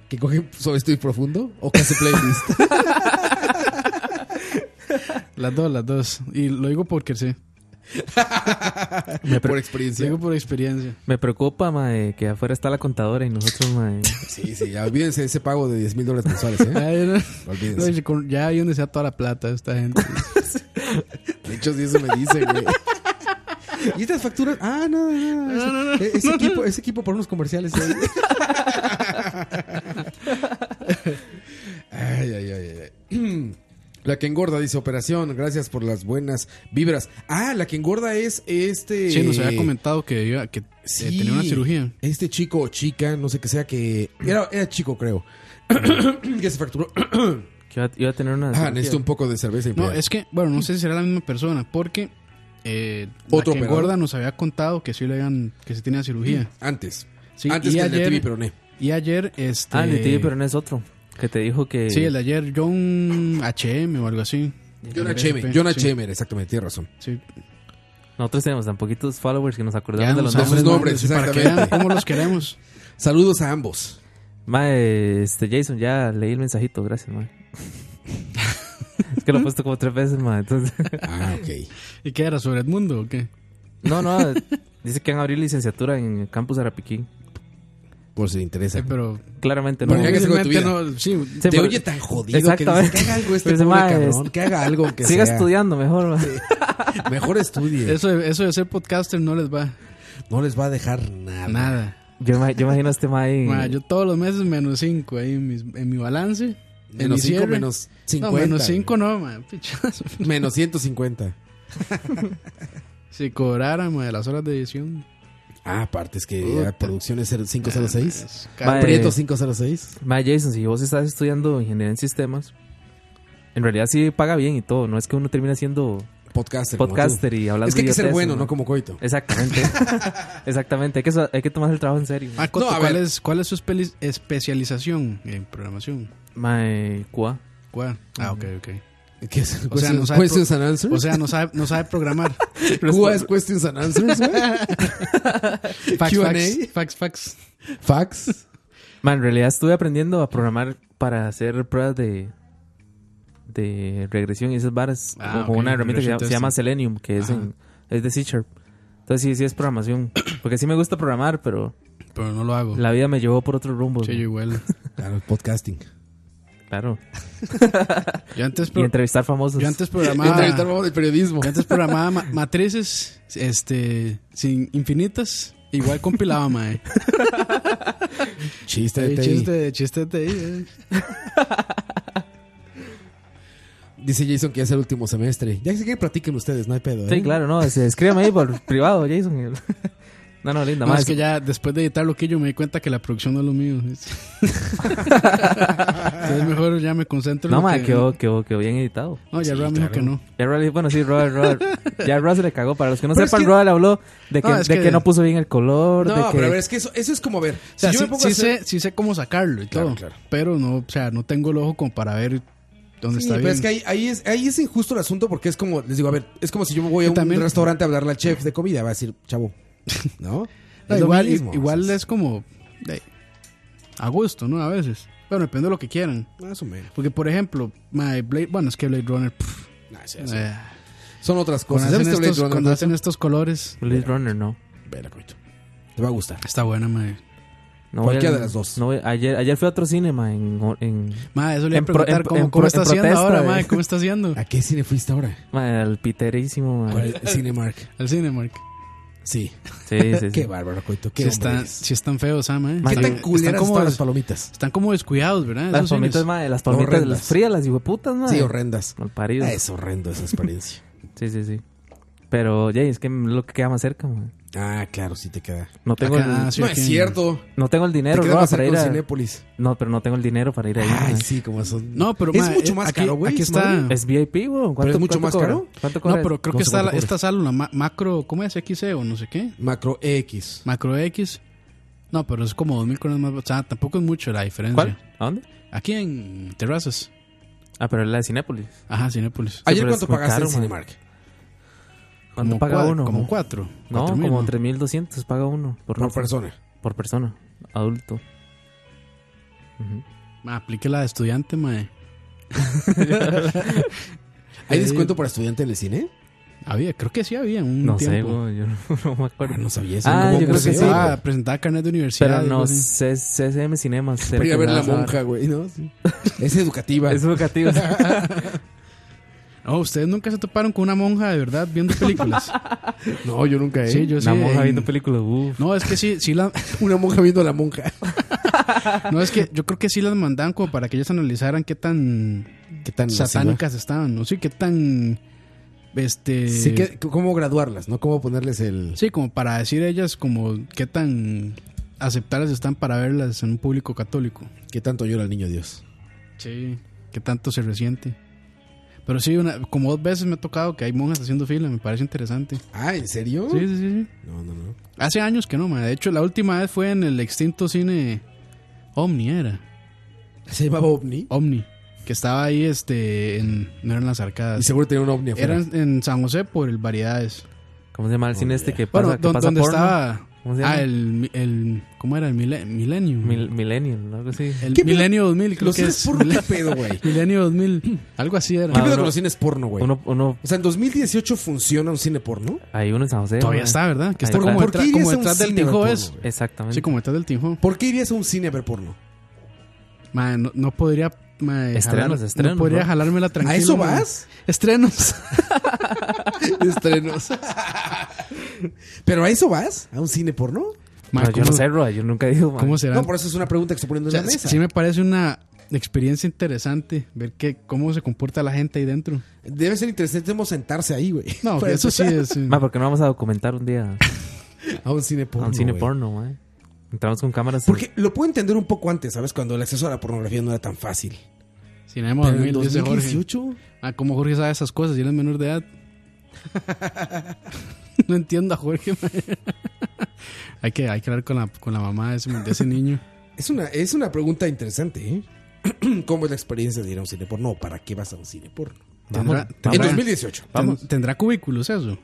Speaker 6: ¿Que coge sobre esto y profundo? ¿O que hace playlist?
Speaker 4: [LAUGHS] Las dos, las dos. Y lo digo porque sí.
Speaker 6: Por
Speaker 4: Lo
Speaker 6: experiencia.
Speaker 4: digo por experiencia.
Speaker 5: Me preocupa, mae, que afuera está la contadora y nosotros, mae.
Speaker 6: Sí, sí, ya olvídense de ese pago de 10 mil dólares mensuales, ¿eh?
Speaker 4: Ay, no. [LAUGHS] No,
Speaker 6: Olvídense.
Speaker 4: y con- ya ahí donde sea toda la plata de esta gente.
Speaker 6: De hecho, sí, eso me dice, güey. [LAUGHS] ¿Y estas facturas? Ah, no, no, no. Ese, e- ese equipo, ese equipo por unos comerciales. ¿eh? [LAUGHS] ay, ay, ay, ay, ay. La que engorda dice operación, gracias por las buenas vibras. Ah, la que engorda es este.
Speaker 4: Sí, nos había comentado que, iba- que eh,
Speaker 6: Sí.
Speaker 4: tenía una cirugía.
Speaker 6: Este chico o chica, no sé qué sea, que era, era
Speaker 4: [COUGHS]
Speaker 6: chico, creo. que se fracturó.
Speaker 5: Que iba, iba a tener una.
Speaker 6: ah, necesito un poco de cerveza. y
Speaker 4: No,
Speaker 6: piedad.
Speaker 4: es que, bueno, no sé si será la misma persona, porque eh, la
Speaker 6: Otro
Speaker 4: que
Speaker 6: operador.
Speaker 4: gorda nos había contado que sí le habían, que se tenía cirugía.
Speaker 6: Antes.
Speaker 4: Sí,
Speaker 6: Antes
Speaker 4: y
Speaker 6: que el de
Speaker 4: ayer-
Speaker 6: TV Peroné.
Speaker 4: Y ayer, este...
Speaker 5: Ah, el de TV, pero no es otro. Que te dijo que.
Speaker 4: Sí, el de ayer, John HM o algo así.
Speaker 6: John
Speaker 4: BSP,
Speaker 6: H. John
Speaker 4: sí,
Speaker 6: H. exactamente, tienes razón.
Speaker 4: sí.
Speaker 5: Nosotros tenemos tan poquitos followers que nos acordamos
Speaker 4: Ya
Speaker 5: de
Speaker 4: no
Speaker 5: los
Speaker 4: sabemos
Speaker 5: nombres.
Speaker 6: sus
Speaker 4: sí,
Speaker 6: nombres,
Speaker 4: para que vean
Speaker 6: exactamente.
Speaker 4: cómo los queremos.
Speaker 6: Saludos a ambos.
Speaker 5: Mae, este Jason, ya leí el mensajito, gracias, [LAUGHS] mae. es que lo he puesto como tres veces, mae. Entonces...
Speaker 6: Ah, ok.
Speaker 4: [LAUGHS] ¿Y qué era? ¿Sobre Edmundo o qué?
Speaker 5: No, no, dice que van a abrir licenciatura en el campus Arapiquí.
Speaker 6: Por si le interesa.
Speaker 4: Sí, pero...
Speaker 5: Claramente no.
Speaker 6: Porque hagas algo de tu
Speaker 4: difícilmente
Speaker 6: vida.
Speaker 4: no- sí,
Speaker 5: Sí,
Speaker 6: Te
Speaker 5: pero-
Speaker 6: oye tan jodido que dice
Speaker 5: Exactamente.
Speaker 6: que haga algo este
Speaker 5: Pero ese
Speaker 6: pobre
Speaker 5: mae
Speaker 6: cabrón,
Speaker 5: es-
Speaker 6: que haga algo que
Speaker 5: Siga
Speaker 6: sea.
Speaker 5: estudiando mejor, mae.
Speaker 6: Mejor estudie.
Speaker 4: eso, de- eso de ser podcaster no les va
Speaker 6: No les va a dejar nada.
Speaker 4: a nada.
Speaker 5: Yo, ima- yo imagino a este mae.
Speaker 4: Ma, yo todos los meses menos 5 ahí en, mis- en mi balance. en mi
Speaker 6: Menos 5,
Speaker 4: cierre.
Speaker 6: menos 50.
Speaker 4: No, menos 5 no, ma, pichazo.
Speaker 6: Menos 150.
Speaker 4: Si cobrara, ma, de las horas de edición.
Speaker 6: Ah, aparte es que
Speaker 4: Puta.
Speaker 6: ah, producción es 506.
Speaker 4: Es
Speaker 5: Ma, eh,
Speaker 4: caro.
Speaker 6: Prieto 506.
Speaker 5: Mae Jason, si vos estás estudiando ingeniería en sistemas, en realidad sí paga bien y todo. No es que uno termine siendo
Speaker 6: Podcaster. como
Speaker 5: podcaster y
Speaker 6: tú.
Speaker 5: hablando
Speaker 6: Es que hay que ser
Speaker 5: idioteces,
Speaker 6: bueno,
Speaker 5: mae.
Speaker 6: no como coito. [LAUGHS]
Speaker 5: Exactamente. Exactamente. Hay que, so- hay que tomarse el trabajo en serio.
Speaker 4: Ma, Coto,
Speaker 6: No, a
Speaker 4: ¿cuál,
Speaker 6: ver.
Speaker 4: es, ¿Cuál es su espeli- especialización en programación?
Speaker 5: Mae, cuá.
Speaker 4: ¿Cuál? Ah, ok, ok.
Speaker 6: ¿Qué es?
Speaker 4: O sea, no
Speaker 6: Questions,
Speaker 4: sabe
Speaker 6: questions
Speaker 4: pro-
Speaker 6: and answers.
Speaker 4: O sea, no sabe, no sabe
Speaker 6: [LAUGHS]
Speaker 4: programar.
Speaker 6: Cuba es questions and answers, Pues,
Speaker 4: [LAUGHS]
Speaker 6: güey.
Speaker 4: Fax, fax,
Speaker 6: Q&A.
Speaker 4: fax, fax.
Speaker 6: Fax.
Speaker 5: Ma, en realidad estuve aprendiendo a programar para hacer pruebas de de regresión y esas varas
Speaker 4: Ah,
Speaker 5: con- con
Speaker 4: ok,
Speaker 5: una herramienta que se llama-
Speaker 4: regression
Speaker 5: se llama Selenium, que es,
Speaker 4: Ajá.
Speaker 5: en- es de C Sharp. Entonces sí, sí es
Speaker 4: [CLEARS THROAT]
Speaker 5: programación. Porque sí me gusta programar, pero
Speaker 4: Pero no lo hago.
Speaker 5: la vida me llevó por otro rumbo.
Speaker 4: Sí, yo igual.
Speaker 6: Claro, podcasting.
Speaker 5: Claro.
Speaker 4: Yo antes, pro-
Speaker 5: Y entrevistar famosos.
Speaker 4: yo antes
Speaker 6: Ah.
Speaker 4: programaba.
Speaker 6: Entrevistar vamos, del periodismo.
Speaker 4: Yo antes programaba ma- matrices este, sin infinitas. Igual compilaba,
Speaker 6: [LAUGHS]
Speaker 4: mae.
Speaker 6: Chiste de
Speaker 4: Ahí,
Speaker 6: TI.
Speaker 4: Chiste, chiste de ahí, eh.
Speaker 6: Dice Jason que ya es el último semestre. Ya si quieren platiquen ustedes, no hay pedo. ¿eh?
Speaker 5: Sí, claro, no. se- Escríbame ahí
Speaker 4: [LAUGHS]
Speaker 5: por privado, Jason. [LAUGHS] No, no, linda.
Speaker 4: No,
Speaker 5: ma,
Speaker 4: es que [LAUGHS] ya después de editar lo que yo me di cuenta que la producción no es lo mío.
Speaker 6: [LAUGHS]
Speaker 4: Entonces mejor ya me concentro. en
Speaker 5: [LAUGHS] No,
Speaker 4: lo
Speaker 5: ma,
Speaker 4: que-
Speaker 5: quedó, quedó, quedó bien editado.
Speaker 4: No, ya Roa me dijo que no.
Speaker 5: Ya Roa le dijo, bueno, sí, Roa,
Speaker 6: [LAUGHS]
Speaker 5: Roa- ya Roa se le cagó. Para los que no
Speaker 6: Pero es
Speaker 5: sepan,
Speaker 6: que-
Speaker 5: Roa le habló de que
Speaker 4: No,
Speaker 5: de
Speaker 4: es
Speaker 5: que no,
Speaker 4: que-
Speaker 5: puso bien el color, de
Speaker 6: No,
Speaker 5: que...
Speaker 6: pero a ver, es que eso, eso es como a ver.
Speaker 4: O sea,
Speaker 6: si yo
Speaker 4: sí,
Speaker 6: me pongo
Speaker 4: sí
Speaker 6: a hacer...
Speaker 4: sé, sí sé cómo sacarlo y
Speaker 6: Claro,
Speaker 4: todo.
Speaker 6: claro.
Speaker 4: Pero no, o sea, no tengo el ojo como para ver dónde
Speaker 6: Sí,
Speaker 4: está
Speaker 6: pero
Speaker 4: bien.
Speaker 6: es que ahí, ahí es, ahí es injusto el asunto porque es como, les digo, a ver, es como si yo voy a
Speaker 4: Y
Speaker 6: un
Speaker 4: también-
Speaker 6: restaurante a hablarle al chef de comida, va a decir, chavo,
Speaker 4: [LAUGHS]
Speaker 6: ¿no?
Speaker 4: No,
Speaker 6: Es lo
Speaker 4: igual
Speaker 6: mismo,
Speaker 4: igual
Speaker 6: o sea,
Speaker 4: es como de- a gusto, ¿no? A veces. Bueno, depende de lo que quieran.
Speaker 6: Más o menos.
Speaker 4: Porque, por ejemplo, my Blade, bueno, es que Blade Runner, pff,
Speaker 6: Nah, sí, sí.
Speaker 4: eh,
Speaker 6: Son otras
Speaker 4: cuando,
Speaker 6: cosas. ¿Ya
Speaker 4: hacen
Speaker 6: viste Blade
Speaker 4: estos,
Speaker 6: Runner,
Speaker 4: cuando
Speaker 6: no?
Speaker 4: hacen estos colores,
Speaker 5: Blade Runner, no.
Speaker 6: Vela, coito. Te va a gustar.
Speaker 4: está buena, mae.
Speaker 5: no
Speaker 6: Cualquiera
Speaker 5: voy
Speaker 6: de las dos.
Speaker 5: No voy- ayer, ayer fui a otro cinema en... en
Speaker 4: Mae, eso le iba a
Speaker 5: En pro-
Speaker 4: preguntar
Speaker 5: en-
Speaker 4: cómo,
Speaker 5: en
Speaker 4: cómo
Speaker 5: pro-
Speaker 4: está
Speaker 5: en
Speaker 4: haciendo
Speaker 5: protesta,
Speaker 4: ahora,
Speaker 5: eh.
Speaker 4: mae, cómo está [LAUGHS] haciendo.
Speaker 6: ¿A qué cine fuiste ahora?
Speaker 5: ma, el piterísimo, ma.
Speaker 6: ¿Cuál? Cinemark.
Speaker 4: Al Cinemark.
Speaker 6: Sí.
Speaker 5: Sí, sí, sí.
Speaker 6: [LAUGHS] Qué bárbaro, coito. Qué
Speaker 4: Si
Speaker 6: hombre
Speaker 4: están,
Speaker 6: eres.
Speaker 4: si están feos, ah, mae.
Speaker 5: Ma,
Speaker 6: ¿Qué
Speaker 5: yo-
Speaker 4: Están-
Speaker 6: tan culeras
Speaker 4: están como,
Speaker 6: todas las
Speaker 4: des-
Speaker 6: palomitas?
Speaker 4: están como descuidados, ¿verdad?
Speaker 5: Las
Speaker 4: Esos
Speaker 5: palomitas,
Speaker 4: cines.
Speaker 5: ma, las palomitas, las
Speaker 6: Horrendas.
Speaker 5: frías, las hijueputas, ma.
Speaker 6: Sí, horrendas.
Speaker 5: Malparidos.
Speaker 6: Ah, es horrendo esa experiencia.
Speaker 5: Sí, sí, sí. Pero, ya, es que es lo que queda más cerca, ma.
Speaker 6: Ah, claro, sí te queda.
Speaker 5: No tengo,
Speaker 4: Acá,
Speaker 5: el,
Speaker 4: sí.
Speaker 6: no es cierto.
Speaker 5: no tengo el dinero,
Speaker 6: te
Speaker 5: Roa,
Speaker 6: queda más
Speaker 5: para
Speaker 6: cerca
Speaker 5: ir
Speaker 6: con
Speaker 5: a...
Speaker 6: Cinépolis.
Speaker 5: No, pero no tengo el dinero para ir ahí.
Speaker 6: Ay,
Speaker 5: ma.
Speaker 6: sí, como son.
Speaker 4: No, pero
Speaker 6: es
Speaker 4: ma,
Speaker 6: mucho
Speaker 4: eh,
Speaker 6: más
Speaker 4: aquí-
Speaker 6: caro, güey.
Speaker 4: Aquí
Speaker 6: esa
Speaker 4: está.
Speaker 6: madre.
Speaker 5: Es VIP, weón.
Speaker 6: Pero es mucho más
Speaker 5: cobra?
Speaker 6: caro.
Speaker 5: ¿Cuánto cobra?
Speaker 4: No, pero creo
Speaker 6: ¿Cuánto
Speaker 4: que está la-
Speaker 6: cobra?
Speaker 4: esta sala, una ma- macro, ¿cómo es? XC o no sé qué.
Speaker 6: Macro X.
Speaker 4: Macro X. No, pero es como 2000 coronas más. O sea, tampoco es mucho la diferencia.
Speaker 5: ¿Cuál? ¿A dónde?
Speaker 4: Aquí en Terrazas.
Speaker 5: Ah, pero es la de Cinépolis.
Speaker 4: Ajá, Cinépolis.
Speaker 6: ¿Ayer
Speaker 5: pero es
Speaker 6: cuánto
Speaker 5: muy
Speaker 6: pagaste
Speaker 5: caro,
Speaker 6: en
Speaker 5: man.
Speaker 6: Cinemark?
Speaker 5: Ah, ¿Cuánto
Speaker 4: como
Speaker 5: paga
Speaker 4: cua-
Speaker 5: uno?
Speaker 4: Como cuatro.
Speaker 5: No,
Speaker 4: cuatro mil,
Speaker 5: como 3.200 paga uno. Por,
Speaker 6: Por
Speaker 5: noche.
Speaker 6: persona.
Speaker 5: Por persona. Adulto. Ujú.
Speaker 4: Ma, aplique Ah, la de estudiante, mae.
Speaker 6: ¿Hay descuento para estudiante en el cine?
Speaker 4: Había, creo que sí había un
Speaker 5: No sé,
Speaker 4: tiempo.
Speaker 5: weón, yo [LAUGHS] no, no me acuerdo.
Speaker 6: Ah, no sabía eso.
Speaker 5: Ah,
Speaker 6: ¿Cómo
Speaker 5: yo creo que
Speaker 6: museo?
Speaker 5: sí.
Speaker 6: Ah,
Speaker 4: Ah, presentaba carnet de universidad.
Speaker 5: pero
Speaker 4: y algo
Speaker 5: no,
Speaker 4: así.
Speaker 5: C- CCM Cinemas.
Speaker 6: Para ir a ver
Speaker 5: cerca
Speaker 6: la
Speaker 5: de-
Speaker 6: monja, güey, ¿no? Sí. Es educativa.
Speaker 5: Es educativo.
Speaker 4: No, Oh, ustedes nunca se toparon con una monja de verdad viendo
Speaker 5: [LAUGHS]
Speaker 4: películas.
Speaker 6: No, yo nunca ¿eh? he.
Speaker 4: sí, yo sí.
Speaker 5: La monja
Speaker 4: en-
Speaker 5: viendo películas. Uf.
Speaker 4: No, es que sí, sí la,
Speaker 6: Una monja viendo a la monja.
Speaker 4: no es que yo creo que sí las mandaban como para que ellas analizaran qué tan
Speaker 6: [LAUGHS] ¿Qué tan
Speaker 4: satánicas estaban, no sé qué tan este
Speaker 6: Sí, que, ¿cómo graduarlas, no? ¿Cómo ponerles el...?
Speaker 4: sí, como para decir ellas como qué tan aceptables están para verlas en un público católico.
Speaker 6: ¿Qué tanto llora el niño Dios?
Speaker 4: Sí, qué tanto se resiente. Pero sí, una, como dos veces me ha tocado que hay monjas haciendo fila, me parece interesante.
Speaker 6: Ah, ¿en serio?
Speaker 4: Sí, sí, sí. sí.
Speaker 6: No, no, no.
Speaker 4: Hace años que no, ma. De hecho, la última vez fue en el extinto cine Omni, era.
Speaker 6: Se llamaba OVNI.
Speaker 4: Omni. Que estaba ahí, este, en, no eran las
Speaker 6: Y
Speaker 4: arcadas.
Speaker 6: seguro tenía un OVNI afuera.
Speaker 4: Eran en San José por el Variedades.
Speaker 5: ¿Cómo se llama el cine este que pasa,
Speaker 4: Bueno,
Speaker 5: que
Speaker 4: don-
Speaker 5: pasa
Speaker 4: donde
Speaker 5: porno?
Speaker 4: estaba.
Speaker 5: ¿Cómo se llama?
Speaker 4: Ah, el, el. ¿Cómo era? El mile- Milenio.
Speaker 5: Mil- Millennium, algo así.
Speaker 4: el
Speaker 6: ¿Qué
Speaker 4: Milenio 2000, creo
Speaker 6: Los
Speaker 4: que
Speaker 6: cines
Speaker 4: es.
Speaker 6: porno, ¿qué
Speaker 4: Mile- [LAUGHS]
Speaker 6: pedo, güey? ¿Qué
Speaker 4: Milenio 2000. Algo así era.
Speaker 5: Ah,
Speaker 6: pedo
Speaker 5: uno-
Speaker 6: con los cines porno, güey?
Speaker 5: Uno, uno,
Speaker 6: O sea, ¿en 2018 funciona un cine porno?
Speaker 5: hay uno en San José.
Speaker 4: Todavía
Speaker 5: ma.
Speaker 4: está, ¿verdad? Que
Speaker 5: Ahí
Speaker 4: está
Speaker 5: está.
Speaker 4: como,
Speaker 5: ¿Por
Speaker 4: detrás-
Speaker 6: qué
Speaker 4: como
Speaker 6: irías a un
Speaker 4: detrás del
Speaker 6: cine a ver
Speaker 4: Tinjo,
Speaker 6: porno,
Speaker 4: ¿ves?
Speaker 6: güey?
Speaker 5: Exactamente.
Speaker 4: Sí, como detrás del Tinjo.
Speaker 6: ¿Por qué irías a un cine a ver porno?
Speaker 4: Ma, no, no podría. ma,
Speaker 5: Estrenos,
Speaker 4: jalar-
Speaker 5: estrenos,
Speaker 4: No podría
Speaker 5: ¿no?
Speaker 4: jalármela tranquila.
Speaker 6: ¿A eso
Speaker 4: ma. [LAUGHS]
Speaker 6: vas?
Speaker 4: Estrenos.
Speaker 5: [LAUGHS]
Speaker 6: Estrenos. [LAUGHS] ¿Pero a eso vas? ¿A un cine porno?
Speaker 4: Ma,
Speaker 5: No, yo no
Speaker 4: ¿cómo-
Speaker 5: sé, Roa, yo nunca he ido. ma.
Speaker 4: ¿Cómo será?
Speaker 6: No, por eso es una pregunta que estoy poniendo
Speaker 4: O sea,
Speaker 6: en la mesa.
Speaker 4: sí me parece una experiencia interesante ver que, cómo se comporta la gente ahí dentro.
Speaker 6: Debe ser interesante como sentarse ahí, güey.
Speaker 4: No,
Speaker 6: [LAUGHS] Para
Speaker 4: eso sí es.
Speaker 6: empezar.
Speaker 4: eh,
Speaker 5: [LAUGHS] Ma, ¿por qué no vamos a documentar un día
Speaker 6: A un cine porno.
Speaker 5: a un cine
Speaker 6: güey.
Speaker 5: porno, ma? Entramos con cámaras.
Speaker 6: Porque lo puedo entender un poco antes, ¿sabes? Cuando el acceso a la pornografía no era tan fácil.
Speaker 4: Cinema
Speaker 6: Pero en
Speaker 4: 2000, dice Jorge.
Speaker 6: 2018...
Speaker 4: Ah, ¿cómo Jorge sabe esas cosas? Y él es menor de
Speaker 6: [LAUGHS]
Speaker 4: edad. no entiendo a Jorge. mae. hay, que, hay que hablar con la, con la mamá de ese, de ese niño.
Speaker 6: Es una, es una pregunta interesante, ¿eh? [CLEARS THROAT] ¿Cómo es la experiencia de ir a un cine porno? ¿O ¿Para qué vas a un cine porno?
Speaker 4: ¿Tendrá,
Speaker 5: Vamos,
Speaker 6: En
Speaker 4: tendrá-
Speaker 6: 2018.
Speaker 4: ten- ¿Tendrá cubículos eso?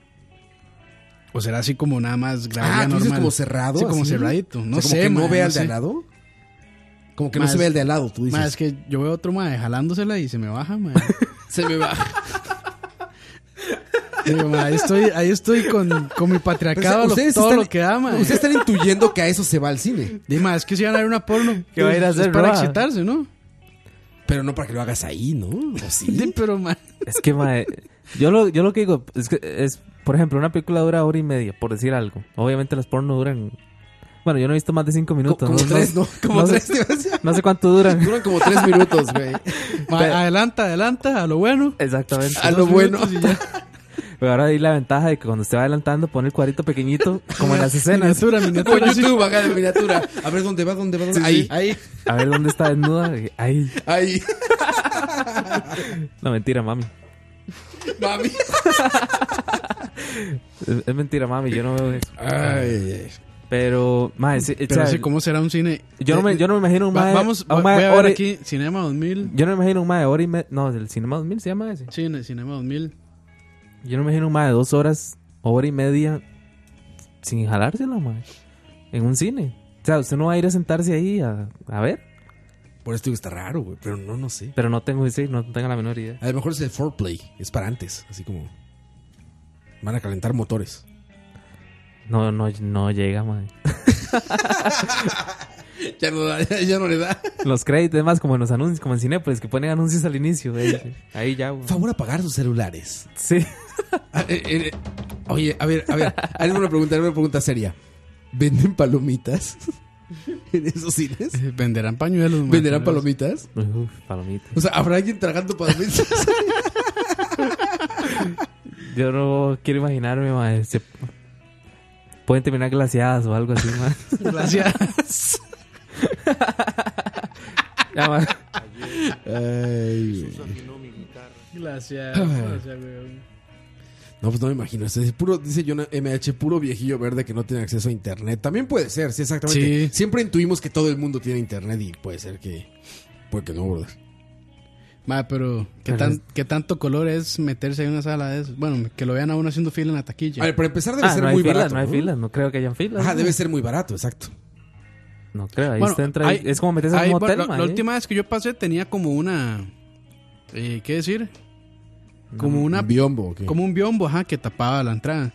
Speaker 4: ¿O será así como nada más gravedad
Speaker 6: Ah, ¿tú dices
Speaker 4: normal?
Speaker 6: como cerrado?
Speaker 4: Sí, como
Speaker 6: así?
Speaker 4: cerradito. No
Speaker 6: O sea,
Speaker 4: sé,
Speaker 6: como que no
Speaker 4: man,
Speaker 6: vea
Speaker 4: no
Speaker 6: al de al
Speaker 4: sé.
Speaker 6: lado. Como que no
Speaker 4: Más-
Speaker 6: se ve al de al lado, tú dices.
Speaker 4: Mae, es que yo veo otro mae jalándosela y se me baja,
Speaker 6: [LAUGHS]
Speaker 4: mae.
Speaker 6: Se me va. [LAUGHS]
Speaker 4: Digo, ma, ahí estoy, ahí estoy con, con mi patriarcado, lo- todo lo que ama.
Speaker 6: Ustedes están intuyendo que a eso se va al cine.
Speaker 4: Dima, es que si van a ver una porno,
Speaker 5: ¿Qué va a ir a
Speaker 4: es
Speaker 5: hacer,
Speaker 4: para
Speaker 5: Roa?
Speaker 4: excitarse, ¿no?
Speaker 6: Pero no para que lo hagas ahí, ¿no? ¿O
Speaker 4: [LAUGHS] Sí,
Speaker 6: sí?
Speaker 4: pero ma,
Speaker 5: Es que, ma, eh, yo lo, yo lo que digo es que es, por ejemplo, una película dura hora y media, por decir algo. Obviamente las porno duran. Bueno, yo no he visto más de cinco
Speaker 6: Co-
Speaker 5: minutos.
Speaker 6: como
Speaker 5: no,
Speaker 6: tres, ¿no? Como
Speaker 5: no sé-
Speaker 6: tres. te iba a decir.
Speaker 5: No sé cuánto
Speaker 6: [LAUGHS]
Speaker 5: duran.
Speaker 6: Duran como tres minutos,
Speaker 4: [LAUGHS]
Speaker 6: güey.
Speaker 4: ma, adelanta, adelanta, a lo bueno.
Speaker 5: Exactamente.
Speaker 6: A lo bueno.
Speaker 5: Pero ahora hay la ventaja de que cuando se va adelantando pone el cuadrito pequeñito, como en las escenas.
Speaker 4: Miniatura,
Speaker 6: [LAUGHS] Como
Speaker 4: miniatura, sí.
Speaker 6: YouTube, acá de miniatura. A ver dónde va, dónde va, dónde va. Ahí, ahí,
Speaker 5: A ver dónde está desnuda. Ay,
Speaker 6: ahí.
Speaker 5: no, mentira, mami.
Speaker 6: Mami.
Speaker 5: [LAUGHS] Es, es mentira, mami. Yo no veo eso.
Speaker 4: Ah.
Speaker 6: Ay,
Speaker 5: Pero, ma, es-
Speaker 4: Pero
Speaker 5: o sea,
Speaker 4: así, ¿cómo será un cine?
Speaker 5: yo, no me, yo no me imagino un
Speaker 4: Va-
Speaker 5: ma.
Speaker 4: vamos,
Speaker 5: a
Speaker 4: va-
Speaker 5: un
Speaker 4: voy
Speaker 5: ma
Speaker 4: a ver
Speaker 5: hora y-
Speaker 4: aquí Cinema 2000.
Speaker 5: Yo no me imagino un ma de hora y media. No, del Cinema 2000 se llama ese.
Speaker 4: Cine, Cinema 2000.
Speaker 5: Yo no me imagino más de dos horas, hora y media, sin jalársela, más En un cine. O sea, usted no va a ir a sentarse ahí a, a ver.
Speaker 6: Por esto digo, está raro, güey. Pero no, no sé.
Speaker 5: Pero no tengo, sí, no tengo la menor idea.
Speaker 6: A lo mejor es el foreplay. Es para antes. Así como. Van a calentar motores.
Speaker 5: No, no, no llega, man.
Speaker 6: [LAUGHS] Ya no, da- [LAUGHS] ya no le da.
Speaker 5: Los créditos, además, como en los anuncios, como en Cinepolis, que ponen anuncios al inicio. Ahí, ahí ya, güey.
Speaker 6: Favor apagar sus celulares.
Speaker 5: Sí.
Speaker 6: Ah, [LAUGHS] eh, eh, Oye, a ver, a ver. [LAUGHS] Hay una pregunta, hay una pregunta seria. ¿Venden palomitas? [LAUGHS] ¿En esos cines?
Speaker 4: Eh, Venderán pañuelos, ma,
Speaker 6: ¿Venderán
Speaker 4: tal vez.
Speaker 6: palomitas?
Speaker 5: Uf, palomita.
Speaker 6: O sea, ¿habrá alguien tragando palomitas?
Speaker 4: [LAUGHS]
Speaker 5: Yo no quiero imaginarme, man. pueden terminar glaciadas o algo así, man.
Speaker 6: [LAUGHS]
Speaker 4: Gracias.
Speaker 5: [LAUGHS] Ya, man.
Speaker 6: Ay, güey.
Speaker 4: Gracias. Gracias, weón.
Speaker 6: No, pues no me imagino. Es decir, puro, dice Jonah MH, puro viejillo verde que no tiene acceso a internet. También puede ser, sí,
Speaker 4: Sí.
Speaker 6: exactamente. Siempre intuimos que todo el mundo tiene internet y puede ser que. Puede que no, brother.
Speaker 4: Ma, pero ¿qué,
Speaker 5: Pero
Speaker 4: tan,
Speaker 5: es-
Speaker 4: ¿qué tanto color es meterse en una sala de esas? Bueno, que lo vean a uno haciendo fila en la taquilla.
Speaker 6: A ver, para empezar, debe
Speaker 5: Ah,
Speaker 6: ser
Speaker 5: no hay
Speaker 6: muy
Speaker 5: filas,
Speaker 6: barato.
Speaker 5: no hay
Speaker 6: ¿no?
Speaker 5: filas. No creo que hayan filas.
Speaker 6: Ajá,
Speaker 5: man.
Speaker 6: debe ser muy barato, exacto.
Speaker 5: No creo, ahí
Speaker 4: Bueno,
Speaker 5: usted entra. ahí-
Speaker 4: hay-
Speaker 5: es como meterse
Speaker 4: hay-
Speaker 5: en un
Speaker 4: bueno,
Speaker 5: hotel,
Speaker 4: la-
Speaker 5: man,
Speaker 4: La
Speaker 5: ¿eh?
Speaker 4: última vez que yo pasé tenía como una... eh, ¿Qué decir? Como una...
Speaker 6: Un biombo, ¿o qué?
Speaker 4: como un biombo, ajá, que tapaba la entrada.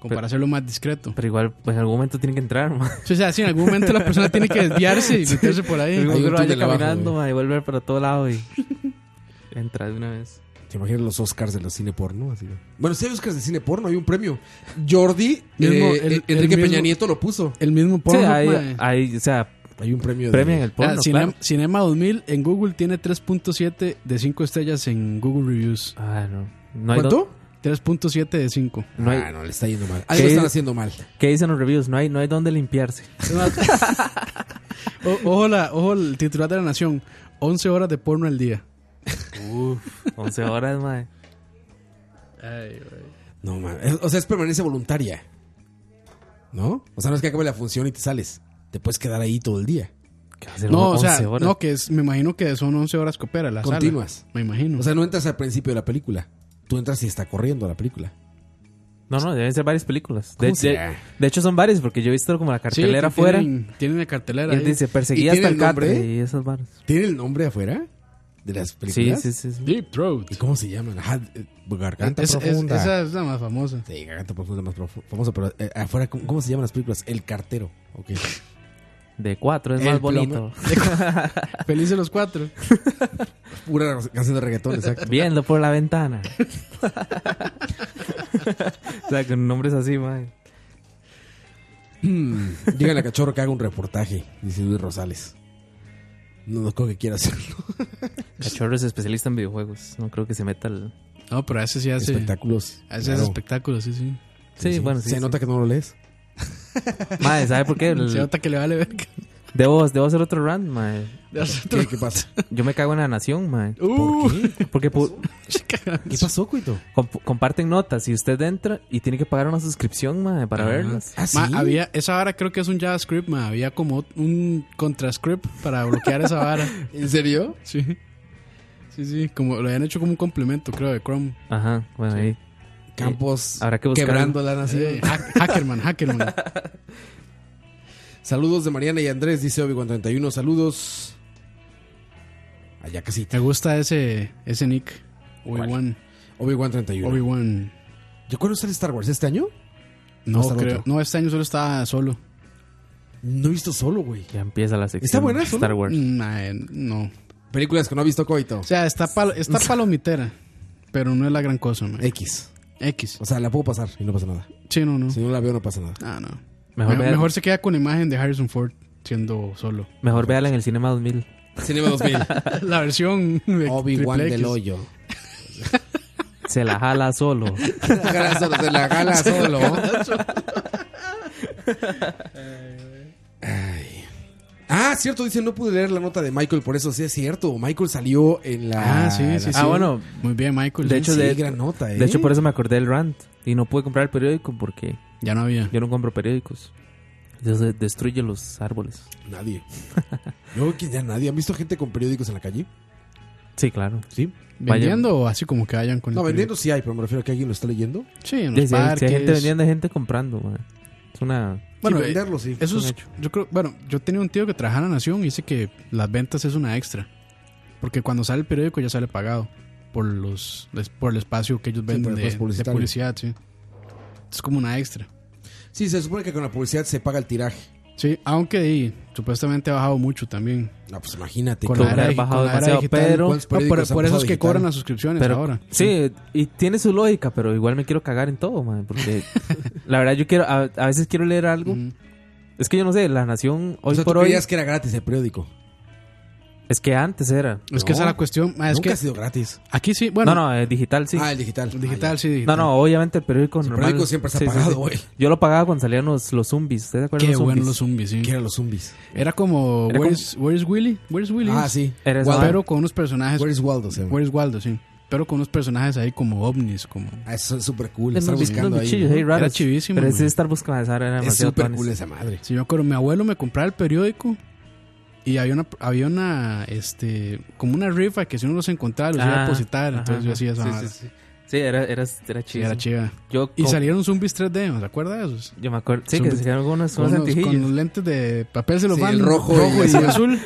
Speaker 4: Como para hacerlo más discreto.
Speaker 5: Pero igual, pues en algún momento tienen que entrar, man.
Speaker 4: O sea, sí, en algún momento la persona tiene que desviarse y [LAUGHS] meterse por ahí.
Speaker 5: Luego
Speaker 6: un
Speaker 5: que lo vaya
Speaker 6: túnel abajo,
Speaker 5: caminando,
Speaker 6: güey.
Speaker 5: man, y volver para todo lado y [LAUGHS] entrar de una vez.
Speaker 6: ¿Te imaginas los Oscars de los cine porno? Así, no? Bueno, sí hay Oscars de cine porno, hay un premio. Jordi,
Speaker 4: Mismo,
Speaker 6: eh,
Speaker 4: el-
Speaker 6: eh,
Speaker 4: el
Speaker 6: Enrique
Speaker 4: mismo-
Speaker 6: Peña Nieto lo puso.
Speaker 4: El mismo
Speaker 5: Sí,
Speaker 4: porno, mae.
Speaker 5: hay, hay, o sea,
Speaker 6: Hay un premio de...
Speaker 5: premian el porno.
Speaker 4: Ah, Cine-
Speaker 5: claro.
Speaker 4: Ah, Cinema 2000 en Google tiene 3.7 de 5 estrellas en Google Reviews.
Speaker 5: Ah, no. No hay
Speaker 6: ¿Cuánto?
Speaker 5: don-
Speaker 4: 3.7 de 5.
Speaker 5: no hay-
Speaker 6: Ah, no, le está yendo mal. Algo
Speaker 5: ¿Qué?
Speaker 6: están haciendo mal.
Speaker 5: ¿Qué dicen los reviews? No hay, no hay dónde limpiarse.
Speaker 4: O- ojo, la- ojo el titular de la nación. 11 horas de porno al día.
Speaker 5: Uf, 11 horas, mae.
Speaker 6: No, man. Es- O sea, es permanencia voluntaria. ¿No? O sea, no es que acabe la función y te sales. Te puedes quedar ahí todo el día.
Speaker 5: ¿Qué va a ser
Speaker 4: No, o
Speaker 5: 11
Speaker 4: sea,
Speaker 5: horas?
Speaker 4: no, que es, me imagino que son 11 horas que opera la sala.
Speaker 6: Continuas.
Speaker 4: Me imagino.
Speaker 6: O sea, no entras al principio de la película. Tú entras y está corriendo la película.
Speaker 5: no, no, deben ser varias películas. De, de-
Speaker 6: ¿Cómo será?
Speaker 5: de hecho, son varias porque yo he visto como la
Speaker 4: Sí,
Speaker 5: cartelera
Speaker 4: que
Speaker 5: afuera. Y
Speaker 4: Tienen, tienen la cartelera.
Speaker 5: él
Speaker 4: ahí.
Speaker 5: dice,
Speaker 6: ¿Y
Speaker 5: perseguí hasta
Speaker 6: tiene
Speaker 5: el
Speaker 6: el nombre?
Speaker 5: catre y esas varas.
Speaker 6: ¿Tiene el nombre afuera de las
Speaker 5: Sí,
Speaker 6: películas?
Speaker 5: sí, sí. sí.
Speaker 4: Deep Throat.
Speaker 6: ¿Y cómo se llaman? Ajá, eh, garganta
Speaker 4: Es- es-
Speaker 6: profunda.
Speaker 4: esa es la más famosa.
Speaker 6: Sí, garganta profunda más profu- famosa, pero eh, afuera, ¿cómo, cómo se llaman las películas? El cartero. Ok.
Speaker 5: De cuatro, es
Speaker 6: El
Speaker 5: más
Speaker 6: plomo.
Speaker 5: bonito.
Speaker 4: Feliz de los cuatro.
Speaker 6: [LAUGHS] Pura canción de reggaetón, exacto. [CLEARS THROAT]
Speaker 5: Viendo por la ventana. o sea, con nombres así, mae.
Speaker 6: Llega la cachorro que haga un reportaje, dice Luis Rosales. No, no creo que quiera hacerlo.
Speaker 5: Cachorro es especialista en videojuegos. No creo que se meta al.
Speaker 4: No, pero a veces sí hace,
Speaker 6: Espectáculos.
Speaker 4: hace
Speaker 6: claro.
Speaker 4: espectáculos, sí, sí.
Speaker 5: Sí, bueno, sí.
Speaker 6: Se
Speaker 5: sí.
Speaker 6: nota que no lo
Speaker 4: [LAUGHS]
Speaker 6: lees.
Speaker 5: Mae, ¿sabe por qué?
Speaker 4: Se
Speaker 5: El-
Speaker 4: nota que [LAUGHS] le vale verga.
Speaker 5: Debo, debo hacer otro rant, mae.
Speaker 6: ¿Qué, qué pasa?
Speaker 5: Yo me cago en la nación, mae.
Speaker 4: Uh,
Speaker 5: Porque pu-
Speaker 4: [LAUGHS]
Speaker 6: ¿Qué pasó, Cuito?
Speaker 5: comp- comparten notas y usted entra y tiene que pagar una suscripción, mae, para verlas.
Speaker 6: Ah, sí.
Speaker 4: ma, había, esa vara creo que es un JavaScript, ma, había como un contrascript para bloquear esa vara.
Speaker 6: [LAUGHS] ¿En serio?
Speaker 4: Sí. Sí, sí, como lo habían hecho como un complemento, creo, de Chrome.
Speaker 5: Ajá, bueno, ahí.
Speaker 6: Campos
Speaker 5: Eh, Habrá que buscar
Speaker 6: quebrando la
Speaker 4: Así,
Speaker 6: nación.
Speaker 4: de hack- Eh, Hackerman, Hackerman.
Speaker 6: Saludos de Mariana y Andrés, dice Obi-Wan 31. Saludos. Allá casi.
Speaker 4: Me gusta ese, ese nick.
Speaker 6: ¿Cuál?
Speaker 4: Obi-Wan.
Speaker 6: Obi-Wan 31.
Speaker 4: Obi-Wan.
Speaker 6: ¿Yo cuándo sale Star Wars? ¿Este año?
Speaker 4: No,
Speaker 6: Hasta el
Speaker 4: creo.
Speaker 6: otro.
Speaker 4: No, este año solo estaba solo.
Speaker 6: No he visto solo, güey.
Speaker 5: Ya empieza la sección.
Speaker 6: ¿Está buena,
Speaker 5: de
Speaker 6: solo?
Speaker 5: Star Wars.
Speaker 4: Ma, eh, no.
Speaker 6: Películas que no ha visto Coito.
Speaker 4: O sea, está, pal-
Speaker 6: [LAUGHS]
Speaker 4: está palomitera, pero no es la gran cosa, ma.
Speaker 6: X.
Speaker 4: X.
Speaker 6: O sea, la puedo pasar y no pasa nada.
Speaker 4: Sí, no, no.
Speaker 6: Si no la veo, no pasa nada.
Speaker 4: Ah, no.
Speaker 5: Mejor,
Speaker 4: Me-
Speaker 5: vea-
Speaker 4: mejor se queda con la imagen de Harrison Ford siendo solo. [LAUGHS]
Speaker 5: mejor véala en el Cinema 2000.
Speaker 6: Cinema 2000.
Speaker 4: La versión de
Speaker 6: [LAUGHS] Obi-Wan
Speaker 4: triple X.
Speaker 6: del hoyo.
Speaker 5: Se la
Speaker 4: [LAUGHS]
Speaker 5: jala solo.
Speaker 6: Se la jala solo, se la jala solo. Ay. Ah, cierto, dice, no pude leer la nota de Michael, por eso sí es cierto. Michael salió en la...
Speaker 4: Ah, sí, sí, sí.
Speaker 6: la-
Speaker 5: Ah, bueno.
Speaker 4: Muy bien, Michael.
Speaker 5: De
Speaker 4: sí.
Speaker 5: hecho,
Speaker 6: Sí,
Speaker 5: de,
Speaker 6: gran nota, ¿eh?
Speaker 5: de hecho, por eso me acordé del rant. Y no pude comprar el periódico porque
Speaker 4: Ya no había.
Speaker 5: yo no compro periódicos. Entonces destruye los árboles.
Speaker 6: Nadie. Yo creo que ya nadie. ¿Han visto gente con periódicos en la calle?
Speaker 5: Sí, claro.
Speaker 6: Sí.
Speaker 5: Vaya-
Speaker 4: ¿Vendiendo o así como que vayan con el
Speaker 6: No,
Speaker 4: periódico?
Speaker 6: vendiendo sí hay, pero me refiero a que alguien lo está leyendo.
Speaker 4: Sí, en los
Speaker 5: Sí, sí, hay- sí
Speaker 4: parques.
Speaker 5: hay gente vendiendo, hay gente comprando, mae. Es una.
Speaker 4: Bueno,
Speaker 6: sí, venderlo sí.
Speaker 4: Eso
Speaker 5: es un
Speaker 4: es,
Speaker 5: hecho.
Speaker 4: yo creo, bueno, yo tenía un tío que trabajaba en la Nación y dice que las ventas es una extra. Porque cuando sale el periódico ya sale pagado por los les- por el espacio que ellos
Speaker 6: por
Speaker 4: venden
Speaker 6: el
Speaker 4: de-
Speaker 6: espacio
Speaker 4: de,
Speaker 6: publicitario.
Speaker 4: publicidad, sí. Es como una extra.
Speaker 6: Sí, se supone que con la publicidad se paga el tiraje.
Speaker 4: Sí, aunque y, supuestamente ha bajado mucho también.
Speaker 6: No, pues imagínate.
Speaker 4: Con
Speaker 5: creo
Speaker 4: la
Speaker 5: que
Speaker 4: era,
Speaker 5: ha
Speaker 4: di-
Speaker 5: bajado
Speaker 4: con la era
Speaker 5: demasiado,
Speaker 4: digital.
Speaker 5: pero-
Speaker 4: Por- por-
Speaker 6: ¿Cuántos
Speaker 4: por, eso es
Speaker 6: periódicos han
Speaker 4: que
Speaker 6: pasado
Speaker 4: cobran
Speaker 6: digital?
Speaker 4: las suscripciones
Speaker 5: Pero,
Speaker 4: ahora.
Speaker 5: Sí, y tiene su lógica, pero igual me quiero cagar en todo, man. [LAUGHS] Porque la verdad, yo quiero. A, a veces quiero leer algo.
Speaker 4: Ujú.
Speaker 5: Es que yo no sé, La Nación hoy
Speaker 6: o sea,
Speaker 5: por
Speaker 6: tú
Speaker 5: hoy.
Speaker 6: creías que era gratis el periódico.
Speaker 5: Es que antes era.
Speaker 4: Es que
Speaker 6: No,
Speaker 4: esa es la cuestión. ma, es
Speaker 6: Nunca
Speaker 4: que
Speaker 6: ha sido gratis.
Speaker 4: aquí sí, bueno,
Speaker 5: no, no, eh, digital sí.
Speaker 6: Ah, el digital.
Speaker 4: digital
Speaker 6: Ah, ya.
Speaker 4: sí.
Speaker 5: no,
Speaker 4: digital.
Speaker 5: no, obviamente el periódico
Speaker 6: El
Speaker 5: normal.
Speaker 6: periódico siempre está
Speaker 5: Sí, sí, sí.
Speaker 6: apagado, güey.
Speaker 5: Yo lo pagaba cuando salían los, los zombies. ¿Ustedes se acuerdan
Speaker 4: Qué
Speaker 5: de los
Speaker 4: bueno
Speaker 5: zombies?
Speaker 4: los zombies, sí.
Speaker 6: ¿Qué eran los zombies?
Speaker 4: Era como,
Speaker 5: Era
Speaker 4: where's, where's Willy? Where's Willy?
Speaker 6: Ah, sí.
Speaker 5: Era esa
Speaker 6: Waldo.
Speaker 5: vara.
Speaker 4: Pero con unos personajes.
Speaker 6: Where's Waldo? se llama.
Speaker 4: Where's Waldo, sí. Pero con unos personajes ahí como ovnis, como...
Speaker 6: Ah, eso es súper cool.
Speaker 5: Los
Speaker 6: Estar
Speaker 5: bichillos,
Speaker 6: buscando
Speaker 5: los
Speaker 6: ahí.
Speaker 5: bichillos, hey,
Speaker 4: Era
Speaker 5: raros.
Speaker 4: chivísimo,
Speaker 5: Pero ese
Speaker 4: man.
Speaker 5: estar buscando esa era
Speaker 6: Es
Speaker 5: demasiado
Speaker 6: súper
Speaker 5: tuanis.
Speaker 6: cool esa madre.
Speaker 4: Si yo acuerdo, mi abuelo me compraba el periódico y había una, había una, este, como una rifa que si uno los encontraba los iba a
Speaker 5: Ah,
Speaker 4: depositar.
Speaker 5: ajá,
Speaker 4: Entonces yo hacía esa
Speaker 5: sí,
Speaker 4: vara.
Speaker 5: sí, sí. Sí, era, era, era
Speaker 4: Sí, era
Speaker 5: chivísimo.
Speaker 4: chiva.
Speaker 5: Yo,
Speaker 4: Y
Speaker 5: co-
Speaker 4: salieron zombies 3D, ¿no? ¿se acuerda de esos?
Speaker 5: Yo me acuerdo. Sí,
Speaker 4: Son
Speaker 5: que
Speaker 4: de-
Speaker 5: se quedaron algunos
Speaker 4: Con,
Speaker 5: con
Speaker 4: los, con los lentes de papel celofán.
Speaker 6: Sí, el rojo y
Speaker 4: y,
Speaker 6: azul.
Speaker 5: [LAUGHS]
Speaker 4: azul.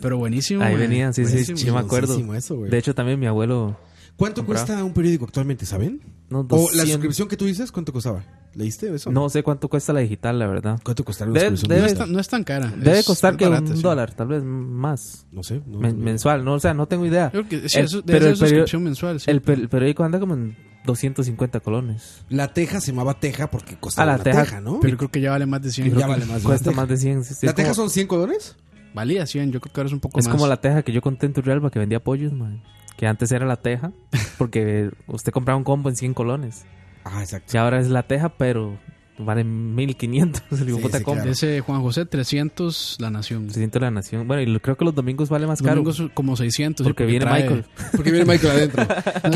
Speaker 4: Pero buenísimo.
Speaker 5: Ahí
Speaker 4: man.
Speaker 5: venían, sí, sí,
Speaker 6: Buenísimo,
Speaker 5: yo me acuerdo.
Speaker 6: buenísimo eso, güey.
Speaker 5: de hecho, también mi abuelo.
Speaker 6: ¿Cuánto
Speaker 5: Compraba.
Speaker 6: cuesta un periódico actualmente, saben?
Speaker 5: No,
Speaker 6: O la
Speaker 5: 200.
Speaker 6: suscripción que tú dices, ¿cuánto costaba? ¿Leíste eso?
Speaker 5: No sé cuánto cuesta la digital, la verdad.
Speaker 6: ¿Cuánto costaron
Speaker 5: Debe-
Speaker 4: No
Speaker 5: debe-
Speaker 4: es, tan, no es tan cara.
Speaker 5: Debe
Speaker 4: es-
Speaker 5: costar
Speaker 4: es
Speaker 5: que
Speaker 4: barata,
Speaker 5: un
Speaker 4: sí.
Speaker 5: dólar, tal vez más.
Speaker 6: No sé. no-
Speaker 5: Men- mensual, no, o sea, no tengo idea.
Speaker 4: Yo creo que sí,
Speaker 5: El-
Speaker 4: eso, debe
Speaker 5: pero
Speaker 4: ser
Speaker 5: el perio-
Speaker 4: suscripción mensual. sí.
Speaker 5: el, per- el periódico anda como en 250 colones.
Speaker 6: La teja se llamaba teja porque costaba
Speaker 5: Ah, la
Speaker 6: una teja,
Speaker 5: teja,
Speaker 6: ¿no?
Speaker 4: pero creo que ya vale más de 100.
Speaker 6: Ya vale más. de una
Speaker 5: Cuesta
Speaker 6: teja.
Speaker 5: más de 100. sí, sí,
Speaker 6: ¿La
Speaker 5: es
Speaker 6: teja
Speaker 5: como-
Speaker 6: son 5 dólares?
Speaker 4: Valía 100, yo creo que ahora es un poco
Speaker 5: Es
Speaker 4: más.
Speaker 5: como la teja que yo conté en Turrialba que vendía pollos, man. Que antes era la teja, porque usted compraba un combo en 100 colones.
Speaker 6: Ah, exacto.
Speaker 5: Y ahora es la teja, pero vale 1500 el hijo de puta
Speaker 6: sí,
Speaker 5: combo.
Speaker 6: claro.
Speaker 4: Ese Juan José 300, La Nación.
Speaker 5: Se siente la nación. Bueno, y lo- creo que los domingos vale más caro.
Speaker 4: Domingos como 600. sí,
Speaker 5: porque viene
Speaker 4: trae-
Speaker 5: Michael.
Speaker 6: Porque viene Michael
Speaker 5: [LAUGHS]
Speaker 6: adentro.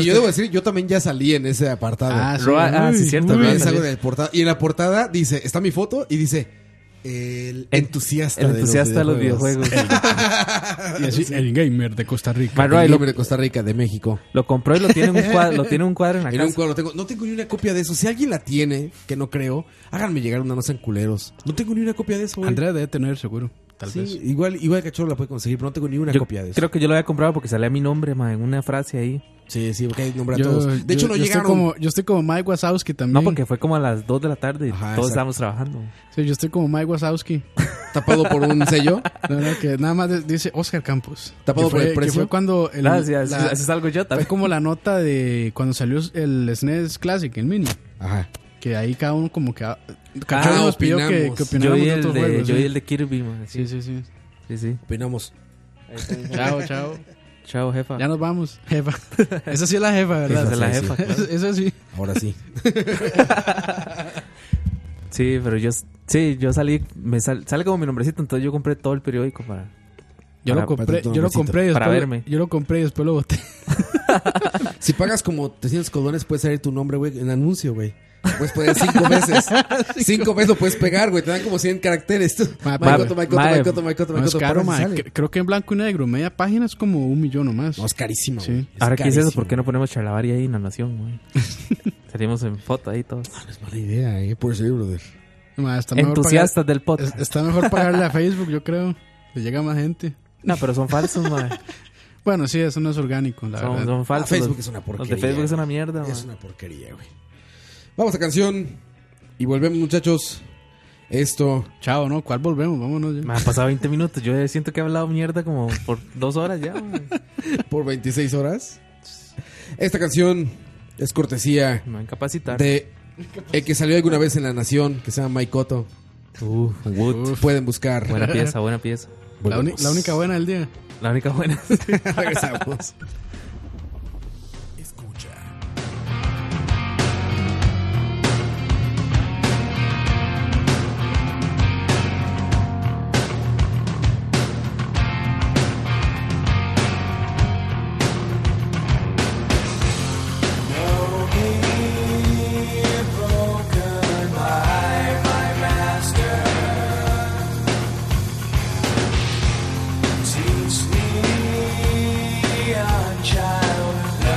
Speaker 6: y yo debo decir, yo también ya salí en ese apartado.
Speaker 4: Ah, sí,
Speaker 5: Roa- ah,
Speaker 4: uy,
Speaker 5: sí, cierto,
Speaker 4: uy.
Speaker 5: Roa
Speaker 6: También salgo
Speaker 5: salió.
Speaker 6: del portada. Y en la portada dice, está mi foto y dice, el
Speaker 5: El-
Speaker 6: entusiasta,
Speaker 5: El entusiasta de los videojuegos.
Speaker 4: Y así, el gamer de Costa Rica.
Speaker 5: Man,
Speaker 6: El
Speaker 5: Roa, y lo,
Speaker 6: libre de Costa Rica, de México.
Speaker 5: lo compró y lo tiene en un cuadro, lo tiene en un cuadro
Speaker 6: [LAUGHS]
Speaker 5: en la
Speaker 6: En
Speaker 5: casa.
Speaker 6: un cuadro tengo, no tengo ni una copia de eso. Si alguien la tiene, que no creo, háganme llegar una, no sean culeros. No tengo ni una copia de eso, güey.
Speaker 4: Andrea debe tener seguro, tal
Speaker 6: Sí,
Speaker 4: vez.
Speaker 6: igual, igual Cachorro la puede conseguir, pero no tengo ni una
Speaker 5: Yo
Speaker 6: copia de eso.
Speaker 5: creo que yo lo había comprado porque salía mi nombre, man, en una frase ahí.
Speaker 6: Sí, sí, porque hay nombre a todos. De hecho, no
Speaker 4: yo
Speaker 6: llegaron.
Speaker 4: Estoy como, yo estoy como Mike Wazowski también.
Speaker 5: No, porque fue como a las 2 de la tarde y
Speaker 6: Ajá,
Speaker 5: todos
Speaker 6: exacto.
Speaker 5: estábamos trabajando.
Speaker 4: Sí, yo estoy como Mike Wazowski.
Speaker 6: Tapado por un sello.
Speaker 4: No, no, que nada más de- dice Oscar Campos.
Speaker 6: Tapado
Speaker 4: Que fue-
Speaker 6: por el
Speaker 4: que
Speaker 6: precio.
Speaker 4: fue cuando. el-
Speaker 5: Gracias,
Speaker 4: la-
Speaker 5: Ah, así- así salgo yo
Speaker 4: fue [LAUGHS]
Speaker 5: también.
Speaker 4: como la nota de cuando salió el SNES Classic, el mini.
Speaker 6: Ajá.
Speaker 4: Que ahí cada uno como que. Cachorro
Speaker 6: Ah,
Speaker 4: nos pidió que,
Speaker 6: opinamos.
Speaker 4: que
Speaker 5: Yo
Speaker 4: opináramos
Speaker 5: vi,
Speaker 4: de
Speaker 5: el
Speaker 4: otros
Speaker 5: de,
Speaker 4: juegos.
Speaker 5: yo vi
Speaker 4: sí.
Speaker 5: el de Kirby, man. Sí,
Speaker 4: sí, sí, sí.
Speaker 5: sí, sí.
Speaker 6: Opinamos.
Speaker 4: Chao, chao.
Speaker 5: Chao, jefa.
Speaker 4: Ya nos vamos, jefa. Esa sí es la jefa, ¿verdad?
Speaker 5: [LAUGHS] Esa es la
Speaker 6: sí,
Speaker 5: jefa. claro.
Speaker 4: Esa- Esa sí.
Speaker 6: Ahora sí.
Speaker 5: Sí, pero yo, sí, yo salí, me sal- sale como mi nombrecito, entonces yo compré todo el periódico para...
Speaker 4: Yo
Speaker 5: Para-
Speaker 4: lo compré,
Speaker 6: para tu
Speaker 4: yo lo
Speaker 6: nombrecito.
Speaker 4: compré y después,
Speaker 5: Para verme.
Speaker 4: yo lo compré y después lo boté.
Speaker 6: Si pagas como 300 colones, puede salir tu nombre, güey, en anuncio, güey. Puedes poner cinco veces. cinco veces lo puedes pegar, güey. Te dan como 100 caracteres. Tú,
Speaker 4: Ma,
Speaker 6: [LAUGHS] Mike,
Speaker 5: ma,
Speaker 6: Otto, Mike, Otto,
Speaker 5: ma,
Speaker 6: Mike, Otto, Mike, Otto,
Speaker 4: No
Speaker 6: Mike,
Speaker 4: es
Speaker 6: Otto,
Speaker 4: caro,
Speaker 6: parece
Speaker 4: ma.
Speaker 6: sale.
Speaker 4: Cre- Creo que en blanco y negro, media página es como un millón o más.
Speaker 6: No, es carísimo,
Speaker 4: Sí.
Speaker 6: güey. Es
Speaker 5: Ahora, ¿qué es eso?
Speaker 6: carísimo.
Speaker 5: ¿Por qué no ponemos charlavaria ahí en la nación, güey? Salimos en foto ahí todos.
Speaker 6: No es mala idea, eh. Por eso, brother.
Speaker 4: Ma, está mejor
Speaker 5: Entusiastas del
Speaker 4: pagar-
Speaker 5: podcast.
Speaker 4: es- está mejor pagarle a Facebook, yo creo. Le llega más gente.
Speaker 5: No, pero son falsos, man.
Speaker 4: Bueno, sí, eso no es orgánico, la
Speaker 5: Son,
Speaker 4: verdad.
Speaker 5: son falsos.
Speaker 6: Ah, Facebook
Speaker 5: Los-
Speaker 6: es una
Speaker 5: los
Speaker 6: porquería,
Speaker 5: de Facebook es una
Speaker 6: güey.
Speaker 5: mierda,
Speaker 6: Es
Speaker 5: man.
Speaker 6: una porquería, güey. Vamos a canción. Y volvemos, muchachos. Esto.
Speaker 4: Chao, ¿no? ¿Cuál volvemos? Vámonos ya.
Speaker 5: Me han pasado 20 minutos. Yo siento que he hablado mierda como por dos horas ya, man.
Speaker 6: por 26 horas. Esta canción es cortesía
Speaker 5: Me van a incapacitar.
Speaker 6: de el que salió alguna vez en La Nación, que se llama Mike Cotto.
Speaker 5: Uf, Wood.
Speaker 6: Pueden buscar.
Speaker 5: Buena pieza, buena pieza.
Speaker 4: La, uni- la única buena del día.
Speaker 5: La
Speaker 4: [LAUGHS]
Speaker 5: única buena.
Speaker 6: [LAUGHS] Regresamos.
Speaker 3: Teach me unchained.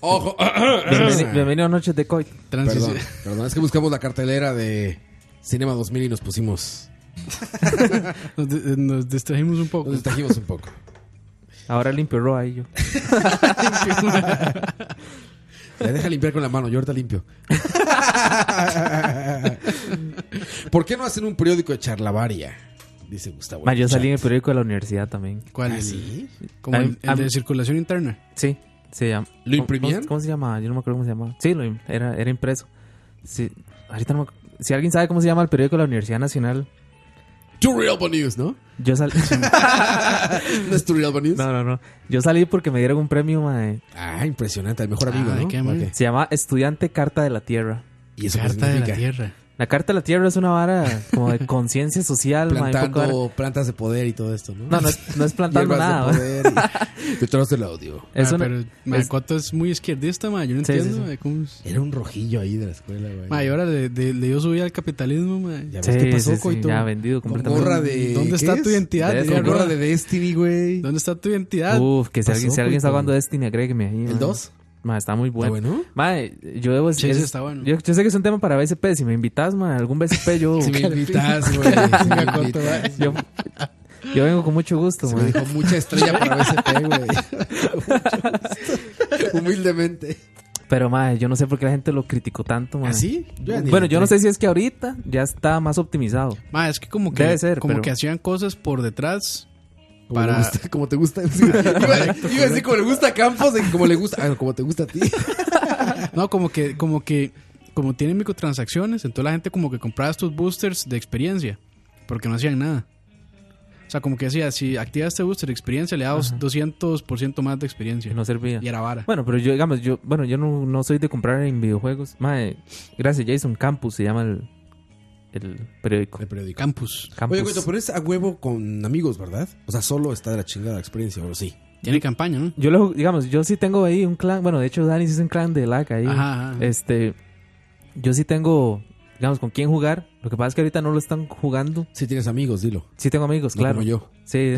Speaker 6: Ojo. [LAUGHS]
Speaker 5: Bienveni- Bienvenido a Noches de Coit.
Speaker 4: Transición.
Speaker 6: Perdón, perdón, es que buscamos la cartelera de Cinema 2000 y nos pusimos.
Speaker 4: Nos, di- eh, nos distrajimos un poco.
Speaker 5: Pues,
Speaker 6: Nos distrajimos un poco.
Speaker 5: Ahora limpio Roa y yo.
Speaker 6: Le deja limpiar con la mano, yo ahorita limpio. [LAUGHS] ¿Por qué no hacen un periódico de charlavaria? Dice Gustavo.
Speaker 5: Ma, yo salí en el periódico de la universidad también.
Speaker 4: ¿Cuál?
Speaker 6: ¿Ah,
Speaker 4: El-
Speaker 6: sí?
Speaker 4: Como el,
Speaker 5: Am-
Speaker 4: el de
Speaker 5: am-
Speaker 4: circulación interna.
Speaker 5: Sí, se llama.
Speaker 6: ¿Lo
Speaker 5: ¿cómo-
Speaker 6: imprimían?
Speaker 5: ¿Cómo, cómo se llamaba? Yo no me acuerdo cómo se llamaba. Sí, lo im- era, era impreso. Sí, ahorita no me ac- Si alguien sabe cómo se llama el periódico de la Universidad Nacional,
Speaker 6: Two Real Bad News, ¿no?
Speaker 5: yo
Speaker 4: [LAUGHS]
Speaker 5: salí.
Speaker 6: ¿No es Two Real Bad
Speaker 5: [LAUGHS]
Speaker 6: News?
Speaker 5: no, no, no. Yo salí porque me dieron un premio, mae.
Speaker 6: Ah, impresionante, el mejor amigo,
Speaker 4: Ah,
Speaker 6: ¿no?
Speaker 4: qué mal.
Speaker 6: Ok.
Speaker 5: Se llama Estudiante Carta de la Tierra.
Speaker 6: ¿Y eso qué
Speaker 4: Carta de la
Speaker 6: significa?
Speaker 4: Tierra.
Speaker 5: La Carta de la Tierra es una vara como
Speaker 6: [LAUGHS]
Speaker 5: de conciencia social, mae, un poco de-
Speaker 6: Plantando plantas de poder y todo esto, ¿no?
Speaker 5: No,
Speaker 6: [LAUGHS]
Speaker 5: no es, no es plantando
Speaker 6: Hierbas
Speaker 5: nada, mae.
Speaker 6: de poder.
Speaker 5: [LAUGHS]
Speaker 6: y- Detrás del audio.
Speaker 5: Es
Speaker 4: Ah,
Speaker 5: una-
Speaker 4: pero ma,
Speaker 5: es-
Speaker 4: Coto es muy izquierdista, ma. Yo no
Speaker 5: Sí, sí,
Speaker 4: entiendo
Speaker 5: sí.
Speaker 4: ma, cómo es.
Speaker 6: Era un rojillo ahí de la escuela, güey.
Speaker 4: Ma, y ahora le, le- le dio su vida al capitalismo, ma.
Speaker 6: Ya
Speaker 5: Sí,
Speaker 6: ves
Speaker 5: sí,
Speaker 6: qué pasó,
Speaker 5: sí,
Speaker 6: Coito.
Speaker 5: ya vendido
Speaker 6: Con
Speaker 5: completamente.
Speaker 6: gorra de-
Speaker 4: ¿Dónde está
Speaker 6: ¿qué
Speaker 4: tu
Speaker 6: es?
Speaker 4: identidad?
Speaker 5: De-
Speaker 4: Diría
Speaker 6: Con gorra
Speaker 4: Roa.
Speaker 6: de Destiny, güey.
Speaker 4: ¿Dónde está tu identidad?
Speaker 5: Uf, que si
Speaker 6: pasó,
Speaker 5: alguien, si alguien está
Speaker 6: Coito?
Speaker 5: jugando Destiny, agrégueme ahí.
Speaker 6: ¿El
Speaker 5: mae.
Speaker 6: 2?
Speaker 5: Mae, está muy bueno.
Speaker 6: ¿Está bueno?
Speaker 5: Mae, yo debo
Speaker 4: Sí, sí,
Speaker 5: es-
Speaker 4: está bueno.
Speaker 5: Yo, yo sé que es un tema para BCP. Si me invitas, mae, algún
Speaker 6: [LAUGHS]
Speaker 5: BCP, yo.
Speaker 6: Si me invitas, güey. Si me
Speaker 4: Coto,
Speaker 6: invitas.
Speaker 5: yo, yo vengo con mucho gusto,
Speaker 6: Se me
Speaker 5: mae.
Speaker 6: dijo mucha estrella para BSP, güey. [LAUGHS] Humildemente.
Speaker 5: Pero, mae, yo no sé por qué la gente lo criticó tanto, mae.
Speaker 6: ¿Ah, sí? Yo ya ni
Speaker 5: bueno,
Speaker 6: le
Speaker 5: yo no
Speaker 6: entré.
Speaker 5: sé si es que ahorita ya está más optimizado.
Speaker 4: Ma, es que como que,
Speaker 5: Debe ser,
Speaker 4: como
Speaker 5: pero- Uh,
Speaker 4: que hacían cosas por detrás.
Speaker 6: Como,
Speaker 4: para-
Speaker 6: le gusta- como te gusta. [LAUGHS] Sí, iba, iba a decir como le gusta a Campos, y como le gusta. Ah, no, como te gusta a ti.
Speaker 4: No, como que, como que, como tienen microtransacciones, entonces la gente como que compraba estos boosters de experiencia, porque no hacían nada. O sea, como que decía, si activas este booster de experiencia, le das 200% más de
Speaker 5: Que
Speaker 4: experiencia.
Speaker 5: no servía.
Speaker 4: Y era vara.
Speaker 5: Bueno, pero yo, digamos, yo, bueno, yo no, no soy de comprar en videojuegos. Mae, gracias, Jason Campus se llama el, el periódico.
Speaker 6: periódico.
Speaker 4: Campus.
Speaker 5: Campus.
Speaker 6: Oye, Coito, pero es a huevo con amigos, ¿verdad? O sea, solo está de la chingada la experiencia, o sí.
Speaker 4: Tiene campaña, ¿no?
Speaker 5: Yo lo, digamos, yo sí tengo ahí un clan, bueno, de hecho Dani sí es un clan de lag ahí.
Speaker 4: Ajá, ajá.
Speaker 5: Este, yo sí tengo, digamos, con quién jugar. Lo que pasa es que ahorita no lo están jugando.
Speaker 6: Si tienes amigos, dilo.
Speaker 5: Sí tengo amigos,
Speaker 6: No
Speaker 5: claro.
Speaker 6: como yo. [LAUGHS]
Speaker 5: Sí.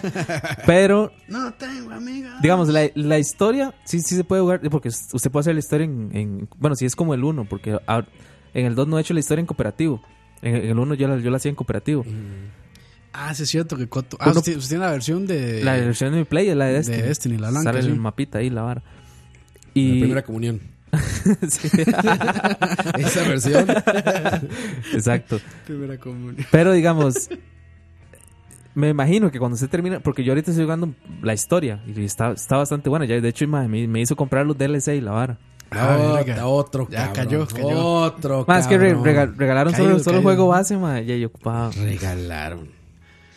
Speaker 5: [LAUGHS] pero,
Speaker 4: No tengo amiga.
Speaker 5: digamos, la, la historia sí, sí se puede jugar, porque usted puede hacer la historia en, en- bueno, si es como el 1, porque ahor- en el 2 no he hecho la historia en cooperativo. En, en el 1 yo la, yo la hacía en cooperativo.
Speaker 4: Ah, sí es cierto que Coto. Ah,
Speaker 5: Uno-
Speaker 4: usted, usted tiene la versión de.
Speaker 5: La versión de mi play es la de
Speaker 4: de
Speaker 5: Destiny.
Speaker 4: Destiny, la blanca,
Speaker 5: Sale
Speaker 4: sí.
Speaker 5: el mapita ahí, la vara.
Speaker 6: La
Speaker 5: Y...
Speaker 6: primera
Speaker 4: [LAUGHS]
Speaker 5: [LAUGHS]
Speaker 6: comunión.
Speaker 5: Sí. [LAUGHS]
Speaker 6: Esa [LAUGHS] versión.
Speaker 5: Exacto.
Speaker 4: primera común.
Speaker 5: Pero digamos, me imagino que cuando se termina, porque yo ahorita estoy jugando la historia y está, está bastante buena. Ya, de hecho, ma, me, me hizo comprar los DLC y la vara.
Speaker 4: Ah,
Speaker 6: Ot-
Speaker 4: verga.
Speaker 6: otro,
Speaker 4: Ya
Speaker 6: cabrón.
Speaker 4: cayó, cayó.
Speaker 6: Otro,
Speaker 5: Más que re-
Speaker 6: cabrón.
Speaker 5: rega- regalaron
Speaker 4: Caído,
Speaker 5: solo, solo
Speaker 4: caído.
Speaker 5: juego base, ma, ya yo ocupaba.
Speaker 6: Regalaron.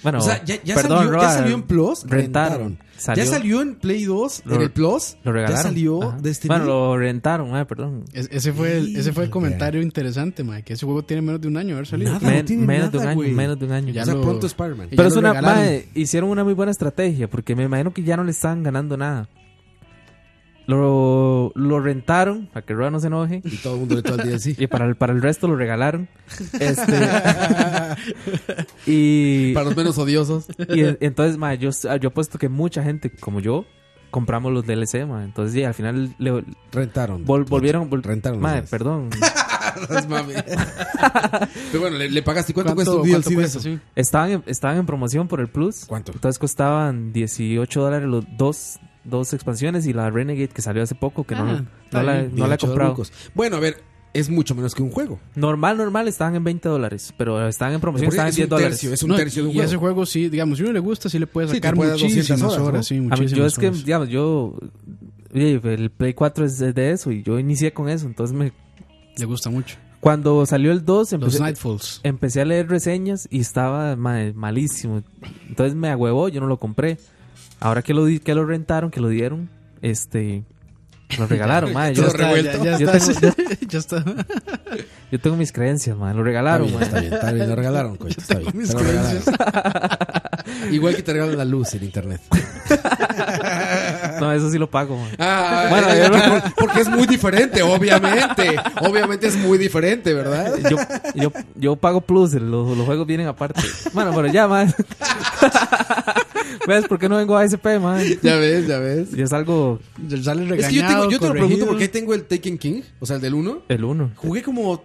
Speaker 5: Bueno,
Speaker 6: o sea, ya, ya
Speaker 5: perdón,
Speaker 6: salió, ya
Speaker 5: Roa,
Speaker 6: salió en Plus,
Speaker 5: Rentaron.
Speaker 6: rentaron.
Speaker 5: Salió,
Speaker 6: ya salió en Play 2,
Speaker 5: Lo-
Speaker 6: en el Plus.
Speaker 5: Lo regalaron.
Speaker 6: Ya salió este
Speaker 5: Ajá.
Speaker 6: Destiny.
Speaker 5: Bueno, lo rentaron, ma, perdón.
Speaker 4: Es- ese, fue el, ese fue el comentario interesante, ma, que ese juego tiene menos de un año de haber salido.
Speaker 6: Nada.
Speaker 5: Men-
Speaker 6: no tiene
Speaker 5: menos de un
Speaker 6: nada,
Speaker 5: año,
Speaker 6: güey.
Speaker 5: menos de un año.
Speaker 4: Ya
Speaker 6: o sea,
Speaker 4: lo-
Speaker 6: pronto Spider-Man.
Speaker 4: ya
Speaker 5: Pero
Speaker 4: lo
Speaker 5: es una,
Speaker 4: regalaron.
Speaker 5: mae, hicieron una muy buena estrategia, porque me imagino que ya no le estaban ganando nada. Lo, lo rentaron, para que Roa no se enoje,
Speaker 6: Y todo el mundo le todo al
Speaker 5: [LAUGHS]
Speaker 6: DLC.
Speaker 5: y para el, para el resto lo regalaron. Este,
Speaker 6: [LAUGHS]
Speaker 5: y,
Speaker 6: Para los menos odiosos.
Speaker 5: y en- entonces, mae, yo, yo apuesto que mucha gente como yo compramos los DLC, mae. Entonces, sí, al final le, vol-
Speaker 6: Rentaron.
Speaker 5: volvieron... vol-
Speaker 6: Rentaron los
Speaker 5: mae,
Speaker 6: dos.
Speaker 5: perdón.
Speaker 6: Las mami.
Speaker 5: [LAUGHS]
Speaker 6: Pero bueno, le, le pagaste. ¿Cuánto,
Speaker 4: ¿Cuánto-
Speaker 6: cuesta un DLC
Speaker 4: cuánto
Speaker 6: de
Speaker 4: cuesta,
Speaker 6: eso?
Speaker 4: sí?
Speaker 5: Estaban en, estaban en promoción por el Plus.
Speaker 6: ¿Cuánto?
Speaker 5: Entonces costaban 18 dólares los dos, dos expansiones y la Renegade que salió hace poco, que no,
Speaker 4: Ah,
Speaker 5: no,
Speaker 4: está
Speaker 5: la,
Speaker 4: bien.
Speaker 5: no la he
Speaker 6: 18
Speaker 5: comprado.
Speaker 6: dolarucos. Bueno, a ver, es mucho menos que un juego.
Speaker 5: Normal, normal, estaban en 20 dólares, pero estaban en promoción,
Speaker 6: Porque
Speaker 5: estaban Pues en
Speaker 6: es
Speaker 5: 10
Speaker 6: un
Speaker 5: dólares.
Speaker 6: tercio, es un
Speaker 4: No,
Speaker 6: tercio de un
Speaker 4: y
Speaker 6: juego.
Speaker 4: ese juego sí, digamos, si uno le gusta, sí le puede
Speaker 6: Sí, te
Speaker 4: sacar
Speaker 6: puede dar 200
Speaker 4: muchísimas horas,
Speaker 6: horas, ¿no?
Speaker 4: sí,
Speaker 5: A mí,
Speaker 4: muchísimas
Speaker 5: yo es que,
Speaker 4: horas.
Speaker 5: digamos, yo... oye, El Play 4 es es de eso y yo inicié con eso, entonces me...
Speaker 4: Le gusta mucho.
Speaker 6: Ah,
Speaker 5: Cuando salió el 2
Speaker 4: Los
Speaker 6: pues eh,
Speaker 5: empecé,
Speaker 4: Nightfalls.
Speaker 5: empecé a leer reseñas y estaba ma- malísimo. Entonces me agüevó, yo no lo compré. Ahora que lo, di- que lo rentaron, que lo dieron, este... Lo
Speaker 6: [LAUGHS]
Speaker 5: regalaron, madre.
Speaker 6: Todo
Speaker 5: Yo,
Speaker 6: está, revuelto.
Speaker 4: Ya,
Speaker 5: Yo
Speaker 4: ya está.
Speaker 6: [LAUGHS]
Speaker 4: ya está.
Speaker 5: yo tengo mis creencias, madre. Lo regalaron, madre.
Speaker 6: Está bien, está bien, lo regalaron,
Speaker 5: [LAUGHS]
Speaker 6: coño, está bien,
Speaker 4: mis
Speaker 6: te lo regalaron. Igual que te regalan la luz en internet.
Speaker 5: No, eso sí lo pago, madre.
Speaker 6: Ah,
Speaker 5: Bueno,
Speaker 6: eh,
Speaker 5: yo no-
Speaker 6: porque, porque es muy diferente, obviamente. Obviamente es muy diferente, ¿verdad?
Speaker 5: [LAUGHS] Yo, yo, yo pago plus, los, los juegos vienen aparte. Bueno, pero ya, madre. [LAUGHS] ¿Ves por qué no vengo a ASP, madre?
Speaker 6: Ya ves, ya ves.
Speaker 5: Yo salgo
Speaker 4: Ya Sale regañado,
Speaker 6: Es que yo, tengo, yo te lo pregunto
Speaker 4: corregido.
Speaker 6: porque ahí tengo el Taken King, o sea, el del 1.
Speaker 5: el 1.
Speaker 6: Jugué como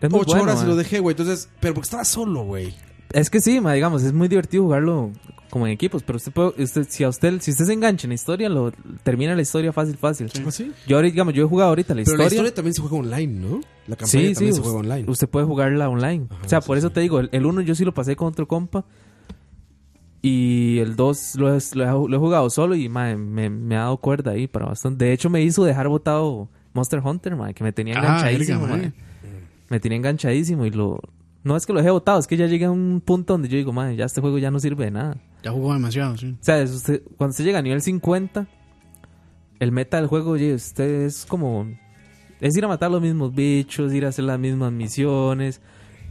Speaker 5: Es muy
Speaker 6: 8
Speaker 5: bueno, eh.
Speaker 6: horas y
Speaker 5: mae.
Speaker 6: lo dejé, güey. Entonces, pero porque estaba solo, güey.
Speaker 5: Es que sí, ma, digamos, es muy divertido jugarlo como en equipos, pero usted puede, usted, si a usted, si usted se engancha en la historia, lo termina la historia fácil, fácil.
Speaker 4: ¿Ah,
Speaker 6: sí?
Speaker 5: Yo ahorita, digamos, yo he jugado ahorita la
Speaker 6: Pero
Speaker 5: historia.
Speaker 6: la historia también se juega online, ¿no? La campaña
Speaker 5: sí, sí,
Speaker 6: también
Speaker 5: us-
Speaker 6: se juega online.
Speaker 5: usted puede jugarla online.
Speaker 6: Ajá,
Speaker 5: o sea,
Speaker 6: sí,
Speaker 5: por eso
Speaker 6: sí.
Speaker 5: te digo, el- el 1 yo sí lo pasé con otro compa. Y el 2 lo, he- lo he- lo he jugado solo y mae, me, me ha dado cuerda ahí para bastante. De hecho, me hizo dejar botado Monster Hunter, mae, que me tenía
Speaker 4: Ah,
Speaker 5: enganchadísimo.
Speaker 4: verga,
Speaker 5: mae.
Speaker 6: eh.
Speaker 4: mae.
Speaker 5: Me tenía enganchadísimo y lo. No es que lo dejé botado, es que ya llegué a un punto donde yo digo, mae, ya este juego ya no sirve de nada.
Speaker 4: Ya jugó demasiado, sí.
Speaker 5: O sea, es usted- cuando usted llega a nivel 50, el meta del juego, oye, usted es como. Es ir a matar los mismos bichos, ir a hacer las mismas misiones.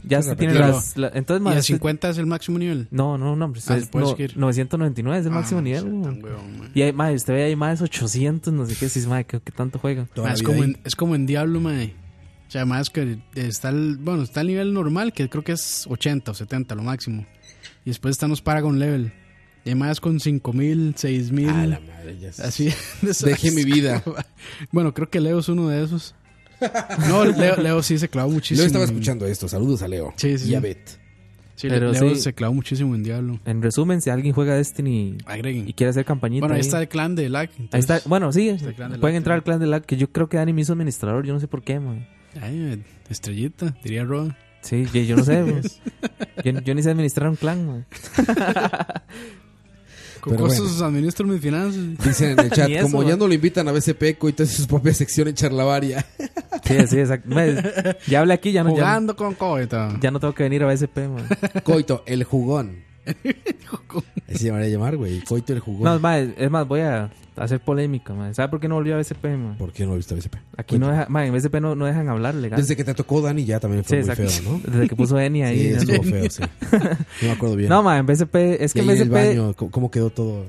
Speaker 5: Ya
Speaker 6: Sí,
Speaker 5: usted tiene
Speaker 4: repetirlo.
Speaker 5: las. la- entonces,
Speaker 4: Y
Speaker 5: más.
Speaker 4: el
Speaker 6: este-
Speaker 4: 50 es el máximo nivel.
Speaker 5: No, no, no, hombre. usted
Speaker 4: Ah,
Speaker 5: es
Speaker 4: puedes
Speaker 5: no-
Speaker 4: seguir.
Speaker 5: 999 es el
Speaker 4: Ah,
Speaker 5: máximo
Speaker 4: no
Speaker 5: nivel.
Speaker 4: sea
Speaker 5: güey.
Speaker 4: tan huevón, mae.
Speaker 5: Y hay más, usted ve ahí más 800, no sé qué, si es más, que, tanto juega.
Speaker 6: Toda
Speaker 4: Mae,
Speaker 6: la
Speaker 4: es,
Speaker 6: vida
Speaker 4: como
Speaker 6: ahí.
Speaker 4: en, es como en Diablo, mae. O sea, más que está el, bueno, está el nivel normal, que creo que es 80 o 70 lo máximo. Y después están los Paragon Level. Y hay más con 5000,
Speaker 6: A la
Speaker 4: 6000.
Speaker 6: madre, ya sé.
Speaker 4: Así. [LAUGHS]
Speaker 6: Dejé mi vida.
Speaker 4: Bueno, creo que Leo es uno de esos. No, Leo, Leo [LAUGHS] sí se clavó muchísimo.
Speaker 6: Leo estaba
Speaker 4: en-
Speaker 6: escuchando esto. Saludos a Leo.
Speaker 4: Sí, sí,
Speaker 6: Y a
Speaker 4: sí.
Speaker 6: Bet.
Speaker 4: Sí,
Speaker 5: Pero
Speaker 4: Leo
Speaker 5: sí.
Speaker 4: se clavó muchísimo en Diablo.
Speaker 5: En resumen, si alguien juega Destiny
Speaker 4: Agreguen.
Speaker 5: y quiere hacer campañita.
Speaker 4: Bueno, ahí
Speaker 5: ahí-
Speaker 4: está el clan de Lag.
Speaker 5: ahí
Speaker 4: entonces-
Speaker 5: está, bueno, sí,
Speaker 4: el clan de Lag,
Speaker 5: pueden entrar
Speaker 4: sí.
Speaker 5: al clan de la que yo creo que Dani me hizo administrador, yo no sé por qué, man.
Speaker 4: Ay, estrellita, diría Roa.
Speaker 5: Sí, yo, yo no sé. man. yo, yo ni sé administrar un clan, man.
Speaker 4: Con
Speaker 6: Pero
Speaker 4: costos administro mis finanzas.
Speaker 6: Dicen en
Speaker 5: [LAUGHS]
Speaker 6: el chat,
Speaker 5: Ni eso,
Speaker 6: como ya
Speaker 5: man.
Speaker 6: no lo invitan a BC Peco y tiene su propia sección
Speaker 4: [LAUGHS]
Speaker 6: en charlavaria.
Speaker 5: Sí, sí, exacto. Me- Ya hablé aquí, ya no, ya,
Speaker 4: Jugando con coeta.
Speaker 5: ya no tengo que venir a BSP, man.
Speaker 6: Coito, el jugón. Así se llamaría llamar, güey. Coito, el jugón.
Speaker 5: No, es más, es más, voy a hacer polémica, man. ¿Sabe por qué no volvió a BSP, man?
Speaker 6: ¿Por qué no lo he visto a BCP?
Speaker 5: Aquí no deja, man, en BSP no, no dejan hablar legal.
Speaker 6: Desde que te tocó Dani ya también
Speaker 5: Sí,
Speaker 6: fue muy
Speaker 5: exacto.
Speaker 6: feo, ¿no?
Speaker 5: Desde que puso Eni [LAUGHS] ahí.
Speaker 6: Sí,
Speaker 5: ya
Speaker 6: estuvo
Speaker 5: no. [LAUGHS]
Speaker 6: feo, sí. No me acuerdo bien.
Speaker 5: No, man, en BSP, es
Speaker 6: Y
Speaker 5: que en
Speaker 6: ahí en el
Speaker 5: BSP,
Speaker 6: baño, co- cómo quedó todo.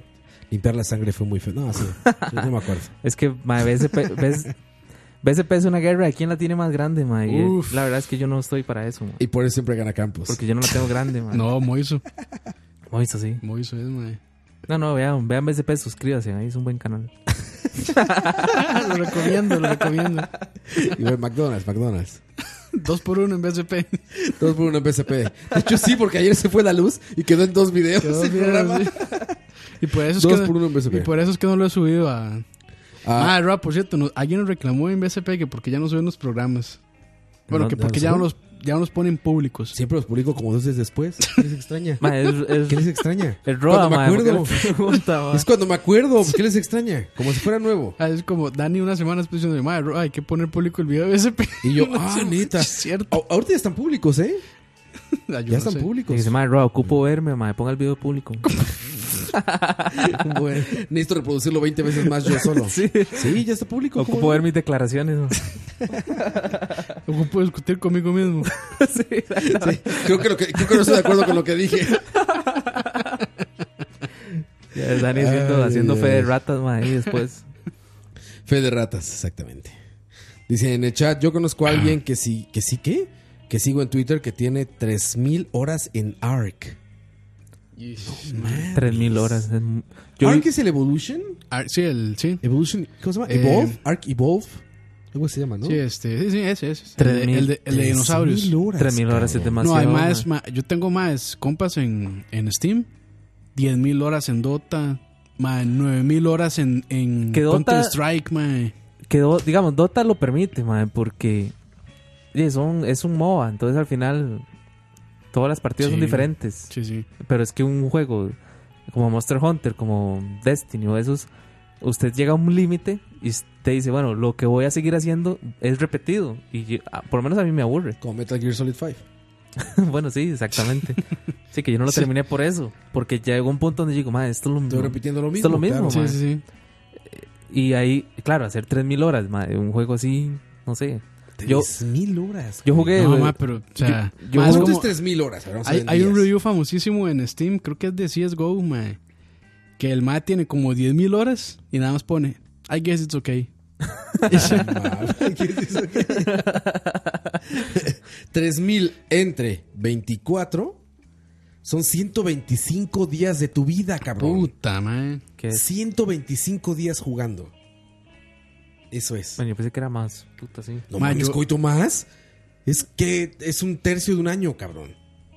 Speaker 6: Limpiar la sangre fue muy feo. No, sí. sí, No me acuerdo.
Speaker 5: es que, man, BSP, ves- BSP es una guerra de quién la tiene más grande, man. Y, eh,
Speaker 4: Uf.
Speaker 5: la verdad es que yo no estoy para eso, man.
Speaker 6: [LAUGHS] Y por eso siempre gana Campos.
Speaker 5: Porque yo no la tengo
Speaker 6: [LAUGHS]
Speaker 5: grande, man.
Speaker 4: No, Moiso.
Speaker 5: Como hizo así.
Speaker 4: Moiso es, mae.
Speaker 5: No, no, vean, vean BSP, suscríbase, ahí es un buen canal.
Speaker 4: lo recomiendo, lo recomiendo.
Speaker 6: Y ve McDonald's, McDonald's.
Speaker 4: Dos por uno en BSP.
Speaker 6: Dos por uno en BCP. De hecho, sí, porque ayer se fue la luz y quedó en dos videos [LAUGHS]
Speaker 4: Quedó
Speaker 6: el
Speaker 4: bien,
Speaker 6: programa.
Speaker 4: sí. Y por eso es
Speaker 6: Dos
Speaker 4: que,
Speaker 6: por uno en BSP.
Speaker 4: Y por eso es que no lo he subido a.
Speaker 6: Ah,
Speaker 4: Ah, Rob, por cierto, nos- alguien nos reclamó en BSP que porque ya no suben los programas. Bueno,
Speaker 5: No,
Speaker 4: que
Speaker 5: no
Speaker 4: porque
Speaker 5: los
Speaker 4: ya no
Speaker 5: suben.
Speaker 4: los, ya no los ponen públicos.
Speaker 6: siempre los publico como dos días después. ¿Qué les extraña?
Speaker 5: Man, es, es-
Speaker 6: ¿Qué les extraña?
Speaker 5: El Roa,
Speaker 6: Cuando me
Speaker 5: mae, ¿por qué
Speaker 6: acuerdo.
Speaker 5: le pregunta, mae?
Speaker 6: Es cuando me acuerdo. pues, ¿Qué les extraña? Como si fuera nuevo.
Speaker 4: Ah, es como Dani una semana después diciendo, madre, Rob, hay que poner público el video de [LAUGHS] BSP.
Speaker 6: Y yo,
Speaker 4: No
Speaker 6: ah,
Speaker 4: sé,
Speaker 6: neta.
Speaker 4: Es
Speaker 5: [LAUGHS]
Speaker 4: cierto.
Speaker 6: A- ahorita ya están públicos, ¿eh?
Speaker 4: Ah, yo
Speaker 6: Ya
Speaker 4: no
Speaker 6: están
Speaker 4: sé.
Speaker 5: Y
Speaker 6: públicos.
Speaker 5: dice, madre, Roa, ocupo verme, madre, ponga el video
Speaker 6: [LAUGHS]
Speaker 5: público.
Speaker 6: Bueno, [LAUGHS] necesito reproducirlo 20 veces más yo solo. Sí, ya está público. ¿cómo
Speaker 5: Ocupo
Speaker 6: no?
Speaker 5: ver mis declaraciones. [LAUGHS] mae.
Speaker 4: Ocupo discutir conmigo
Speaker 5: [LAUGHS]
Speaker 4: mismo.
Speaker 6: Sí, creo, que lo que, creo que no estoy de acuerdo con lo que dije.
Speaker 5: Ya es Dani haciendo,
Speaker 6: Ay,
Speaker 5: haciendo
Speaker 6: ay,
Speaker 5: fe de
Speaker 6: ay.
Speaker 5: ratas, madre, y
Speaker 6: [LAUGHS]
Speaker 5: después.
Speaker 6: Fe de ratas, exactamente. Dice en el chat, yo conozco a alguien que sí, que sí, ¿qué? Que sigo en Twitter que tiene 3000 horas en ARC.
Speaker 5: 3000 horas. es mu- Yo vi-
Speaker 6: ¿ARC es el Evolution?
Speaker 4: Ah, sí, el, sí.
Speaker 6: Evolution, ¿cómo se llama?
Speaker 4: Eh,
Speaker 6: Evolve, ARC Evolve. Algo se llama, ¿no?
Speaker 4: Sí, este, sí, sí, ese, ese. El
Speaker 5: Tres
Speaker 4: de-
Speaker 5: mil-
Speaker 4: El de, el de dinosaurios.
Speaker 6: 3000 horas.
Speaker 5: 3000 horas es
Speaker 6: cabrón.
Speaker 5: demasiado.
Speaker 4: no, hay más,
Speaker 5: mae.
Speaker 4: ma- yo tengo más compas en, en Steam, 10.000 horas en Dota, más 9.000 horas en, en
Speaker 5: Que Dota-
Speaker 4: Counter-Strike, mae.
Speaker 5: Que Do- digamos, Dota lo permite, madre, porque sí, es, un, es un MOBA, entonces al final todas las partidas
Speaker 4: Sí.
Speaker 5: son diferentes.
Speaker 4: Sí, sí.
Speaker 5: Pero es que un juego como Monster Hunter, como Destiny o esos, usted llega a un límite y usted dice, bueno, lo que voy a seguir haciendo es repetido. Y yo- ah, por lo menos a mí me aburre. [LAUGHS]
Speaker 6: Como Metal Gear Solid 5.
Speaker 5: bueno, sí, exactamente. Sí, que yo no lo
Speaker 4: Sí.
Speaker 5: terminé por eso. Porque ya llegó un punto donde digo, madre, esto es lo
Speaker 6: Estoy
Speaker 5: mismo.
Speaker 6: repitiendo lo mismo.
Speaker 5: Esto es lo mismo,
Speaker 6: claro.
Speaker 4: Sí,
Speaker 5: Oh, mae.
Speaker 4: sí, sí.
Speaker 5: Y ahí, claro, hacer 3.000 horas, madre, un juego así, no sé. Yo,
Speaker 6: 3000 horas.
Speaker 5: yo jugué...
Speaker 4: No,
Speaker 5: eh,
Speaker 4: ma, pero, o sea,
Speaker 5: yo-
Speaker 4: ma,
Speaker 5: yo-
Speaker 4: es
Speaker 6: ¿Cuánto
Speaker 4: como-
Speaker 6: es 3000 horas? A ver, vamos a
Speaker 4: hay,
Speaker 6: ver en
Speaker 4: hay un
Speaker 6: días.
Speaker 4: review famosísimo en Steam, creo que es de CSGO, mae, que el mae tiene como 10.000 horas y nada más pone, I guess it's okay.
Speaker 6: [LAUGHS] ¿Qué es eso? [LAUGHS] 3000 entre 24 Son 125 días de tu vida, cabrón.
Speaker 4: Puta, man.
Speaker 5: Que es-
Speaker 6: 125 días jugando. Eso es.
Speaker 5: Bueno, yo pensé que era más. Puta, sí.
Speaker 6: No
Speaker 4: Ma,
Speaker 6: mames,
Speaker 4: yo-
Speaker 6: coito más. Es que es un tercio de un año, cabrón.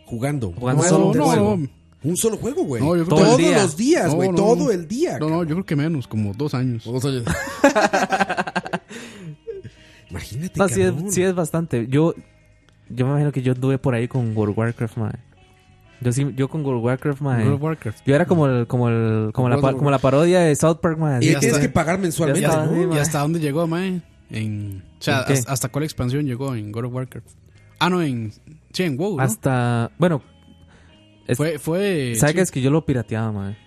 Speaker 6: Jugando.
Speaker 5: Jugando
Speaker 6: No,
Speaker 5: solo un
Speaker 6: no,
Speaker 5: juego.
Speaker 6: no. Un solo juego, güey.
Speaker 4: No, yo creo que-
Speaker 5: Todo
Speaker 6: Todos
Speaker 5: el día.
Speaker 6: los días,
Speaker 4: No,
Speaker 6: güey.
Speaker 4: no,
Speaker 6: todo
Speaker 4: no.
Speaker 6: el día.
Speaker 4: No, no, yo creo que menos, como dos años.
Speaker 6: [LAUGHS] Imagínate,
Speaker 5: No, sí es,
Speaker 6: cabrón.
Speaker 5: sí es bastante. Yo, yo me imagino que yo anduve por ahí con World of Warcraft, madre. Yo, sí, yo con World of Warcraft, madre.
Speaker 4: World of Warcraft.
Speaker 5: Yo era como el, como el, como la,
Speaker 6: World of
Speaker 5: par- como la parodia de South Park, madre.
Speaker 6: Y
Speaker 5: así.
Speaker 4: ya
Speaker 6: tienes
Speaker 4: está.
Speaker 6: que pagar mensualmente,
Speaker 5: Ya está.
Speaker 6: ¿no?
Speaker 5: Sí, ma.
Speaker 4: ¿Y hasta dónde llegó, mae? En, o sea,
Speaker 5: ¿En qué?
Speaker 4: hasta, hasta cuál expansión llegó en God of Warcraft? Ah, no, en. Sí, en WoW. ¿no? Eh,
Speaker 5: Hasta. Bueno, es-
Speaker 4: fue. fue
Speaker 5: ¿sabes qué? Es que yo lo pirateaba, madre.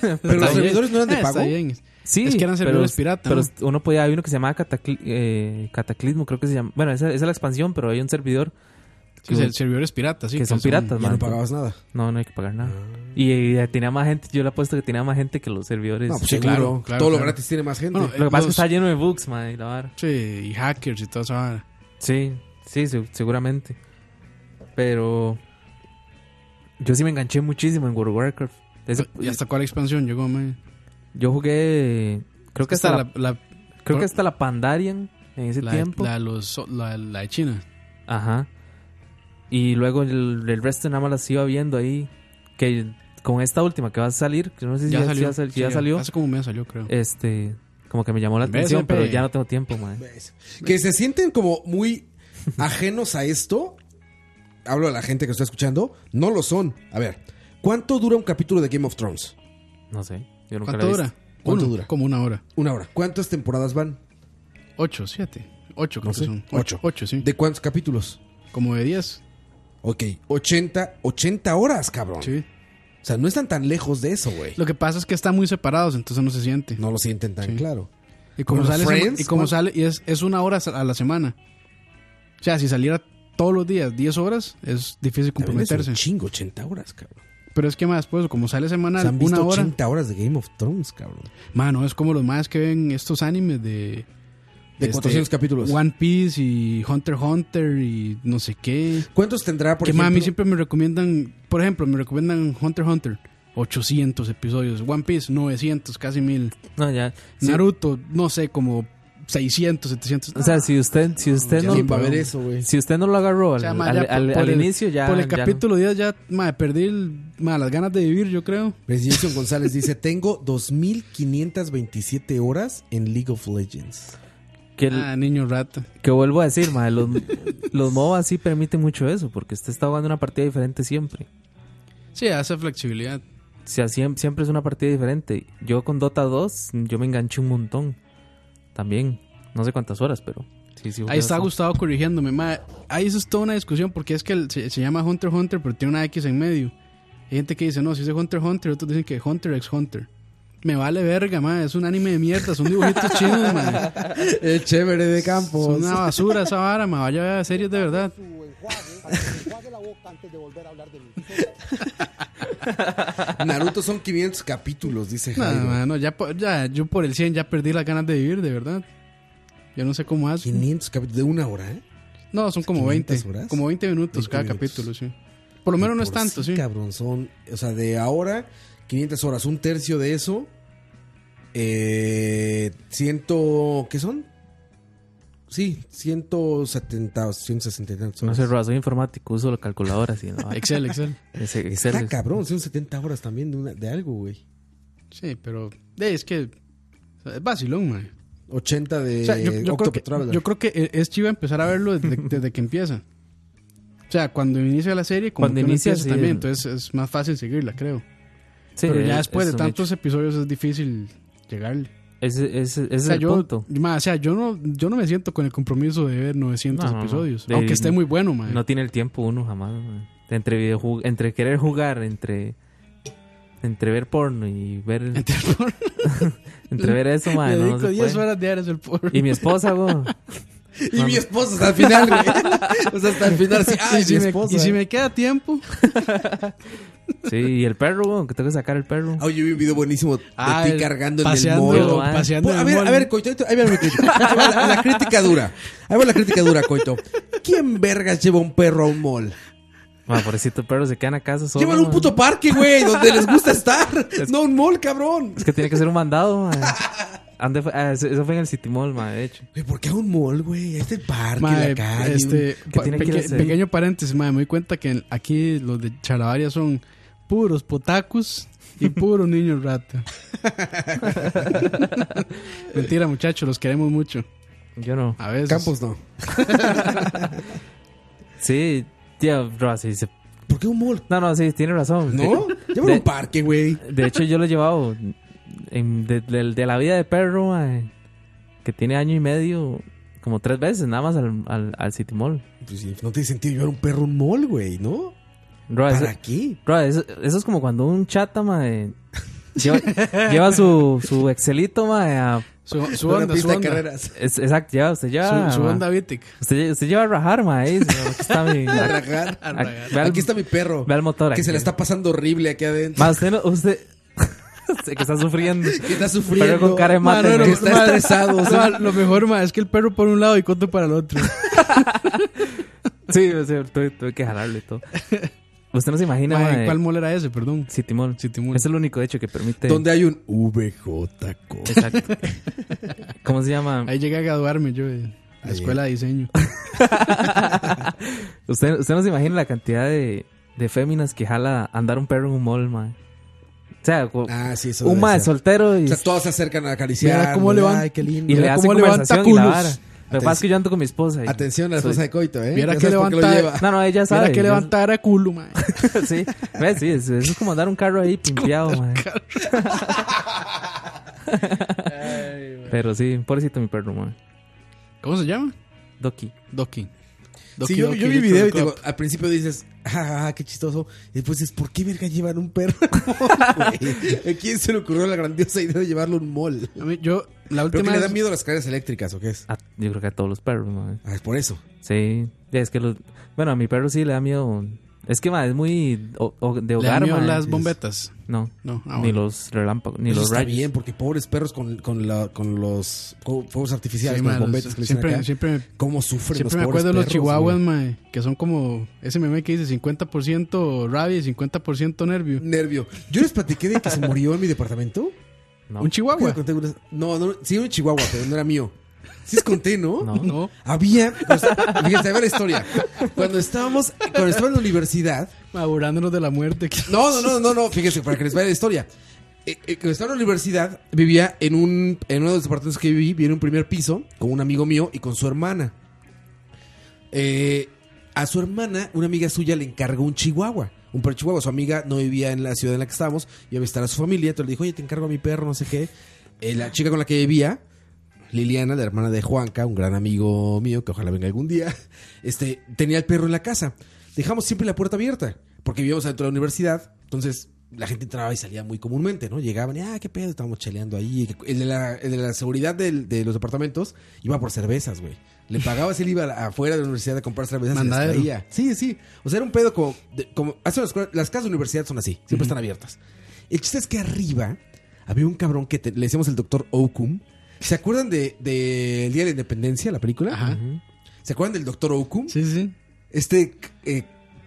Speaker 6: Pero los
Speaker 4: Está bien.
Speaker 6: servidores no eran de
Speaker 4: Eh,
Speaker 6: pago.
Speaker 4: Está bien.
Speaker 5: Sí,
Speaker 4: Es que eran servidores
Speaker 5: pero-
Speaker 4: pirata,
Speaker 5: Pero
Speaker 4: ¿no?
Speaker 5: uno podía, había uno que se llamaba Catacli- eh, Cataclismo, creo que se llama. Bueno, esa, esa es la expansión, pero hay un servidor
Speaker 4: Sí,
Speaker 5: que-
Speaker 4: ser- servidores piratas, sí.
Speaker 5: que son piratas,
Speaker 6: Ya
Speaker 5: man.
Speaker 6: no pagabas nada.
Speaker 5: No, no hay que pagar nada.
Speaker 4: Ah.
Speaker 5: Y eh, tenía más gente, yo le apuesto que tenía más gente que los servidores.
Speaker 6: No, pues
Speaker 4: sí,
Speaker 6: seguro.
Speaker 4: claro, claro,
Speaker 6: todo lo
Speaker 4: claro.
Speaker 6: gratis tiene más gente.
Speaker 4: Bueno, eh,
Speaker 5: Lo que pasa es que
Speaker 4: los-
Speaker 5: está lleno de bugs, man, y la vara.
Speaker 4: Sí, y hackers y todo eso. ah.
Speaker 5: Sí, sí, se- seguramente. Pero yo sí me enganché muchísimo en World of Warcraft. Ese-
Speaker 4: ¿Y hasta cuál expansión llegó, mae?
Speaker 5: yo jugué, creo que hasta
Speaker 4: Está
Speaker 5: la,
Speaker 4: la, la,
Speaker 5: creo que hasta la Pandarian en ese
Speaker 4: la-
Speaker 5: tiempo.
Speaker 4: la- los, la, la de China.
Speaker 5: Ajá. Y luego el, el resto nada más las iba viendo ahí. Que con esta última que va a salir, que no sé si ya,
Speaker 4: Ya
Speaker 5: si
Speaker 4: salió.
Speaker 5: ya sal- si
Speaker 4: sí,
Speaker 5: ya salió,
Speaker 4: Hace como un mes salió, creo.
Speaker 5: este, como que me llamó la
Speaker 4: BSP.
Speaker 5: atención, pero ya no tengo tiempo, madre.
Speaker 6: ¿Ves? Que se sienten como
Speaker 4: [LAUGHS]
Speaker 6: muy ajenos a esto. Hablo a la gente que está escuchando. No lo son. A ver, ¿cuánto dura un capítulo de Game of Thrones?
Speaker 5: No sé. Yo nunca
Speaker 4: ¿Cuánto
Speaker 5: la he
Speaker 4: dura?
Speaker 5: visto.
Speaker 6: ¿Cuánto
Speaker 4: Uno,
Speaker 6: dura?
Speaker 4: Como una hora.
Speaker 6: Una hora. ¿Cuántas temporadas van?
Speaker 4: Ocho, siete. Ocho, creo
Speaker 6: No sé.
Speaker 4: que son.
Speaker 6: Ocho.
Speaker 4: Ocho, sí.
Speaker 6: ¿De cuántos capítulos?
Speaker 4: Como de diez.
Speaker 6: Ok, 80, 80 horas, cabrón.
Speaker 4: Sí.
Speaker 6: O sea, no están tan lejos de eso, güey.
Speaker 4: Lo que pasa es que están muy separados, entonces no se siente.
Speaker 6: No lo sienten tan
Speaker 4: Sí.
Speaker 6: claro.
Speaker 4: Y como
Speaker 6: Bueno,
Speaker 4: sale,
Speaker 6: Friends,
Speaker 4: y como
Speaker 6: ¿cuánto?
Speaker 4: sale, y es, es una hora a la semana. O sea, si saliera todos los días 10 horas, es difícil
Speaker 6: También es un
Speaker 4: comprometerse.
Speaker 6: chingo, 80 horas, cabrón.
Speaker 4: Pero es que más después, como sale
Speaker 6: O
Speaker 4: semanal,
Speaker 6: sea, han
Speaker 4: una
Speaker 6: visto
Speaker 4: hora.
Speaker 6: 80 horas de Game of Thrones, cabrón.
Speaker 4: Mano, es como los más que ven estos animes de. este,
Speaker 6: De 400 capítulos.
Speaker 4: One Piece y Hunter x Hunter y no sé qué.
Speaker 6: ¿Cuántos tendrá, por
Speaker 4: que
Speaker 6: ejemplo?
Speaker 4: mami siempre me recomiendan, por ejemplo, me recomiendan Hunter x Hunter, 800 episodios. One Piece, 900, casi 1000.
Speaker 5: No, ya. sí.
Speaker 4: Naruto, no sé, como 600, 700.
Speaker 5: O sea, si usted, si usted
Speaker 6: Ya
Speaker 5: no,
Speaker 6: ni para ver eso, güey.
Speaker 5: si usted no lo agarró al,
Speaker 4: O sea, ma,
Speaker 5: al-
Speaker 4: ya
Speaker 5: al-
Speaker 4: por- por
Speaker 5: al
Speaker 4: el-
Speaker 5: inicio, ya.
Speaker 4: Por el
Speaker 5: ya no.
Speaker 4: capítulo 10 ya, ma, perdí el- ma, las ganas de vivir, yo creo.
Speaker 6: Pues Jason González dice, tengo 2.527 horas en League of Legends.
Speaker 5: Que, el-
Speaker 4: Ah, niño rata.
Speaker 5: que vuelvo a decir, madre, los, [LAUGHS] los MOBA sí permiten mucho eso, porque usted está jugando una partida diferente siempre.
Speaker 4: Sí, hace flexibilidad.
Speaker 5: O sea, siem- siempre es una partida diferente. Yo con Dota 2, yo me enganché un montón. También. No sé cuántas horas, pero. Sí, sí, jugué
Speaker 4: Ahí está
Speaker 5: bastante.
Speaker 4: Gustavo corrigiéndome, ma. Ahí eso es toda una discusión porque es que el- se, se llama Hunter x Hunter, pero tiene una X en medio. Hay gente que dice, no, si es Hunter x Hunter, otros dicen que Hunter x Hunter. Me vale verga, ma. Es un anime de mierda, son dibujitos
Speaker 6: [LAUGHS]
Speaker 4: chinos, ma.
Speaker 6: El chévere de
Speaker 4: Es
Speaker 6: campo.
Speaker 4: una basura esa vara, ma. Vaya a ver series de verdad.
Speaker 6: Naruto son 500 capítulos, dice
Speaker 4: No,
Speaker 6: Jairo.
Speaker 4: ma, no, ya, po- ya, yo por el 100 ya perdí las ganas de vivir, de verdad. Yo no sé cómo hace.
Speaker 6: 500 capítulos de una hora, ¿eh?
Speaker 4: No, son como 20.
Speaker 6: 500 horas.
Speaker 4: Como 20 minutos
Speaker 6: 20
Speaker 4: cada
Speaker 6: minutos.
Speaker 4: capítulo, sí. Por lo menos no es
Speaker 6: Por
Speaker 4: tanto, sí.
Speaker 6: Cabrón, son, o sea, de ahora, 500 horas, un tercio de eso. Eh, ciento, ¿qué son? Sí, 170, 160 y tantas
Speaker 5: No
Speaker 6: horas.
Speaker 5: sé, Roa, soy informático, uso la calculadora. Así, ¿no?
Speaker 4: [LAUGHS] Excel, Excel.
Speaker 5: Ese Excel
Speaker 6: Está
Speaker 5: es-
Speaker 6: cabrón, 170 horas también de, una- de algo, güey.
Speaker 4: Sí, pero eh, es que o sea, es vacilón, man.
Speaker 6: 80 de
Speaker 4: O sea, yo, yo creo
Speaker 6: Octopath
Speaker 4: que,
Speaker 6: Traveler.
Speaker 4: yo creo que e- es chido empezar a verlo desde, desde que empieza. O sea, cuando inicia la serie, como
Speaker 5: Cuando
Speaker 4: que uno
Speaker 5: inicia,
Speaker 4: empieza
Speaker 5: sí,
Speaker 4: también,
Speaker 5: el-
Speaker 4: entonces es más fácil seguirla, creo.
Speaker 5: Sí, eh,
Speaker 4: pero
Speaker 5: es-
Speaker 4: ya después
Speaker 5: es
Speaker 4: de
Speaker 5: un
Speaker 4: tantos
Speaker 5: hecho.
Speaker 4: episodios es difícil llegarle.
Speaker 5: Ese, ese- ese
Speaker 4: O sea,
Speaker 5: es el
Speaker 4: yo,
Speaker 5: punto.
Speaker 4: ma, o sea, yo no yo no me siento con el compromiso de ver 900
Speaker 5: No, no, no.
Speaker 4: episodios,
Speaker 5: De-
Speaker 4: aunque esté muy bueno, man. [LAUGHS]
Speaker 5: No tiene el tiempo uno jamás. man. Entre, videoju- entre querer jugar, entre. Entre ver porno y ver. Entre, ver eso, madre.
Speaker 4: Le
Speaker 5: No, no
Speaker 4: dedico
Speaker 5: se
Speaker 4: 10
Speaker 5: puede.
Speaker 4: horas diarias al pobre.
Speaker 5: Y mi esposa, güey.
Speaker 6: [LAUGHS] Y mi esposa hasta el final, güey. O sea, hasta el final,
Speaker 5: [LAUGHS]
Speaker 6: sí.
Speaker 4: [LAUGHS]
Speaker 6: Ay,
Speaker 4: y, si
Speaker 6: mi
Speaker 4: me,
Speaker 6: esposa.
Speaker 4: y si me queda tiempo.
Speaker 5: Sí, y el perro, güey. Que tengo que sacar el perro.
Speaker 6: Oye, vi un video buenísimo de
Speaker 4: Ah,
Speaker 6: ti
Speaker 4: el-
Speaker 6: cargando en el
Speaker 4: paseando,
Speaker 6: molo.
Speaker 5: ah.
Speaker 4: paseando
Speaker 6: Pues,
Speaker 4: en
Speaker 6: a
Speaker 4: el
Speaker 6: ver,
Speaker 4: mall.
Speaker 6: a ver, Coito, ahí te- ahí va mi crítica. Ahí va la, la crítica dura. Ahí va la crítica dura, Coito. ¿Quién vergas lleva un perro a un mall?
Speaker 5: Ma, Ah, pobrecito perro, se quedan a casa solo.
Speaker 6: Llévalo a un
Speaker 5: ma.
Speaker 6: puto parque, güey, donde les gusta estar. No a un mall, cabrón.
Speaker 5: Es que tiene que ser un mandado, ma.
Speaker 6: [LAUGHS]
Speaker 5: Ande fue- ah, eso- eso fue en el City Mall, ma, de hecho.
Speaker 6: Güey, ¿por qué a un mall, güey? Ahí está el parque,
Speaker 4: Mae,
Speaker 6: la calle.
Speaker 4: este, pa-
Speaker 5: tiene que ir a
Speaker 4: peque-
Speaker 5: hacer?
Speaker 4: pequeño paréntesis, mae, me doy cuenta que aquí los de Charabaria son puros potacos
Speaker 5: [LAUGHS]
Speaker 4: y puros niños rata. Mentira, muchachos, los queremos mucho.
Speaker 5: Yo no.
Speaker 4: A veces.
Speaker 6: Campos no.
Speaker 5: Sí, tía, bro, sí, se-
Speaker 6: ¿Por qué un mall?
Speaker 5: No, no, sí, tiene razón.
Speaker 6: ¿No? Llévalo a
Speaker 5: De-
Speaker 6: un parque, güey.
Speaker 5: De hecho, yo lo he llevado en- de, de- de la vida de perro, mae, que tiene año y medio, como tres veces nada más al, al, al City Mall.
Speaker 6: Pues sí, no tiene sentido llevar un perro a un mall, güey, ¿no?
Speaker 5: Bro,
Speaker 4: Pues,
Speaker 5: eso,
Speaker 6: ¿Para qué?
Speaker 5: bro, eso- eso es como cuando un chata, mae, lleva, lleva su, su Excelito, mae, a-
Speaker 4: Su, su
Speaker 6: Una
Speaker 4: onda, su
Speaker 6: pista de
Speaker 4: onda.
Speaker 6: carreras.
Speaker 5: es- exacto, lleva, usted lleva...
Speaker 4: Su, su
Speaker 5: mae,
Speaker 4: onda Vitic.
Speaker 5: Usted, usted lleva a rajar, mae, ahí, señor, aquí está mi...
Speaker 6: A rajar.
Speaker 5: a- ve al-
Speaker 6: Aquí está mi perro.
Speaker 5: Ve al motor.
Speaker 6: Que se
Speaker 5: aquí.
Speaker 6: la está pasando horrible aquí adentro.
Speaker 5: Mae, usted no- usted... [LAUGHS] usted que está sufriendo.
Speaker 6: Que está sufriendo.
Speaker 5: Pero con cara de mate,
Speaker 6: Mano,
Speaker 5: ¿no?
Speaker 6: que está
Speaker 4: Madre,
Speaker 6: estresado. o sea,
Speaker 4: mae, lo mejor, mae, es que el perro por un lado y Coto para el
Speaker 5: [LAUGHS]
Speaker 4: otro.
Speaker 5: Sí, o sea, tuve, tuve que jalarle y todo. Usted no se imagina,
Speaker 4: Mae,
Speaker 5: mae,
Speaker 4: ¿Cuál mole era ese? Perdón.
Speaker 5: City Mall.
Speaker 4: City Mall.
Speaker 5: Es el único, de hecho, que permite.
Speaker 6: donde hay un VJ Costa. [LAUGHS]
Speaker 5: Exacto. ¿Cómo se llama?
Speaker 4: Ahí llegué a graduarme yo de la
Speaker 6: Ahí.
Speaker 4: escuela de
Speaker 5: [LAUGHS]
Speaker 4: diseño.
Speaker 5: Usted, usted no se imagina la cantidad de, de féminas que jala andar un perro en un mall, mae. O sea, cu-
Speaker 6: Ah, sí, eso
Speaker 5: un
Speaker 6: debe
Speaker 5: mae
Speaker 6: ser.
Speaker 5: soltero y,
Speaker 6: O sea, todos se acercan a acariciar.
Speaker 4: Mira cómo
Speaker 6: ¿no?
Speaker 4: le van.
Speaker 6: Ay, qué lindo.
Speaker 5: y le
Speaker 4: mira
Speaker 5: hace
Speaker 4: cómo levanta
Speaker 5: conversación y la
Speaker 4: culos.
Speaker 5: vara. Lo que pasa es que yo ando con mi esposa. y-
Speaker 6: Atención a la
Speaker 5: soy-
Speaker 6: esposa de Coito, ¿eh?
Speaker 4: Viera
Speaker 6: Ya
Speaker 4: que
Speaker 6: sabes por qué lo
Speaker 4: levanta-
Speaker 6: lleva.
Speaker 5: No, no, ella sabe.
Speaker 4: Era que
Speaker 5: yo-
Speaker 4: levantara culo, mae.
Speaker 5: [LAUGHS] sí, ve, sí, eso, eso es como andar un carro
Speaker 6: [LAUGHS]
Speaker 5: ahí pimpeado, mae. [LAUGHS] Pero sí, pobrecito mi perro, mae.
Speaker 4: ¿Cómo se llama?
Speaker 5: Doki.
Speaker 4: Doki.
Speaker 6: Sí,
Speaker 4: Doki
Speaker 6: yo,
Speaker 4: Doki
Speaker 6: yo vi
Speaker 4: Little
Speaker 6: video y
Speaker 4: Cup.
Speaker 6: digo, al principio dices, ah, qué chistoso. Y después dices, ¿por qué verga llevan
Speaker 5: [LAUGHS]
Speaker 6: un perro? [LAUGHS] ¿A quién se le ocurrió la grandiosa idea de llevarlo a un mall?
Speaker 4: A mí, yo, la
Speaker 6: Pero que
Speaker 4: última
Speaker 6: le
Speaker 4: vez,
Speaker 6: dan miedo las carreras eléctricas, ¿o qué es?
Speaker 5: A- yo creo que a todos los perros, mae.
Speaker 6: Ah, es por eso.
Speaker 5: Sí, es que los... Bueno, a mi perro sí le da miedo. Es que, ma, es muy o- o- de
Speaker 4: le dan
Speaker 5: hogar,
Speaker 4: miedo
Speaker 5: ma.
Speaker 4: las bombetas.
Speaker 5: No,
Speaker 4: No, ah,
Speaker 5: ni
Speaker 4: bueno.
Speaker 5: los relámpagos, ni
Speaker 6: Eso
Speaker 5: los
Speaker 6: está
Speaker 5: rayos.
Speaker 6: bien, porque pobres perros con, con, la- con los fu- fuegos
Speaker 4: Sí,
Speaker 6: artificiales, con
Speaker 4: mae,
Speaker 6: los
Speaker 4: los-
Speaker 6: bombetes que le dicen
Speaker 4: siempre,
Speaker 6: acá.
Speaker 4: siempre,
Speaker 6: ¿Cómo sufren
Speaker 4: siempre me
Speaker 6: los pobres
Speaker 4: acuerdo de los
Speaker 6: perros,
Speaker 4: chihuahuas,
Speaker 6: güey?
Speaker 4: mae, que son como ese meme que dice 50% rabia y 50% nervio.
Speaker 6: Nervio. Yo les platiqué de que se murió en mi departamento.
Speaker 4: Un
Speaker 5: No.
Speaker 6: Creo que
Speaker 4: chihuahua.
Speaker 6: conté algunas- No, no, sí, un chihuahua, pero no era mío. Sí les conté, ¿no?
Speaker 5: No.
Speaker 4: No.
Speaker 6: Había, pues, fíjate, ahí va la historia. Cuando estábamos, cuando estaba en la universidad,
Speaker 4: Aburándonos de la muerte. [LAUGHS] que-
Speaker 6: no, no, no, no, no, fíjense, para que les vaya la historia. Eh, eh, cuando estaba en la universidad, vivía en un, en uno de los departamentos que viví, vivía en un primer piso, con un amigo mío y con su hermana. Eh, a su hermana, una amiga suya le encargó un chihuahua. Un perro chihuahua. Su amiga no vivía en la ciudad en la que estábamos. Iba a visitar a su familia. Entonces le dijo, oye, te encargo a mi perro, no sé qué. Eh, la chica con la que vivía, Liliana, la hermana de Juanca, un gran amigo mío, que ojalá venga algún día, [LAUGHS] este, tenía el perro en la casa. Dejamos siempre la puerta abierta, porque vivíamos dentro de la universidad. Entonces la gente entraba y salía muy comúnmente, ¿no? Llegaban y, ah, qué pedo, estábamos cheleando ahí. El de la, el de la seguridad del- de los departamentos iba por cervezas, güey. Le pagabas, él iba a la- afuera de la universidad a comprar cervezas y las
Speaker 4: Mandadero.
Speaker 6: traía. Sí, sí. O sea, era un pedo como. de- como hacen las, escuelas- las casas de universidad son así, siempre están abiertas. El chiste es que arriba había un cabrón que te- le decíamos el doctor Oakum. ¿Se acuerdan de, de El Día de la Independencia, la película?
Speaker 4: Ajá.
Speaker 6: ¿Se acuerdan del doctor Oakum?
Speaker 4: Sí, sí.
Speaker 6: Este eh,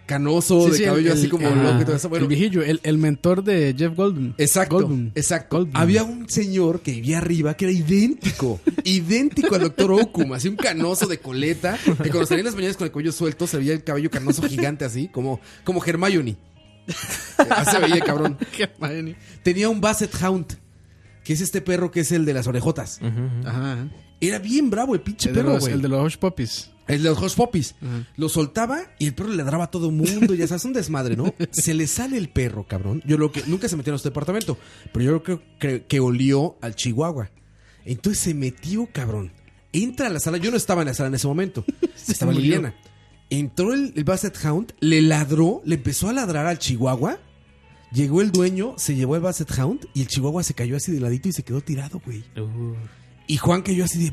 Speaker 6: canoso
Speaker 4: Sí,
Speaker 6: de
Speaker 4: sí, el-
Speaker 6: cabello
Speaker 4: el-
Speaker 6: así como
Speaker 4: el-
Speaker 6: loco y todo eso. Bueno,
Speaker 4: el viejillo, el, el mentor de Jeff Goldblum.
Speaker 6: Exacto,
Speaker 4: Goldblum.
Speaker 6: exacto.
Speaker 4: Goldblum.
Speaker 6: Había un señor que vivía arriba que
Speaker 4: [LAUGHS]
Speaker 6: era idéntico, idéntico al doctor Okum, así un canoso de coleta, que cuando salía en las mañanas con el cuello suelto se veía el cabello canoso gigante así, como, como Hermione. Así se veía,
Speaker 4: [LAUGHS]
Speaker 6: cabrón.
Speaker 4: Qué madre.
Speaker 6: Tenía un Basset Hound, que es este perro que es el de las orejotas.
Speaker 4: Ajá. ajá.
Speaker 6: Era bien bravo el pinche
Speaker 4: El de,
Speaker 6: perro,
Speaker 4: los,
Speaker 6: güey.
Speaker 4: el de los Hush Puppies.
Speaker 6: El de los Hot Poppies. Lo soltaba y el perro le ladraba a todo mundo. Ya sabes, un
Speaker 4: [LAUGHS]
Speaker 6: desmadre, ¿no? Se le sale el perro, cabrón. Yo lo que nunca se metió en este departamento, pero yo creo que, que olió al Chihuahua. Entonces se metió, cabrón. Entra a la sala. Yo no estaba en la sala en ese momento.
Speaker 4: [LAUGHS]
Speaker 6: estaba
Speaker 4: murió.
Speaker 6: Liliana. Entró el, el Basset Hound, le ladró, le empezó a ladrar al Chihuahua. Llegó el dueño, se llevó el Basset Hound y el Chihuahua se cayó así de ladito y se quedó tirado, güey. Y Juan que yo así de,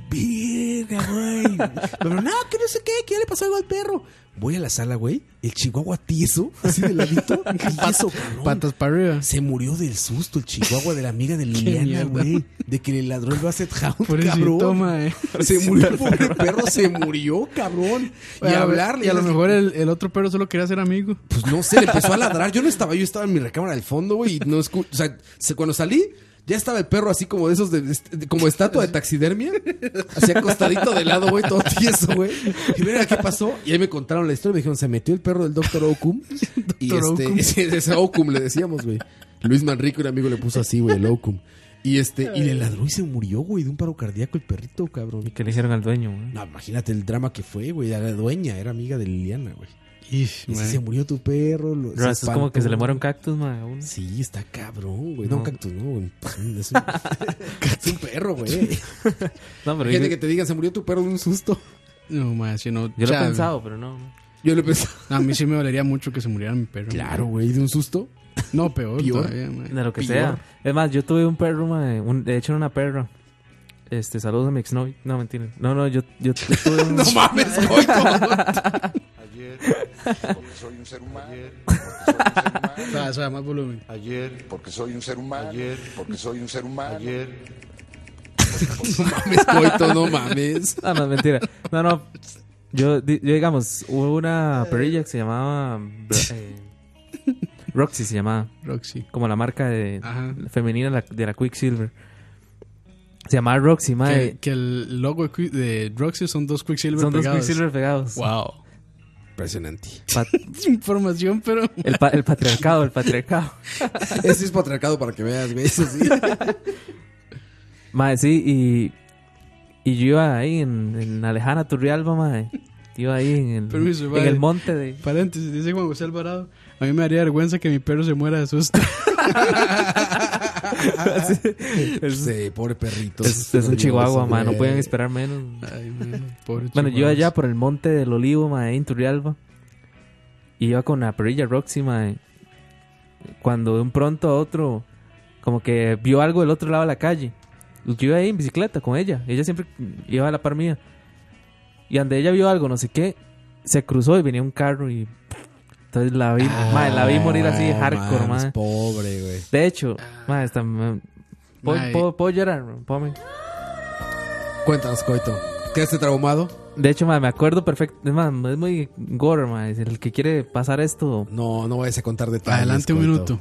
Speaker 4: [LAUGHS]
Speaker 6: verga, güey. Pero no, que no sé qué, que ya le pasó algo al perro. Voy a la sala, güey. El chihuahua tieso, así de
Speaker 4: [LAUGHS]
Speaker 6: ladito. tieso, cabrón.
Speaker 4: Patas para arriba.
Speaker 6: Se murió del susto el chihuahua de la
Speaker 4: [LAUGHS]
Speaker 6: amiga de
Speaker 4: mierda.
Speaker 6: Liliana, güey. De que le ladró el Basset Hound,
Speaker 4: Por eso
Speaker 6: cabrón.
Speaker 4: toma, eh.
Speaker 6: Se
Speaker 4: [LAUGHS]
Speaker 6: murió el pobre perro, se murió, cabrón. Y
Speaker 4: Bueno,
Speaker 6: hablarle.
Speaker 4: Y a lo mejor el, el otro perro solo quería ser amigo.
Speaker 6: Pues no sé, le empezó a ladrar. Yo no estaba, yo estaba en mi recámara del fondo, güey. Y no escu- O sea, se- cuando salí, ya estaba el perro así como de esos, de, de- como estatua de taxidermia. Así acostadito de lado, güey, todo tieso, güey. Y mira qué pasó. Y ahí me contaron la historia. Me dijeron, se metió el perro del Dr. Oakum. y
Speaker 4: Dr. Oakum.
Speaker 6: este, [LAUGHS] ese- ese Oakum le decíamos, güey. Luis Manrico, un amigo, le puso así, güey, el Oakum. Y este, y le ladró y se murió, güey, de un paro cardíaco el perrito, cabrón.
Speaker 5: ¿Y qué le hicieron al dueño? güey?
Speaker 6: No, imagínate el drama que fue, güey. Era dueña, era amiga de Liliana, güey.
Speaker 4: Ish,
Speaker 6: Y si
Speaker 4: mae.
Speaker 6: se murió tu perro. lo- se
Speaker 5: Bro, eso es como
Speaker 6: espantó.
Speaker 5: que se le muere un cactus, ma, a uno.
Speaker 6: Sí, está cabrón, güey. No,
Speaker 5: No.
Speaker 6: un cactus, no, güey.
Speaker 5: [LAUGHS]
Speaker 6: Es un, es un perro, güey.
Speaker 5: No, pero
Speaker 6: Gente
Speaker 5: yo,
Speaker 6: que te digan, se murió tu perro de un susto.
Speaker 4: No, mae, si no.
Speaker 5: yo lo he
Speaker 4: chale.
Speaker 5: pensado, pero no. no.
Speaker 6: Yo le
Speaker 5: [LAUGHS]
Speaker 6: pensaba.
Speaker 4: A mí sí me dolería mucho que se muriera mi perro.
Speaker 6: Claro, güey, de un susto.
Speaker 4: mae. No, peor.
Speaker 6: Peor.
Speaker 4: todavía, mae.
Speaker 5: De lo que
Speaker 6: Peor.
Speaker 5: sea. Es más, yo tuve un perro, ma, un- de hecho era una perra. Este, saludos a mi exnovio. No, mentira. No, no, yo,
Speaker 6: [LAUGHS]
Speaker 5: yo tuve un...
Speaker 6: No [LAUGHS] mames, güey. ¿cómo?
Speaker 7: Ayer,
Speaker 9: porque soy un ser humano,
Speaker 6: [LAUGHS]
Speaker 9: porque soy un ser humano,
Speaker 4: O sea, más volumen.
Speaker 7: ayer,
Speaker 9: porque soy un ser humano,
Speaker 7: Ayer.
Speaker 9: porque soy un ser humano.
Speaker 7: ayer.
Speaker 6: No mames, coito, no mames.
Speaker 5: Ah, No, no, mentira. No, no. Yo, di- yo, digamos, hubo
Speaker 4: Eh.
Speaker 5: una perrilla que se llamaba. eh, Roxy se llamaba.
Speaker 4: Roxy. Ah.
Speaker 5: Como la marca de,
Speaker 4: Ajá.
Speaker 5: femenina la- de la Quicksilver. Se llamaba Roxy,
Speaker 4: Que,
Speaker 5: madre.
Speaker 4: que el logo de, Qui- de Roxy son dos Quicksilver
Speaker 5: Son dos
Speaker 4: pegados.
Speaker 5: Quicksilver pegados.
Speaker 4: Wow.
Speaker 6: Impresionante.
Speaker 5: Pa-
Speaker 4: Información, pero. [LAUGHS]
Speaker 5: el, pa- el patriarcado, el patriarcado.
Speaker 6: Ese es patriarcado para que veas, güey. Eso sí.
Speaker 5: [LAUGHS] Madre, sí, y. Y yo iba ahí en, en Alejana Turrialba, madre. Iba ahí en el,
Speaker 4: Permiso,
Speaker 5: en
Speaker 4: madre.
Speaker 5: el monte de.
Speaker 4: Paréntesis, dice Juan José Alvarado. A mí me daría vergüenza que mi perro se muera de
Speaker 5: [LAUGHS]
Speaker 4: susto.
Speaker 6: Sí, pobre perrito.
Speaker 5: Es, es un chihuahua, madre. No
Speaker 6: güey.
Speaker 4: Eh.
Speaker 5: pueden esperar menos.
Speaker 4: Ay, mae, pobre
Speaker 5: Bueno, yo
Speaker 4: chihuahua.
Speaker 5: iba allá por el monte del olivo, mae, en Turrialba. Y iba con la perrilla Roxy, mae. Cuando de un pronto a otro, como que vio algo del otro lado de la calle. Y Yo iba ahí en bicicleta con ella. Ella siempre iba a la par mía. Y donde ella vio algo, no sé qué, se cruzó y venía un carro y... Entonces la vi, mae, la vi morir así
Speaker 6: No
Speaker 5: hardcore,
Speaker 6: mames,
Speaker 5: mae.
Speaker 6: Pobre, güey.
Speaker 5: De hecho, mae, está... mae, ¿Puedo,
Speaker 4: Mae.
Speaker 5: puedo- puedo llorar? Póngame.
Speaker 6: Cuéntanos, coito. ¿Quedaste traumado?
Speaker 5: De hecho, mae, me acuerdo perfecto. Es más, es muy gore, mae. El que quiere pasar esto.
Speaker 6: No, no vayas a contar detalles.
Speaker 4: Adelante un
Speaker 6: coito.
Speaker 4: minuto.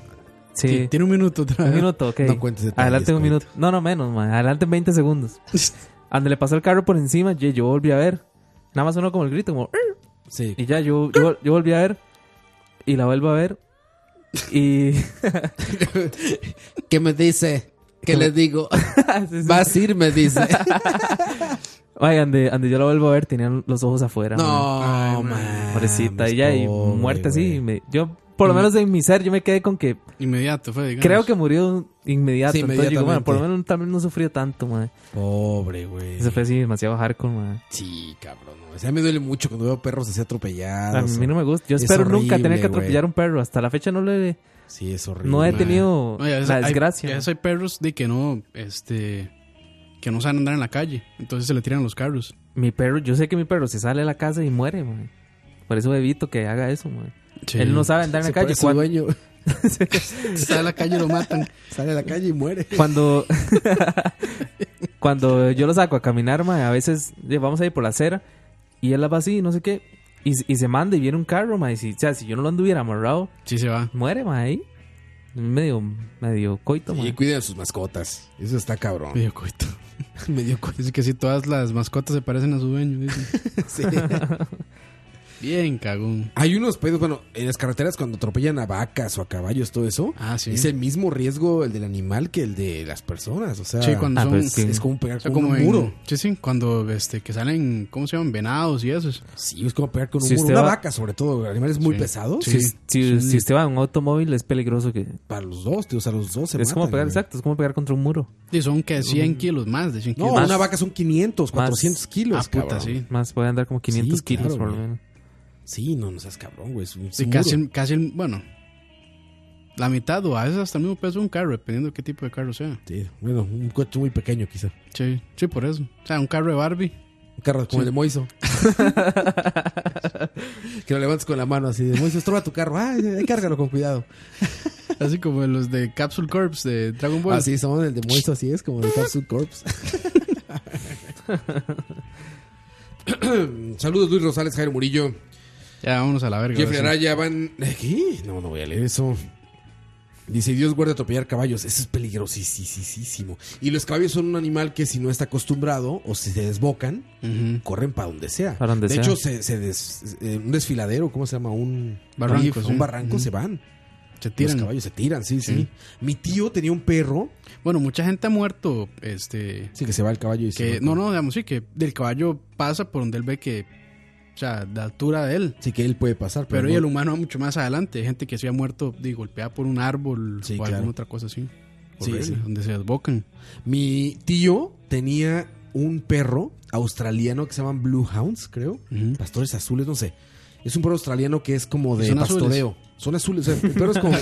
Speaker 5: Sí.
Speaker 4: Ti- Tiene un minuto otra
Speaker 5: Un
Speaker 4: vez.
Speaker 5: minuto, ok.
Speaker 6: [LAUGHS] No cuentes detalles,
Speaker 5: Adelante un
Speaker 6: Coito.
Speaker 5: minuto. No, no, menos, mae. Adelante 20 segundos.
Speaker 6: [LAUGHS]
Speaker 5: Ande le pasó el carro por encima, ye, yo volví a ver. Nada más sonó como el grito, como. "Arr",
Speaker 6: Sí.
Speaker 5: Y ya, yo, yo, yo volví a ver. Y la vuelvo a ver. Y. [LAUGHS]
Speaker 6: ¿Qué me dice? ¿Qué le digo? [LAUGHS]
Speaker 5: Ah, Sí, sí.
Speaker 6: Vas a ir,
Speaker 5: [LAUGHS]
Speaker 6: me dice.
Speaker 5: Ay, ande, ande yo la vuelvo a ver, tenían los ojos afuera. mae.
Speaker 6: No, man.
Speaker 5: Pobrecita, ella y muerta así. y me- yo, por lo menos de mi ser, yo me quedé con que.
Speaker 4: Inmediato fue, digamos.
Speaker 5: Creo que murió inmediato.
Speaker 6: Sí,
Speaker 5: entonces yo digo, bueno,
Speaker 6: inmediatamente.
Speaker 5: por lo menos también no sufrió tanto, mae.
Speaker 6: Pobre, güey.
Speaker 5: Eso fue así demasiado hardcore, mae.
Speaker 6: Sí, cabrón. no. O sea, me duele mucho cuando veo perros así
Speaker 5: A
Speaker 6: atropellados.
Speaker 5: mí no me gusta. Yo
Speaker 6: Ah, Es
Speaker 5: espero nunca
Speaker 6: horrible,
Speaker 5: tener que
Speaker 6: güey.
Speaker 5: atropellar un perro. Hasta la fecha no le
Speaker 6: Sí, es horrible.
Speaker 5: no he
Speaker 6: man.
Speaker 5: tenido
Speaker 4: Oye, a veces
Speaker 5: la
Speaker 4: hay-
Speaker 5: desgracia.
Speaker 4: a veces hay perros de que no, este, que no saben andar en la calle, entonces se le tiran los carros.
Speaker 5: Mi perro, yo sé que mi perro se sale de la casa y muere, man. Por eso evito que haga eso, man.
Speaker 4: Sí.
Speaker 5: Él no sabe andar en
Speaker 6: Se
Speaker 5: la calle.
Speaker 6: parece
Speaker 5: Cuan- Cuando,
Speaker 6: dueño.
Speaker 5: [LAUGHS]
Speaker 4: Está en la calle y lo matan.
Speaker 6: Sale a la calle y muere.
Speaker 5: cuando,
Speaker 6: [LAUGHS]
Speaker 5: yo lo saco a caminar, man, a veces eh, vamos a ir por la acera y él la va así, no sé qué. Y, y se manda y viene un carro, man. Y si, o sea, si yo no lo anduviera amarrado,
Speaker 4: Sí se
Speaker 5: [LAUGHS]
Speaker 4: va.
Speaker 5: muere, man, ahí. Medio, medio coito, man.
Speaker 6: Y cuiden a sus mascotas. Eso está cabrón.
Speaker 4: Medio [LAUGHS] coito.
Speaker 6: Medio cu-
Speaker 4: Dice que si todas las mascotas se parecen a su dueño. dice.
Speaker 5: [LAUGHS]
Speaker 6: sí.
Speaker 4: Bien cagón.
Speaker 6: Hay unos pedos, bueno, en las carreteras cuando atropellan a vacas o a caballos, todo eso,
Speaker 4: Ah, sí.
Speaker 6: es el mismo riesgo el del animal que el de las personas. O sea,
Speaker 4: Sí, cuando
Speaker 5: Ah,
Speaker 4: son...
Speaker 5: pues sí.
Speaker 6: es como pegar
Speaker 4: o sea,
Speaker 6: con
Speaker 4: como
Speaker 6: un
Speaker 4: en-
Speaker 6: muro.
Speaker 4: Sí, sí, cuando este, que salen, ¿cómo se llaman? Venados y esos.
Speaker 6: pues Sí, es como pegar con un
Speaker 5: Si
Speaker 6: muro.
Speaker 5: usted
Speaker 6: Una
Speaker 5: va-
Speaker 6: vaca, sobre todo, animales muy
Speaker 4: Sí.
Speaker 6: pesados.
Speaker 4: Sí.
Speaker 6: es
Speaker 5: Si, si usted va en un automóvil es peligroso que...
Speaker 6: Para los dos, tío, o sea, los dos se
Speaker 5: es como
Speaker 6: matan,
Speaker 5: pegar,
Speaker 6: güey.
Speaker 5: exacto, es como pegar contra un muro.
Speaker 4: Y son que 100 kilos más de 100
Speaker 6: No,
Speaker 4: kilos.
Speaker 6: una vaca son 500,
Speaker 5: Más.
Speaker 6: 400 kilos,
Speaker 4: Ah, puta,
Speaker 6: cabrón.
Speaker 4: sí.
Speaker 5: Más puede andar como 500
Speaker 6: Sí,
Speaker 5: kilos
Speaker 6: claro,
Speaker 5: por lo
Speaker 6: güey.
Speaker 5: menos.
Speaker 6: Sí, no, no seas cabrón, güey. Es un
Speaker 4: Sí,
Speaker 6: muro.
Speaker 4: casi, casi, bueno, la mitad o a veces hasta el mismo peso de un carro, dependiendo de qué tipo de carro sea.
Speaker 6: Sí, bueno, un coche muy pequeño quizá.
Speaker 4: Sí, sí, por eso. O sea, un carro de Barbie. [LAUGHS]
Speaker 6: Un carro como
Speaker 4: Sí.
Speaker 6: el de Moiso. que lo levantes con la mano así de Moiso, estroba tu carro. Ah, cárgalo con cuidado.
Speaker 4: Así como los de Capsule Corps de Dragon Ball.
Speaker 6: Así somos el de Moiso, así es, como de Capsule Corps. [COUGHS] Saludos Luis Rosales, Jairo Murillo,
Speaker 4: Ya, vámonos a la verga.
Speaker 6: Jeffrey
Speaker 4: ahora sí.
Speaker 6: Araya, van... ¿Qué? No, no voy a leer eso. Dice, Dios guarde atropellar caballos. Eso es peligrosísimo. Y los caballos son un animal que si no está acostumbrado o si se desbocan,
Speaker 4: Ujú.
Speaker 6: corren para donde sea.
Speaker 5: Para donde
Speaker 6: de
Speaker 5: sea.
Speaker 6: hecho, se, se des- eh, un desfiladero, ¿cómo se llama? Un
Speaker 4: Barranco,
Speaker 6: un
Speaker 4: sí.
Speaker 6: barranco se van.
Speaker 4: Se tiran.
Speaker 6: Tiran. Los caballos se tiran, sí, sí,
Speaker 4: Sí.
Speaker 6: Mi tío tenía un perro.
Speaker 4: Bueno, mucha gente ha muerto, este...
Speaker 6: Sí, que se va el caballo y
Speaker 4: que
Speaker 6: se
Speaker 4: no no digamos sí que del caballo pasa por donde él ve que o sea la altura de él
Speaker 6: Sí, que él puede pasar, pero,
Speaker 4: pero y
Speaker 6: Pues
Speaker 4: el
Speaker 6: no-
Speaker 4: humano va mucho más adelante Hay gente que se ha muerto de, golpeada por un árbol
Speaker 6: Sí,
Speaker 4: o
Speaker 6: claro.
Speaker 4: alguna otra cosa así
Speaker 6: Sí,
Speaker 4: Horrible,
Speaker 6: sí.
Speaker 4: donde se desbocan
Speaker 6: Mi tío tenía un perro australiano que se llaman Blue Hounds, creo.
Speaker 4: Ujú.
Speaker 6: Pastores azules, no sé. Es un perro australiano que es como de
Speaker 4: Son azules.
Speaker 6: pastoreo. Son azules, o sea, el perro es como.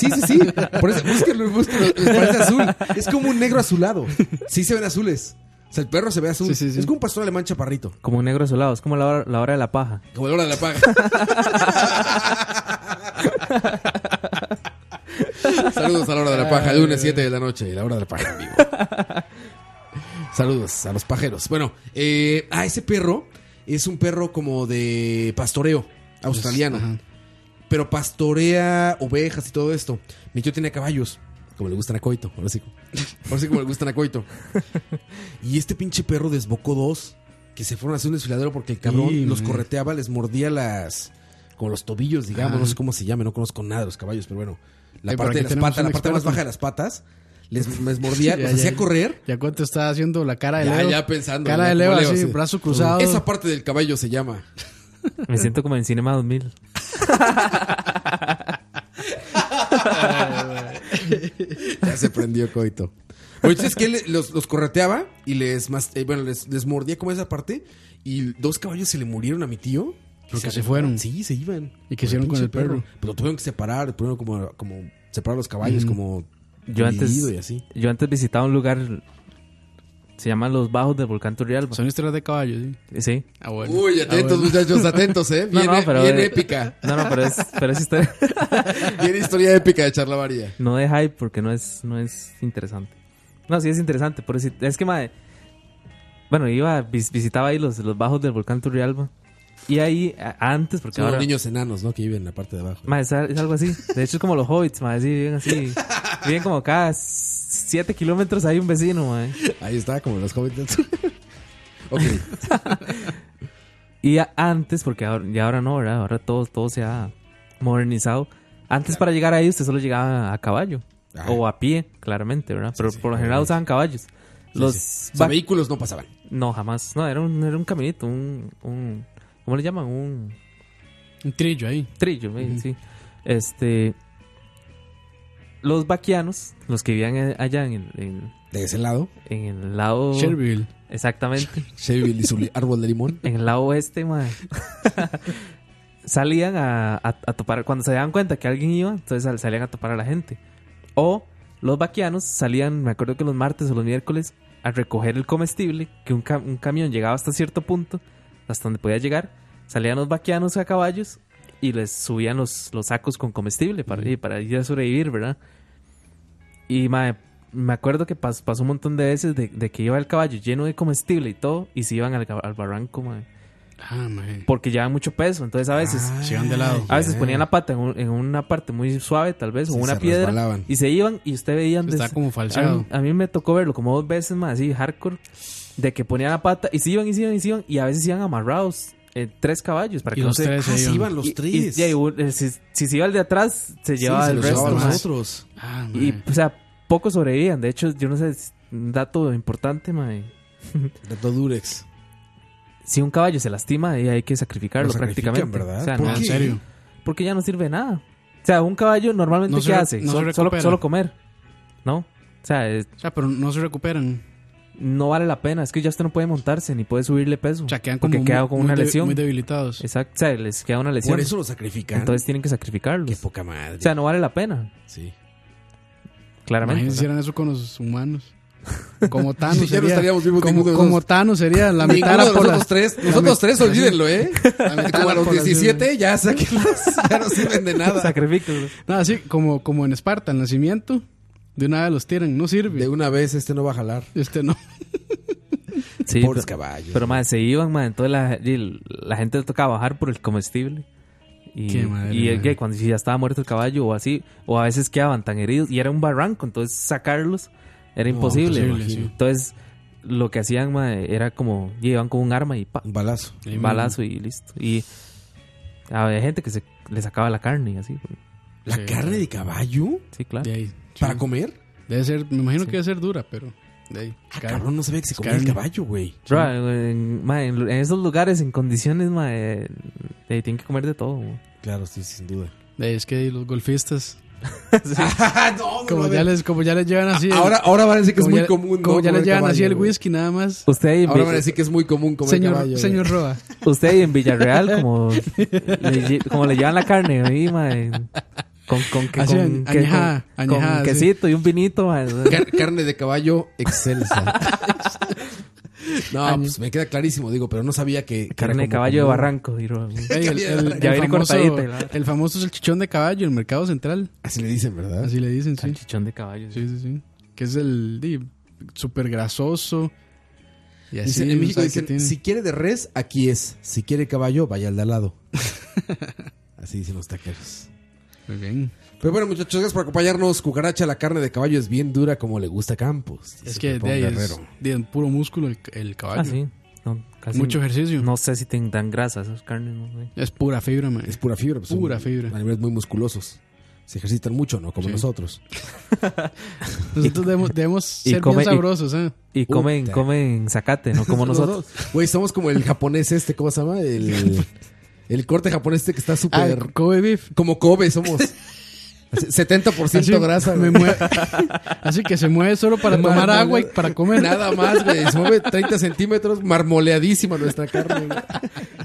Speaker 6: Sí, sí, sí. Por eso, búsquenlo, búsquenlo. les eh, parece azul. Es como un negro azulado. Sí se ven azules. O sea, el perro se ve azul.
Speaker 4: Sí, sí, sí.
Speaker 6: Es como un pastor alemán chaparrito.
Speaker 5: Como un negro azulado, es como la hora, la hora de la paja.
Speaker 6: Como el hora de la paga. Saludos a la hora de la paja, lunes 7 de la noche, la hora de la paja en vivo. Saludos a los pajeros. Bueno, eh, ah, ese perro es un perro como de pastoreo australiano,
Speaker 4: Ajá.
Speaker 6: pero pastorea ovejas y todo esto. Mi tío tiene caballos, como le gustan a Coito, ahora sí, ahora sí como le gustan
Speaker 4: [LAUGHS]
Speaker 6: a Coito. Y este pinche perro desbocó dos que se fueron a hacer un desfiladero porque el cabrón
Speaker 4: Y,
Speaker 6: los
Speaker 4: man.
Speaker 6: correteaba, les mordía las. como los tobillos, digamos.
Speaker 4: Ajá.
Speaker 6: No sé cómo se llame, no conozco nada de los caballos, pero bueno. La
Speaker 4: Ay, por
Speaker 6: parte de
Speaker 4: aquí tenemos
Speaker 6: las patas,
Speaker 4: un
Speaker 6: la parte más
Speaker 4: experto.
Speaker 6: baja de las patas,
Speaker 4: [LAUGHS]
Speaker 6: les, les mordía,
Speaker 4: Ya,
Speaker 6: los
Speaker 4: ya,
Speaker 6: hacía
Speaker 4: ya.
Speaker 6: correr.
Speaker 4: ya cuánto está haciendo la cara de
Speaker 6: Ya,
Speaker 4: Leo
Speaker 6: ya pensando.
Speaker 4: cara
Speaker 6: ya
Speaker 4: de
Speaker 6: como
Speaker 4: Leo
Speaker 6: Leo,
Speaker 4: así
Speaker 6: sí.
Speaker 4: brazo cruzado
Speaker 6: Esa parte del caballo se llama.
Speaker 5: Me siento como en Cinema 2000.
Speaker 6: Ya se prendió coito. Oye, ¿sabes que los, los correteaba y les, mas- eh, bueno, les, les mordía como esa parte y dos caballos se le murieron a mi tío.
Speaker 4: Pero que se
Speaker 6: alejaron.
Speaker 4: fueron.
Speaker 6: Sí, se iban.
Speaker 4: ¿Y qué hicieron con
Speaker 6: pinche
Speaker 4: el perro?
Speaker 6: Pero tuvieron que separar, tuvieron como, como separar los
Speaker 4: Mm.
Speaker 6: caballos, como
Speaker 5: Yo antes,
Speaker 6: dividido y así.
Speaker 5: yo antes visitaba un lugar, se llama Los Bajos del Volcán Turrialba.
Speaker 4: son historias de caballos sí
Speaker 5: Sí.
Speaker 4: ah bueno
Speaker 6: Uy,
Speaker 4: Ah,
Speaker 6: atentos
Speaker 4: bueno.
Speaker 6: muchachos,
Speaker 4: [LAUGHS]
Speaker 6: atentos, ¿eh?
Speaker 5: No,
Speaker 6: Bien,
Speaker 5: no, pero
Speaker 6: bien
Speaker 5: de-
Speaker 6: épica.
Speaker 5: No, no, pero es, pero es
Speaker 6: [LAUGHS]
Speaker 5: historia.
Speaker 6: Bien historia épica de Charla María.
Speaker 5: No de hype porque no es, no es interesante. No, sí es interesante, pero sí- es que madre, bueno, iba, vis- visitaba ahí los, los bajos del volcán Turrialba. Y ahí, a- antes, porque
Speaker 6: Son
Speaker 5: ahora.
Speaker 6: los niños enanos, ¿no? Que viven en la parte de abajo.
Speaker 5: Madre, es, a- es algo así. De hecho, es como los hobbits, madre, sí, viven así. Viven como cada s- siete kilómetros hay un vecino, madre.
Speaker 6: Ahí está, como
Speaker 5: [LAUGHS]
Speaker 6: los jóvenes. ok.
Speaker 5: Y a- antes, porque ahora, ya ahora no, ¿verdad? Ahora todo, todo se ha modernizado. Antes, para llegar ahí, usted solo llegaba a caballo.
Speaker 6: Ajá.
Speaker 5: O a pie, claramente, ¿verdad? Pero
Speaker 6: sí,
Speaker 5: por lo general
Speaker 6: obviamente.
Speaker 5: usaban caballos. Los
Speaker 6: O sea,
Speaker 5: va-
Speaker 6: vehículos no pasaban.
Speaker 5: No, jamás. No, era un, era un caminito, un, un... ¿Cómo le llaman? Un
Speaker 4: un trillo ahí
Speaker 5: trillo, eh, sí. Este... Los vaquianos, los que vivían eh, allá en el, en,
Speaker 6: De ese lado,
Speaker 5: en el lado...
Speaker 4: Sherville
Speaker 5: Exactamente.
Speaker 6: Chevy y su li- árbol de limón.
Speaker 5: en el lado oeste, madre. salían a, a- a topar... Cuando se daban cuenta que alguien iba, entonces sal- salían a topar a la gente. O los vaquianos salían, me acuerdo que los martes o los miércoles, a recoger el comestible, que un, ca- un camión llegaba hasta cierto punto, hasta donde podía llegar, salían los vaquianos a caballos y les subían los, los sacos con comestible para, ir- para ir a sobrevivir, ¿verdad? Y mae, me acuerdo que pas- pasó un montón de veces de, de que iba el caballo lleno de comestible y todo, y se iban al, ca- al barranco, mae,
Speaker 4: ah man
Speaker 5: porque llevaban mucho peso, entonces a veces...
Speaker 6: Ah,
Speaker 4: se iban de lado.
Speaker 5: A veces ponían la pata en, un- en una parte muy suave, tal vez, o
Speaker 6: Sí,
Speaker 5: una
Speaker 6: se
Speaker 5: piedra.
Speaker 6: resbalaban.
Speaker 5: Y se iban y usted veían
Speaker 4: está
Speaker 5: desde-
Speaker 4: como
Speaker 5: a
Speaker 4: falseado
Speaker 5: mí, a mí me tocó verlo como dos veces más así, hardcore, de que ponían la pata y se iban y se iban y se iban y a veces se iban amarrados eh, tres caballos para
Speaker 4: y
Speaker 5: que no
Speaker 4: los
Speaker 5: se...
Speaker 4: tres
Speaker 6: Ah,
Speaker 4: se
Speaker 6: sí,
Speaker 4: iban
Speaker 6: iban los
Speaker 5: y- y-
Speaker 6: tres.
Speaker 5: y ahí hubo- eh, si, si se iba el de atrás, se
Speaker 6: Sí,
Speaker 5: llevaba
Speaker 6: se
Speaker 5: el
Speaker 6: los
Speaker 5: resto.
Speaker 6: llevaban
Speaker 5: ma.
Speaker 6: los otros.
Speaker 4: ah
Speaker 5: Y,
Speaker 4: man
Speaker 5: o sea, pocos sobrevivían. De hecho, yo no sé, es un dato importante, mae.
Speaker 6: De todo Durex.
Speaker 5: Si un caballo se lastima, ahí hay que sacrificarlo
Speaker 6: Lo sacrifican,
Speaker 5: prácticamente.
Speaker 6: ¿verdad?
Speaker 5: O sea,
Speaker 6: ¿Por
Speaker 5: no-
Speaker 4: Ah, en
Speaker 6: qué?
Speaker 4: serio
Speaker 5: porque ya no sirve de nada. O sea, un caballo normalmente,
Speaker 4: No se
Speaker 5: ¿qué
Speaker 4: re-
Speaker 5: hace?
Speaker 4: no se
Speaker 5: Sol- solo,
Speaker 4: recupera.
Speaker 5: solo comer. ¿No? O sea, es-
Speaker 4: o sea pero no se recuperan
Speaker 5: no vale la pena. Es que ya usted no puede montarse ni puede subirle peso.
Speaker 4: quedan
Speaker 5: porque
Speaker 4: como
Speaker 5: queda
Speaker 4: muy-
Speaker 5: con
Speaker 4: muy
Speaker 5: una
Speaker 4: de-
Speaker 5: lesión.
Speaker 4: muy debilitados.
Speaker 5: Exacto. O sea, les queda una lesión.
Speaker 6: Por eso lo sacrifican.
Speaker 5: Entonces tienen que sacrificarlos.
Speaker 6: Qué poca madre.
Speaker 5: O sea, no vale la pena.
Speaker 6: Sí.
Speaker 5: Claramente.
Speaker 4: Imagínense si hicieran eso con los humanos.
Speaker 6: [LAUGHS]
Speaker 4: Como Thanos
Speaker 6: Sí, ya no
Speaker 4: sería.
Speaker 6: estaríamos vivos
Speaker 4: como,
Speaker 6: ninguno de
Speaker 4: como
Speaker 6: nosotros.
Speaker 4: Thanos sería la
Speaker 6: Ninguno
Speaker 4: mitad
Speaker 6: de
Speaker 4: de la
Speaker 6: nosotros
Speaker 4: población.
Speaker 6: [LAUGHS] tres,
Speaker 4: la
Speaker 6: nosotros
Speaker 4: mitad
Speaker 6: tres,
Speaker 4: de la [LAUGHS]
Speaker 6: olvídenlo, ¿eh?
Speaker 4: La mitad
Speaker 6: Como
Speaker 4: de
Speaker 6: a
Speaker 4: la
Speaker 6: los
Speaker 4: población.
Speaker 6: 17 ya sáquenlos,
Speaker 4: [LAUGHS]
Speaker 6: ya no sirven
Speaker 5: [LAUGHS]
Speaker 6: de nada.
Speaker 5: Sacrificos.
Speaker 4: No, así como, como en Esparta, el nacimiento, de una vez los tiran, no sirve.
Speaker 6: De una vez este no va a jalar.
Speaker 4: Este no.
Speaker 5: Sí, pues,
Speaker 6: Pobres
Speaker 5: pero,
Speaker 6: caballos.
Speaker 5: pero madre, se iban, madre. Entonces la, y la gente le tocaba bajar por el comestible. Y,
Speaker 4: Qué madre,
Speaker 5: y el-
Speaker 4: madre.
Speaker 5: y cuando ya estaba muerto el caballo o así, o a veces quedaban tan heridos y era un barranco, entonces sacarlos era imposible.
Speaker 4: imposible, sí.
Speaker 5: Entonces lo que hacían madre, era como, y iban con un arma y pa,
Speaker 6: Un balazo.
Speaker 4: Ahí
Speaker 5: balazo y listo. Y había gente que se le sacaba la carne y así.
Speaker 6: [LAUGHS] ¿La
Speaker 4: Sí.
Speaker 6: carne de caballo?
Speaker 5: Sí,
Speaker 4: mismo.
Speaker 5: claro.
Speaker 4: De ahí. sí.
Speaker 6: ¿Para comer? [LAUGHS]
Speaker 4: Debe ser, me imagino
Speaker 5: Sí.
Speaker 4: que debe ser dura, pero. De ahí.
Speaker 6: Ah,
Speaker 4: Carne.
Speaker 6: cabrón, no sabía que se comía
Speaker 4: Carne.
Speaker 6: el caballo, güey.
Speaker 5: Bro, en, mae, en- en esos lugares, en condiciones, mae, eh, tienen que comer de todo. mo.
Speaker 6: Claro, sí, sin duda.
Speaker 4: De ahí, es que los golfistas,
Speaker 6: [LAUGHS] Ah, no, no,
Speaker 4: como
Speaker 6: no,
Speaker 4: ya,
Speaker 6: no.
Speaker 4: les, como ya les llevan así. el-
Speaker 6: ahora, ahora van a decir que es
Speaker 4: como
Speaker 6: muy
Speaker 4: ya-
Speaker 6: común, ¿no?
Speaker 4: Como ya les
Speaker 6: Comer
Speaker 4: llevan
Speaker 6: caballo,
Speaker 4: así el
Speaker 6: güey.
Speaker 4: whisky, nada más.
Speaker 5: Usted ahí, en
Speaker 6: Ahora
Speaker 5: Vi-
Speaker 6: van a decir que es muy común comer
Speaker 4: Señor,
Speaker 6: caballo. güey.
Speaker 4: señor
Speaker 6: [LAUGHS]
Speaker 4: Roa.
Speaker 5: usted ahí en Villarreal,
Speaker 4: [LAUGHS]
Speaker 5: como le, lle- como le llevan la carne ahí, mae, Con, con, que-
Speaker 4: Así,
Speaker 5: con, que-
Speaker 4: añejada,
Speaker 5: con-
Speaker 4: añejada,
Speaker 5: con
Speaker 4: sí.
Speaker 5: quesito y un vinito, mae.
Speaker 6: Car- carne de caballo
Speaker 4: [LAUGHS]
Speaker 6: excelsa. no, pues me queda clarísimo, digo, pero no sabía que. que era
Speaker 5: Carne de
Speaker 6: como
Speaker 5: caballo de
Speaker 6: común.
Speaker 5: barranco. digo, mae.
Speaker 4: Ey, el, el-
Speaker 5: Ya
Speaker 4: el
Speaker 5: viene
Speaker 4: famoso,
Speaker 5: cortadita, ¿verdad?
Speaker 4: el famoso salchichón de caballo en el mercado central.
Speaker 6: Así le dicen, ¿verdad?
Speaker 4: Así le dicen, sí.
Speaker 5: Salchichón de caballo. sí.
Speaker 4: Sí, sí, sí. Que es el di, súper grasoso. Y así
Speaker 6: Dicen, en México
Speaker 4: sabe qué
Speaker 6: dicen,
Speaker 4: tiene.
Speaker 6: si quiere de res, aquí es. Si quiere caballo, vaya al de
Speaker 4: [LAUGHS]
Speaker 6: al lado. Así dicen los taqueros.
Speaker 4: Muy bien.
Speaker 6: Pero bueno, muchachos, gracias por acompañarnos. Cucaracha, la carne de caballo es bien dura como le gusta a Campos. dice
Speaker 4: Es que
Speaker 6: Pepón
Speaker 4: de ahí es
Speaker 6: Guerrero.
Speaker 4: de puro músculo el, el caballo.
Speaker 5: Ah, sí. No, casi
Speaker 4: Mucho ejercicio.
Speaker 5: No sé si tienen tan grasa esas carnes, no sé.
Speaker 4: Es pura fibra, man.
Speaker 6: Es pura fibra. pues, son
Speaker 4: Pura fibra.
Speaker 6: Animales muy musculosos. Se ejercitan mucho, ¿no? Como
Speaker 4: Sí.
Speaker 6: nosotros.
Speaker 4: Nosotros debemos, debemos
Speaker 5: y
Speaker 4: ser
Speaker 5: come- y-
Speaker 4: bien sabrosos, ¿eh?
Speaker 5: Y comen,
Speaker 6: Puta.
Speaker 5: comen zacate,
Speaker 4: [LAUGHS]
Speaker 5: no como
Speaker 6: Los
Speaker 5: nosotros.
Speaker 6: dos. Güey, somos como el japonés este, ¿cómo se llama? El, el corte japonés este que está
Speaker 4: Ah,
Speaker 6: súper...
Speaker 4: Kobe beef.
Speaker 6: como Kobe somos. Así, 70%
Speaker 4: Así,
Speaker 6: grasa,
Speaker 4: me
Speaker 6: güey.
Speaker 4: mueve- [LAUGHS] así que se mueve solo para
Speaker 6: Mar-
Speaker 4: tomar
Speaker 6: mar-
Speaker 4: agua y para comer.
Speaker 6: Nada más, güey. Se mueve 30 centímetros, marmoleadísima nuestra carne, güey.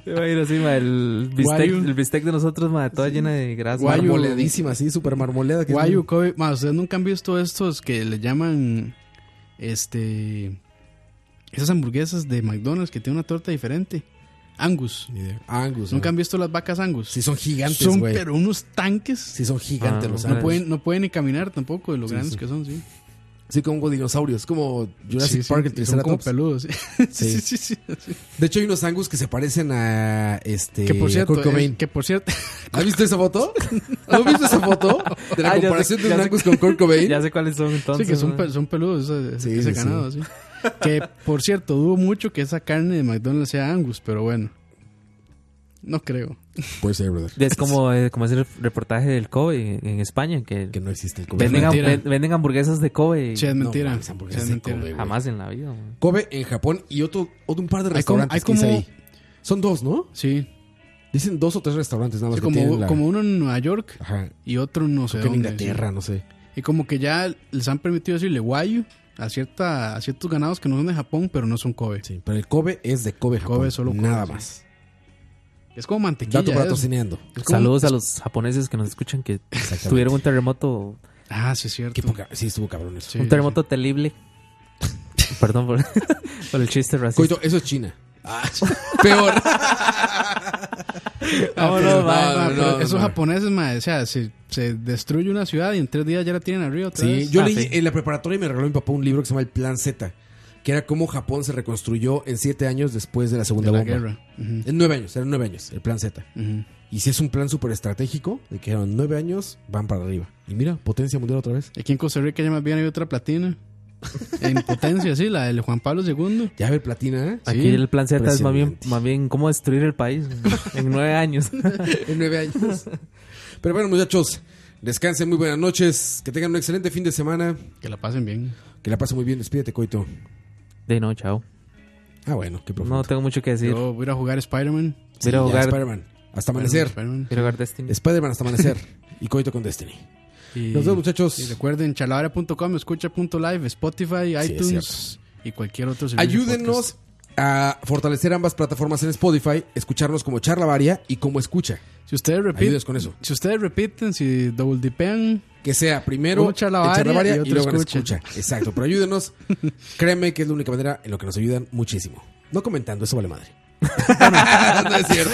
Speaker 5: Imagino, sí, mae, el, bistec,
Speaker 4: Guayu.
Speaker 5: el bistec de nosotros, mae, toda llena de grasa.
Speaker 4: Guayu.
Speaker 6: Marmoleadísima, sí, súper marmoleada. que es
Speaker 4: Guayu,
Speaker 6: muy-
Speaker 4: Kobe. Ma, ustedes nunca han visto estos que le llaman. Este. Esas hamburguesas de McDonald's que tienen una torta diferente. Angus.
Speaker 6: Ni idea. Angus.
Speaker 4: ¿Nunca
Speaker 6: ¿no?
Speaker 4: han visto las vacas Angus?
Speaker 6: Sí, son gigantes,
Speaker 4: son,
Speaker 6: güey.
Speaker 4: pero unos tanques.
Speaker 6: Sí, son gigantes
Speaker 5: Ah,
Speaker 6: los
Speaker 5: no
Speaker 4: no,
Speaker 6: Angus.
Speaker 4: pueden, no pueden ni caminar tampoco de lo grandes
Speaker 6: sí.
Speaker 4: que son, sí.
Speaker 6: Sí, como dinosaurios. Como Jurassic
Speaker 4: Sí, sí,
Speaker 6: Park, el
Speaker 4: y son como
Speaker 6: Triceratops.
Speaker 4: peludos. [LAUGHS] sí.
Speaker 6: Sí.
Speaker 4: Sí, sí, sí.
Speaker 6: De hecho, hay unos Angus que se parecen a este.
Speaker 4: Que por
Speaker 6: a
Speaker 4: cierto,
Speaker 6: Kurt Cobain.
Speaker 4: es- que por cierto, [LAUGHS]
Speaker 6: ¿Has visto esa foto? ¿No has visto esa foto? De la
Speaker 5: Ah, ya sé-
Speaker 6: comparación de
Speaker 5: ya
Speaker 6: un
Speaker 5: sé-
Speaker 6: Angus con Kurt Cobain.
Speaker 5: Ya sé cuáles son entonces.
Speaker 4: sí que son,
Speaker 5: mae.
Speaker 4: pe- son peludos ese,
Speaker 6: Sí,
Speaker 4: ese
Speaker 6: sí, sí.
Speaker 4: ganado, sí. Que por cierto, dudo mucho que esa carne de McDonald's sea Angus, pero bueno. No creo.
Speaker 6: Puede ser, Pues, brother.
Speaker 4: [LAUGHS]
Speaker 5: Es como, eh, como ese reportaje del Kobe en, en España, que,
Speaker 6: Que no existe el Kobe.
Speaker 5: venden, ham-
Speaker 4: mentira.
Speaker 5: ven- venden hamburguesas de Kobe.
Speaker 4: Sí, es
Speaker 6: No
Speaker 4: mentira.
Speaker 6: mames, hamburguesas
Speaker 4: sí, es
Speaker 6: de
Speaker 4: mentira.
Speaker 6: Kobe, güey.
Speaker 5: Jamás en la vida. man.
Speaker 6: Kobe en Japón y otro, otro un par de
Speaker 4: Hay como-
Speaker 6: restaurantes
Speaker 4: hay
Speaker 6: que dice
Speaker 4: como-
Speaker 6: ahí. Son dos, ¿no?
Speaker 4: Sí,
Speaker 6: Dicen dos o tres restaurantes nada más.
Speaker 4: sí,
Speaker 6: que tienen
Speaker 4: como,
Speaker 6: la-
Speaker 4: como uno en Nueva York
Speaker 6: Ajá.
Speaker 4: y otro no sé
Speaker 6: Creo que en
Speaker 4: dónde,
Speaker 6: Inglaterra, no sé.
Speaker 4: sí. Y como que ya les han permitido decirle guayu a, cierta, a ciertos ganados que no son de Japón, pero no son Kobe.
Speaker 6: Sí, pero el Kobe es de Kobe, Japón.
Speaker 4: Kobe, solo Kobe,
Speaker 6: Nada
Speaker 4: sí.
Speaker 6: más.
Speaker 4: Es como mantequilla. ¿eh?
Speaker 6: Dato para
Speaker 4: eso.
Speaker 6: tocineando.
Speaker 4: Es como-
Speaker 5: Saludos a los japoneses que nos escuchan que
Speaker 6: Exactamente.
Speaker 5: tuvieron un terremoto,
Speaker 4: Ah, sí, es cierto.
Speaker 6: Qué
Speaker 4: [LAUGHS]
Speaker 6: poca- Sí, estuvo cabrón eso.
Speaker 4: Sí,
Speaker 5: un
Speaker 4: sí,
Speaker 5: terremoto terrible. [LAUGHS] Perdón por, [LAUGHS] por el chiste racista.
Speaker 6: Coito, eso es China.
Speaker 4: Ah.
Speaker 6: [LAUGHS] Peor.
Speaker 5: Vámonos,
Speaker 4: Ah, pero-
Speaker 5: va,
Speaker 4: no,
Speaker 6: va,
Speaker 4: pero
Speaker 6: no,
Speaker 4: esos
Speaker 6: no.
Speaker 4: japoneses, mae, o sea, se, se destruye una ciudad y en tres días ya la tienen arriba otra
Speaker 6: Sí,
Speaker 4: vez.
Speaker 6: yo
Speaker 5: Ah,
Speaker 6: leí
Speaker 5: sí.
Speaker 6: en la preparatoria y me regaló mi papá un libro que se llama El Plan Z, que era cómo Japón se reconstruyó en siete años después de la
Speaker 4: de
Speaker 6: Segunda
Speaker 4: la
Speaker 6: Bomba.
Speaker 4: guerra. Ujú,
Speaker 6: En nueve años, eran nueve años, el Plan Z.
Speaker 4: ujú.
Speaker 6: Y si es un plan súper estratégico, de que eran nueve años, van para arriba. Y mira, potencia mundial otra vez.
Speaker 4: Aquí en Costa Rica ya más bien hay otra platina. en potencia, sí, la del Juan Pablo II.
Speaker 6: Ya ver platina, ¿eh?
Speaker 5: Aquí el plan Z es más bien,
Speaker 6: impresionante.
Speaker 5: más bien cómo destruir el país en nueve
Speaker 4: [LAUGHS]
Speaker 5: años.
Speaker 6: [LAUGHS] en nueve años. Pero bueno, muchachos, descansen, muy buenas noches, que tengan un excelente fin de semana,
Speaker 4: Que la pasen bien.
Speaker 6: que la pasen muy bien, despídete, Coito.
Speaker 5: De no, chao.
Speaker 6: Ah, bueno, qué profundo.
Speaker 5: No tengo mucho que decir.
Speaker 4: Yo voy a ir a jugar Spider-Man.
Speaker 6: Sí,
Speaker 5: Voy a
Speaker 6: ya,
Speaker 5: jugar-
Speaker 6: Spider-Man, hasta amanecer.
Speaker 4: Spider-Man.
Speaker 5: Quiero jugar Destiny.
Speaker 6: Spider-Man hasta amanecer. y Coito con Destiny.
Speaker 4: Y-
Speaker 6: Nos vemos, muchachos.
Speaker 4: Y recuerden, chalabaria.com, escucha.live, Spotify,
Speaker 6: es
Speaker 4: iTunes y cualquier otro servicio de podcast.
Speaker 6: Ayúdenos a fortalecer ambas plataformas en Spotify, escucharnos como charla varia y como escucha.
Speaker 4: Si ustedes repiten,
Speaker 6: Ayúdenos con eso.
Speaker 4: si ustedes repiten, si double dipean,
Speaker 6: Que sea primero
Speaker 4: Uno charla varia y
Speaker 6: el y,
Speaker 4: otro
Speaker 6: luego en
Speaker 4: escucha.
Speaker 6: escucha. Exacto,
Speaker 4: [LAUGHS]
Speaker 6: pero ayúdenos. Créeme que es la única manera en la que nos ayudan muchísimo. No comentando, eso vale madre. no es cierto.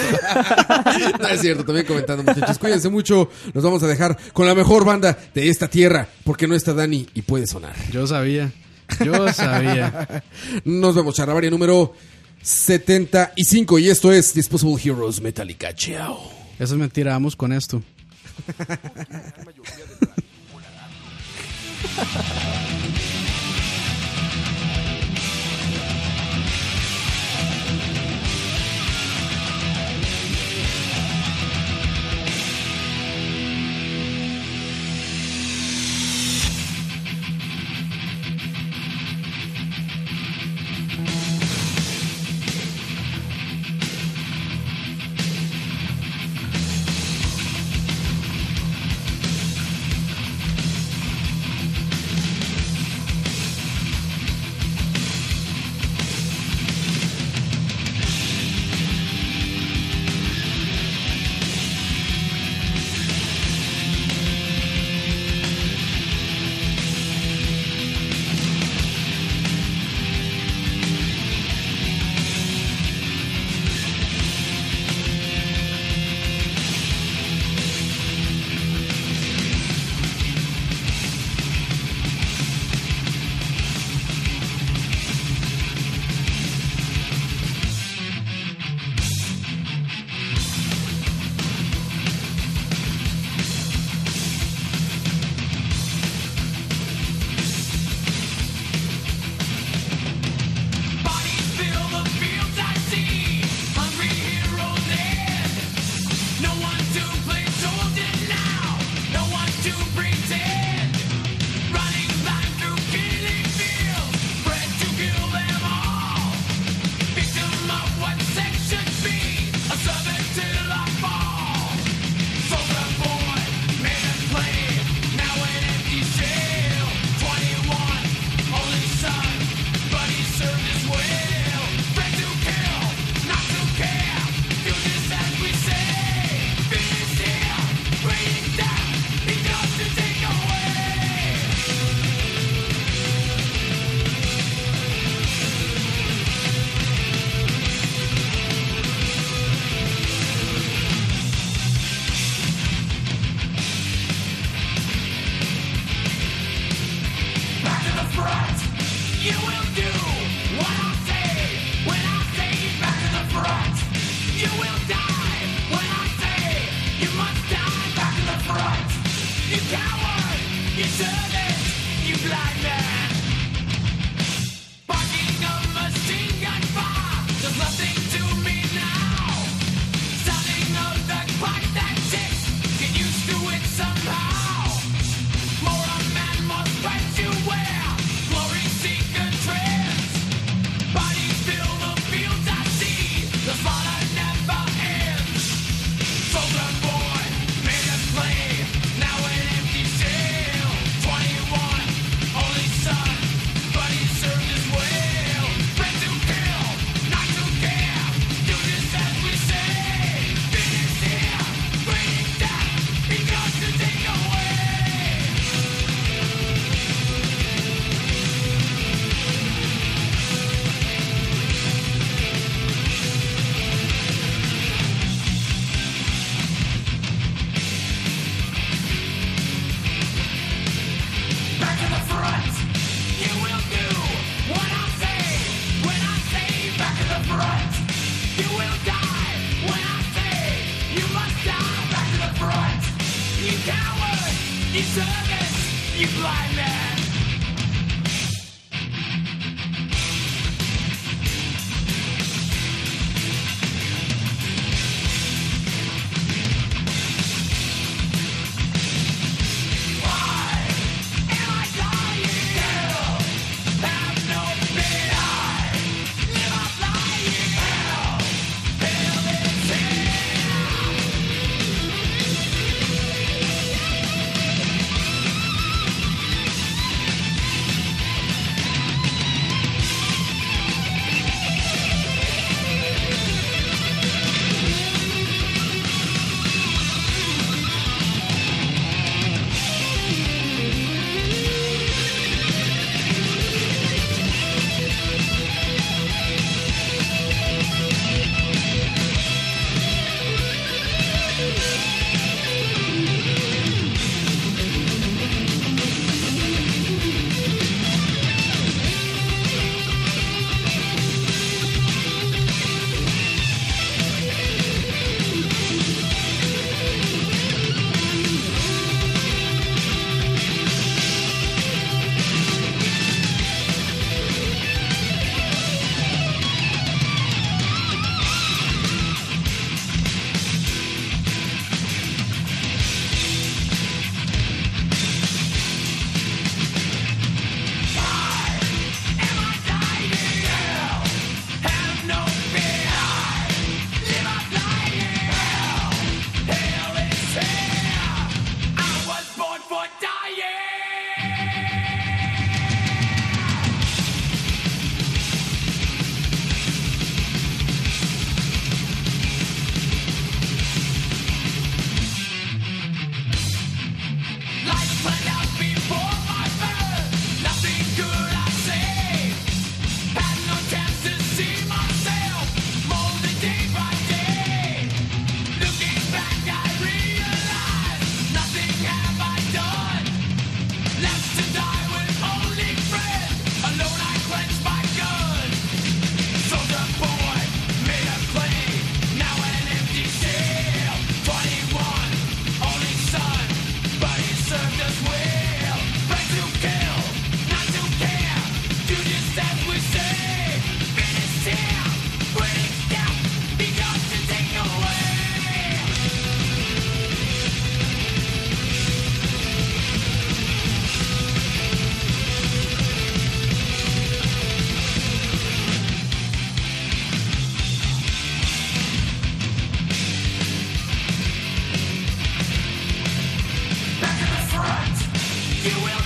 Speaker 6: no es cierto, también comentando, muchachos. Cuídense mucho. Nos vamos a dejar con la mejor banda de esta tierra, porque no está Dani y puede sonar.
Speaker 4: yo sabía, yo
Speaker 6: [LAUGHS]
Speaker 4: sabía.
Speaker 6: Nos vemos, charlavaria número 75. Y esto es Disposable Heroes Metallica. Chao.
Speaker 4: Eso es mentira, vamos con esto.
Speaker 8: Bodies fill the fields I see, hungry heroes dead. No one to play soldier now, no one to pretend. Running blind through killing fields, bred to kill them all. Victim of what sex should be, a servant till I fall. Soldier boy, made and played, now an empty shell. 21, only son, but he served his will. Bred to kill, not to care, do this as we say. Finish here, bringing death, he does to take away. Back to the front. You will do what I say when I say back to the front. You will die when I say you must die back to the front. You coward, you servant, you blind man. Barking a machine gun fire does nothing to me now. Sounding of the clock that ticks, get used to it somehow. More a man must fight you wear. Glory seeker trends. Bodies fill the fields I see. The slaughter never ends. Soldier boy, made a play. Now an empty shell. 21, only son. But he served his will. Bred to kill, not to care. Do just as we say. Finish here. Bring death. He comes to take away. Back to the front. You will do what I say when I say back to the front. You will die when I say you must die back to the front. You coward, you servant, you blind man. Am I dying? Hell, have no pity. Live up lying. Hell, hell is here. you're dying. Lights played out before my birth. Nothing good I say. Had no chance to see myself. Molded day by day. Looking back, I realize nothing have I done. Left to die with only friends. Alone I quench my gun. Soldier boy made a claim. Now an empty shell. 21, only son, but he served us well. Right to kill, not to care. Do just as we say. Finish him, bring it down. He got to take away. You will